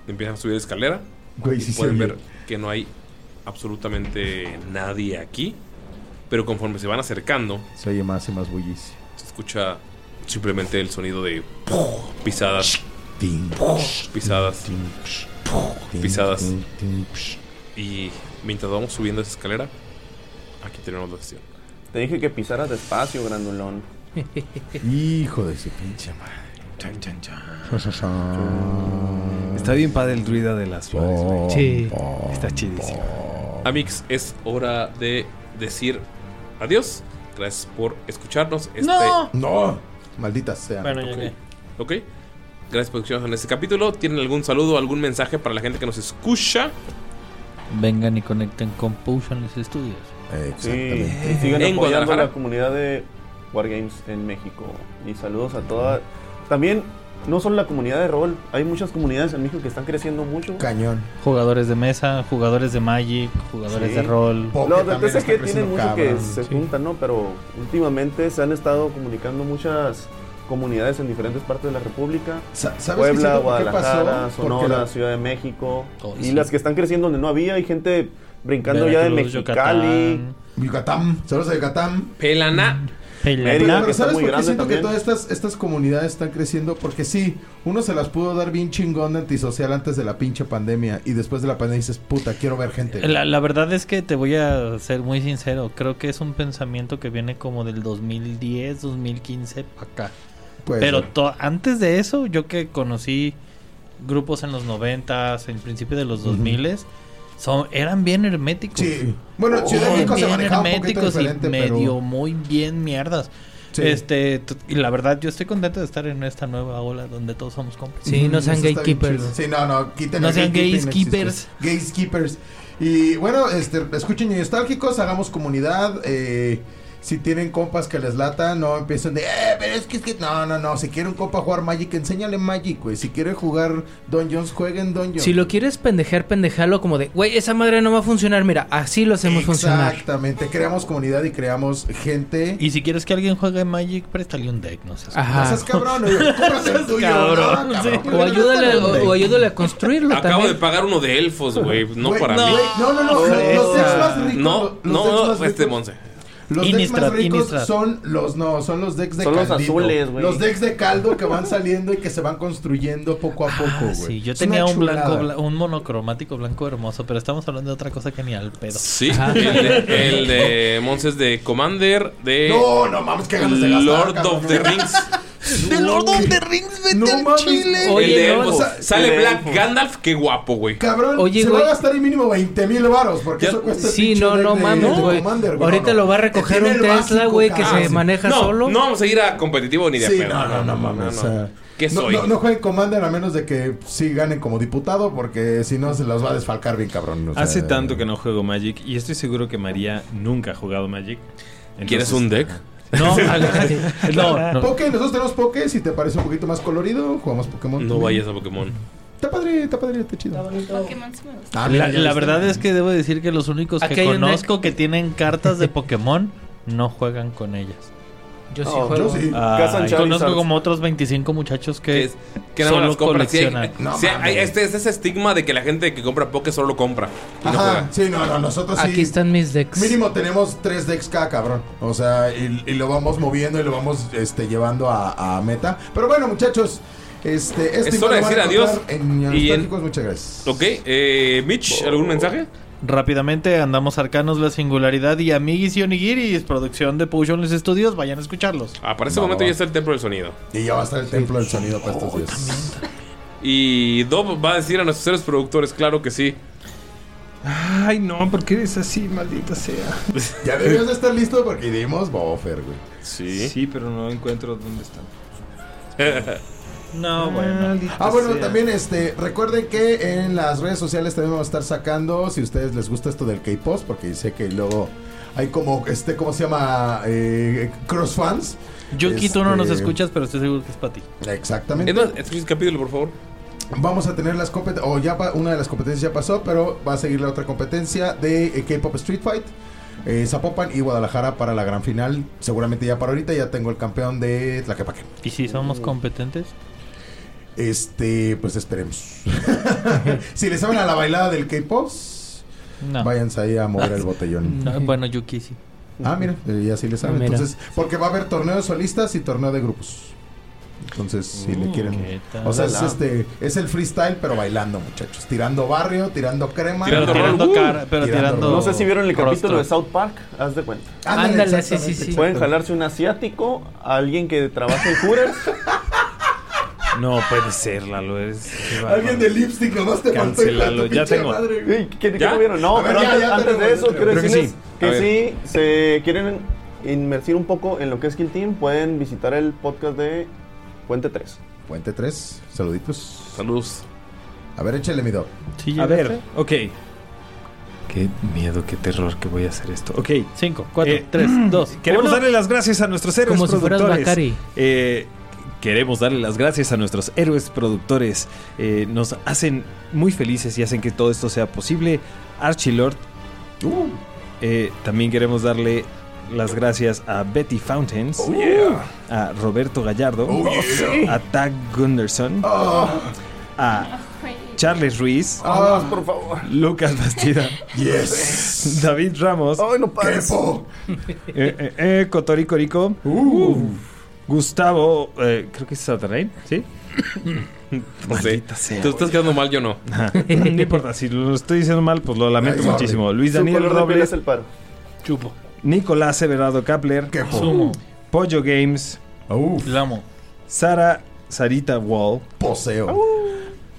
Speaker 2: Empiezan a subir la escalera.
Speaker 5: Güey, sí
Speaker 2: Y
Speaker 5: se
Speaker 2: pueden
Speaker 5: oye.
Speaker 2: ver que no hay absolutamente nadie aquí. Pero conforme se van acercando,
Speaker 5: Se oye más y más bullicio.
Speaker 2: se escucha simplemente el sonido de ¡puf! pisadas,
Speaker 5: Tin,
Speaker 2: ¡puf! pisadas.
Speaker 5: tin, tin,
Speaker 2: Pisadas.
Speaker 5: tin, tin.
Speaker 2: Y mientras vamos subiendo esa escalera, aquí tenemos la acción.
Speaker 3: Te dije que pisaras despacio, grandulón.
Speaker 5: Hijo de su pinche madre.
Speaker 4: Chan, chan, chan.
Speaker 5: Chan.
Speaker 4: Está bien padre el druida de las flores. güey.
Speaker 6: Sí.
Speaker 4: Está chidísimo.
Speaker 2: Amix, es hora de decir adiós. Gracias por escucharnos. Este,
Speaker 7: ¡No!
Speaker 5: No, Ah, maldita sea.
Speaker 7: Bueno, ya que.
Speaker 2: Ok. Gracias por escucharnos en este capítulo. ¿Tienen algún saludo, algún mensaje para la gente que nos escucha?
Speaker 7: Vengan y conecten con Potion Studios.
Speaker 3: Sí,
Speaker 5: Exactamente.
Speaker 3: y sigan apoyando a
Speaker 2: En Guadalajara.
Speaker 3: la comunidad de Wargames en México. Y saludos a toda. También, no solo la comunidad de rol, hay muchas comunidades en México que están creciendo mucho.
Speaker 5: Cañón.
Speaker 7: Jugadores de mesa, jugadores de Magic, jugadores
Speaker 3: Sí.
Speaker 7: de rol.
Speaker 5: Pocket
Speaker 3: No,
Speaker 5: también
Speaker 3: desde
Speaker 5: está
Speaker 3: que
Speaker 5: creciendo
Speaker 3: tienen mucho que
Speaker 5: cabrón.
Speaker 3: se juntan, ¿no? Pero últimamente se han estado comunicando muchas comunidades en diferentes partes de la República.
Speaker 5: Sa- ¿Sabes qué
Speaker 3: Puebla,
Speaker 5: siento por qué
Speaker 3: Guadalajara,
Speaker 5: pasó? Porque
Speaker 3: Sonora,
Speaker 5: la-
Speaker 3: Ciudad de México.
Speaker 7: Oh,
Speaker 3: y
Speaker 7: sí.
Speaker 3: las que están creciendo donde no había, hay gente brincando ya de
Speaker 7: Veracruz,
Speaker 3: Mexicali,
Speaker 7: Yucatán.
Speaker 5: Yucatán, saludos a Yucatán.
Speaker 2: Pelana.
Speaker 5: Pero, pero ¿sabes por qué siento que todas estas, estas comunidades están creciendo? Porque sí, uno se las pudo dar bien chingón de antisocial antes de la pinche pandemia y después de la pandemia dices, puta, quiero ver gente.
Speaker 7: La, la verdad es que te voy a ser muy sincero. Creo que es un pensamiento que viene como del 2010, 2015 para acá.
Speaker 5: Puede
Speaker 7: Pero
Speaker 5: ser.
Speaker 7: to- antes de eso, yo que conocí grupos en los 90, en principio de los
Speaker 5: Ujú.
Speaker 7: 2000, son, eran bien herméticos.
Speaker 5: Sí. Bueno, en Ciudad de México se
Speaker 7: bien
Speaker 5: manejaba un poquito
Speaker 7: herméticos y
Speaker 5: diferente, pero-
Speaker 7: medio muy bien mierdas.
Speaker 5: Sí.
Speaker 7: Este, t- y la verdad, yo estoy contento de estar en esta nueva ola donde todos somos compas.
Speaker 6: Sí, no
Speaker 5: Eso
Speaker 6: sean
Speaker 5: está bien
Speaker 6: gatekeepers.
Speaker 5: chido. Sí, no, no, quiten
Speaker 7: No
Speaker 5: el
Speaker 7: sean
Speaker 5: gatekeeping,
Speaker 7: gatekeepers.
Speaker 5: no existe. Gatekeepers. Y bueno, este, escuchen nostálgicos, hagamos comunidad. eh, si tienen compas que les lata, no empiecen de, eh, pero es que, es que, no, no, no. Si quiere un compa jugar Magic, enséñale Magic, güey. Si quiere jugar Dungeons, jueguen Dungeons.
Speaker 6: Si lo quieres pendejear, pendejalo como de, güey, esa madre no va a funcionar. Mira, así lo hacemos funcionar.
Speaker 5: Exactamente, creamos comunidad y creamos gente.
Speaker 7: Y si quieres que alguien juegue Magic, préstale un deck, no sé.
Speaker 6: Ajá.
Speaker 5: No seas cabrón, güey, cómprate el tuyo.
Speaker 7: cabrón,
Speaker 5: no, cabrón.
Speaker 6: O ayúdale, o, o ayúdale a construirlo
Speaker 2: Acabo
Speaker 6: también.
Speaker 2: de pagar uno de elfos, güey. No
Speaker 5: Güey,
Speaker 2: para
Speaker 5: no,
Speaker 2: mí.
Speaker 5: güey, No, no, no. los- Los decks más ricos. los-
Speaker 2: No,
Speaker 5: los decks
Speaker 2: no,
Speaker 5: más
Speaker 2: este
Speaker 5: ricos-
Speaker 2: Monse.
Speaker 5: Los decks más
Speaker 7: Innistrad,
Speaker 5: ricos
Speaker 7: Innistrad.
Speaker 5: son los no, son los decks de
Speaker 3: Son los
Speaker 5: caldito.
Speaker 3: azules, güey.
Speaker 5: Los decks de caldo que van saliendo y que se van construyendo poco a poco, güey.
Speaker 7: Ah, Sí, yo
Speaker 5: Es una
Speaker 7: tenía un blanco,
Speaker 5: chulada.
Speaker 7: bla- un monocromático blanco hermoso, pero estamos hablando de otra cosa que ni al pedo.
Speaker 2: Sí, el de, el de Monse es de Commander, de
Speaker 5: No, no mames, que ganas de gastar.
Speaker 2: Lord
Speaker 5: cabrón,
Speaker 2: of the
Speaker 5: güey.
Speaker 2: Rings.
Speaker 7: ¡De Lord of the Rings, vete
Speaker 5: No al mames. chile!
Speaker 2: El de
Speaker 6: Oye, no,
Speaker 2: elfos.
Speaker 6: o
Speaker 5: sea,
Speaker 2: Sale
Speaker 3: el de
Speaker 2: Black
Speaker 3: elfos.
Speaker 2: Gandalf, qué guapo, güey.
Speaker 5: Cabrón,
Speaker 6: Oye,
Speaker 5: se va
Speaker 6: güey.
Speaker 5: a gastar el mínimo 20 mil varos porque eso cuesta el
Speaker 6: Sí,
Speaker 5: este pinche
Speaker 6: no,
Speaker 5: deck
Speaker 6: no
Speaker 5: de-
Speaker 6: mames,
Speaker 5: de
Speaker 6: güey.
Speaker 5: Commander, güey.
Speaker 6: Ahorita
Speaker 5: No,
Speaker 6: lo va a
Speaker 5: no.
Speaker 6: recoger
Speaker 5: Tiene
Speaker 6: un
Speaker 5: el
Speaker 6: Tesla,
Speaker 5: básico,
Speaker 6: güey, que
Speaker 5: cabrón.
Speaker 6: se maneja
Speaker 2: No,
Speaker 6: solo.
Speaker 2: no vamos a ir a competitivo ni de
Speaker 5: Sí,
Speaker 2: pedo.
Speaker 5: no, no, no mames.
Speaker 2: no.
Speaker 5: o sea,
Speaker 2: ¿Qué
Speaker 5: no,
Speaker 2: soy?
Speaker 5: No, no jueguen Commander a menos de que sí ganen como diputado, porque si no se las va a desfalcar bien cabrón. o sea,
Speaker 10: Hace tanto que no juego Magic y estoy seguro que María nunca ha jugado Magic. Entonces-
Speaker 2: ¿Quieres un deck?
Speaker 7: No, agárrate. no, no.
Speaker 5: Poké, nosotros tenemos Poké, si te parece un poquito más colorido, jugamos Pokémon.
Speaker 2: No vayas a Pokémon.
Speaker 5: Está padre, está padre, está chido.
Speaker 8: Pokémon sí me gusta.
Speaker 5: Ah, mira,
Speaker 7: La,
Speaker 5: ya
Speaker 7: la
Speaker 5: viste.
Speaker 7: verdad es que debo decir que los únicos
Speaker 6: Aquí
Speaker 7: que
Speaker 6: hay un
Speaker 7: conozco que tienen cartas de Pokémon no juegan con ellas.
Speaker 6: Yo sí
Speaker 3: No,
Speaker 6: juego.
Speaker 5: Oh, yo sí.
Speaker 3: Cazan
Speaker 7: Ay,
Speaker 3: Charizards.
Speaker 7: conozco como otros 25 muchachos
Speaker 2: Que,
Speaker 7: que
Speaker 2: es- que nada más
Speaker 7: solo
Speaker 2: las compras. Sí, hay-
Speaker 7: coleccionan.
Speaker 5: No
Speaker 2: sí, hay-
Speaker 5: mames.
Speaker 2: este es ese estigma de que la gente que compra Poké solo lo compra. Y no
Speaker 5: Ajá,
Speaker 2: juega.
Speaker 5: sí, no, no, nosotros sí.
Speaker 6: Aquí están mis decks.
Speaker 5: Mínimo tenemos tres decks cada cabrón. O sea, y, y lo vamos moviendo y lo vamos este, llevando a, a meta. Pero bueno, muchachos, este, esto
Speaker 2: Es
Speaker 5: igual
Speaker 2: hora de
Speaker 5: lo van
Speaker 2: decir
Speaker 5: a encontrar
Speaker 2: adiós
Speaker 5: En
Speaker 2: y en-
Speaker 5: Nostálgicos, muchas gracias.
Speaker 2: Ok, eh, Mitch, ¿algún mensaje?
Speaker 7: Rápidamente andamos arcanos la singularidad y amiguis y onigiris, producción de Potionless Studios, vayan a escucharlos.
Speaker 2: Ah, para ese
Speaker 5: Va,
Speaker 2: momento
Speaker 5: va, va.
Speaker 2: ya está el templo del sonido.
Speaker 5: Y ya va a estar el templo del sonido para
Speaker 4: Oh,
Speaker 5: estos días.
Speaker 2: Y Dob va a decir a nuestros seres productores, claro que sí.
Speaker 4: Ay, no, ¿por qué eres así, maldita sea?
Speaker 5: Ya debías de estar listo porque dimos buffer, güey.
Speaker 2: Sí.
Speaker 10: Sí, pero no encuentro dónde están.
Speaker 7: No, bueno.
Speaker 10: Maldita
Speaker 5: Ah, bueno,
Speaker 10: sea.
Speaker 5: también este, recuerden que en las redes sociales también vamos a estar sacando, si a ustedes les gusta esto del K-Post, porque sé que luego hay como, este, ¿cómo se llama? Eh, cross fans.
Speaker 7: Yo quito no nos
Speaker 5: Este,
Speaker 7: escuchas, pero estoy seguro que es para ti.
Speaker 5: Exactamente.
Speaker 2: Es más, escucha el capítulo, por favor.
Speaker 5: Vamos a tener las competencias, o ya pa- una de las competencias ya pasó, pero va a seguir la otra competencia de eh, K-Pop Street Fight. eh, Zapopan y Guadalajara para la gran final. Seguramente ya para ahorita ya tengo el campeón de Tlaquepaque.
Speaker 7: ¿Y si somos competentes?
Speaker 5: Este, pues esperemos. si le saben a la bailada del K-pop,
Speaker 7: No.
Speaker 5: váyanse ahí a mover el botellón.
Speaker 7: No, bueno, Yuki sí.
Speaker 5: Ah, mira, eh, ya sí le saben.
Speaker 6: Ah, mira.
Speaker 5: Entonces, porque va a haber torneo de solistas y torneo de grupos. Entonces, si le quieren.
Speaker 7: ¿qué tal?
Speaker 5: O sea, es, este, es el freestyle, pero bailando, muchachos. Tirando barrio, tirando crema.
Speaker 7: Pero
Speaker 2: Tirando
Speaker 7: tirando
Speaker 2: rol,
Speaker 7: cara, pero
Speaker 5: tirando
Speaker 7: tirando.
Speaker 5: rol.
Speaker 3: No sé si vieron el capítulo
Speaker 7: rostro.
Speaker 3: de South Park, haz de cuenta.
Speaker 6: Ándale, sí, sí, sí.
Speaker 5: exactamente.
Speaker 3: Pueden jalarse un asiático, a alguien que trabaja en Hooters.
Speaker 10: No puede ser, Lalo. eres- qué
Speaker 5: Alguien
Speaker 10: bárbaro.
Speaker 5: de lipstick, nomás te faltó. hijo de tu
Speaker 10: Cancélalo, ya
Speaker 5: pinche
Speaker 10: tengo.
Speaker 5: madre, güey.
Speaker 3: Ey, ¿Qué, qué
Speaker 2: ¿Ya?
Speaker 3: no vieron? No,
Speaker 5: A ver,
Speaker 3: pero
Speaker 5: ya,
Speaker 3: antes,
Speaker 5: ya
Speaker 3: antes
Speaker 5: tenemos,
Speaker 3: de eso,
Speaker 5: creo.
Speaker 3: quiero
Speaker 2: Creo que
Speaker 3: decirles
Speaker 2: sí. A
Speaker 3: que,
Speaker 2: ver.
Speaker 3: si se quieren inmersir un poco en lo que es Kill Team, pueden visitar el podcast de Puente 3.
Speaker 5: Puente 3, saluditos.
Speaker 2: Saludos.
Speaker 5: A ver, échale mi dog.
Speaker 7: Sí,
Speaker 10: A ver,
Speaker 7: llegaste.
Speaker 10: ok. Qué miedo, qué terror que voy a hacer esto. Ok.
Speaker 7: Cinco, cuatro,
Speaker 10: Eh,
Speaker 7: tres, dos.
Speaker 10: Queremos
Speaker 7: uno.
Speaker 10: darle las gracias a nuestros héroes
Speaker 6: Como si fueras
Speaker 10: productores.
Speaker 6: Bacari.
Speaker 10: Eh, queremos darle las gracias a nuestros héroes productores. Eh, nos hacen muy felices y hacen que todo esto sea posible. Archilord. Eh, también queremos darle las gracias a Betty Fountains. A Roberto Gallardo.
Speaker 5: Oh, yeah.
Speaker 10: A Tag Gunderson.
Speaker 5: Ah,
Speaker 10: A Charles Ruiz.
Speaker 5: ah,
Speaker 3: Por favor.
Speaker 10: Lucas Bastida.
Speaker 5: yes.
Speaker 4: Ramos. David Ramos. ¡Ay, no pares! Eh, eh, eh, Cotoricorico. Gustavo, eh, creo que es Saturnine, ¿sí?
Speaker 2: No sé. Te estás quedando mal, yo no.
Speaker 4: no importa, si lo estoy diciendo mal, pues lo lamento
Speaker 2: Ay, sorry.
Speaker 4: muchísimo. Luis
Speaker 2: Su
Speaker 4: Daniel
Speaker 2: color de piel
Speaker 4: Robles.
Speaker 2: es el paro.
Speaker 7: Chupo.
Speaker 4: Nicolás Everardo Kapler.
Speaker 7: Sumo.
Speaker 4: Pollo Games.
Speaker 7: Lamo.
Speaker 4: Sara Sarita Wall.
Speaker 5: Poseo.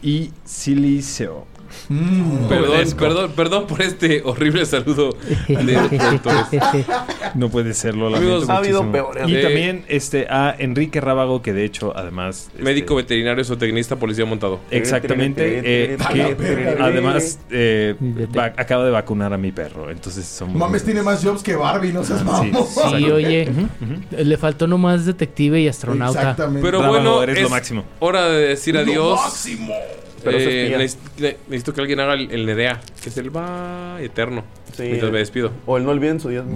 Speaker 4: Y Siliceo.
Speaker 5: Mm.
Speaker 2: Perdón, perdón, perdón por este horrible saludo de
Speaker 4: No puede ser, lo lamento
Speaker 2: Amigos, ha habido
Speaker 4: muchísimo.
Speaker 2: peores.
Speaker 4: Y
Speaker 2: Eh,
Speaker 4: también este, a Enrique Rábago, que de hecho, además...
Speaker 2: médico veterinario, zootecnista, policía montado.
Speaker 4: Exactamente, eh, que además eh, va- acaba de vacunar a mi perro, entonces somos...
Speaker 5: Mames tiene más jobs que Barbie, no seas mamón.
Speaker 6: Sí, oye. Le faltó nomás detective y astronauta.
Speaker 5: Exactamente.
Speaker 2: Pero bueno, es hora de decir adiós.
Speaker 6: Pero se
Speaker 2: Eh,
Speaker 6: espía.
Speaker 2: neces- ne- necesito que alguien haga el, el Nedea, que es el va eterno.
Speaker 3: Sí.
Speaker 2: Mientras me despido.
Speaker 3: O el Pues no olviden su diezmo.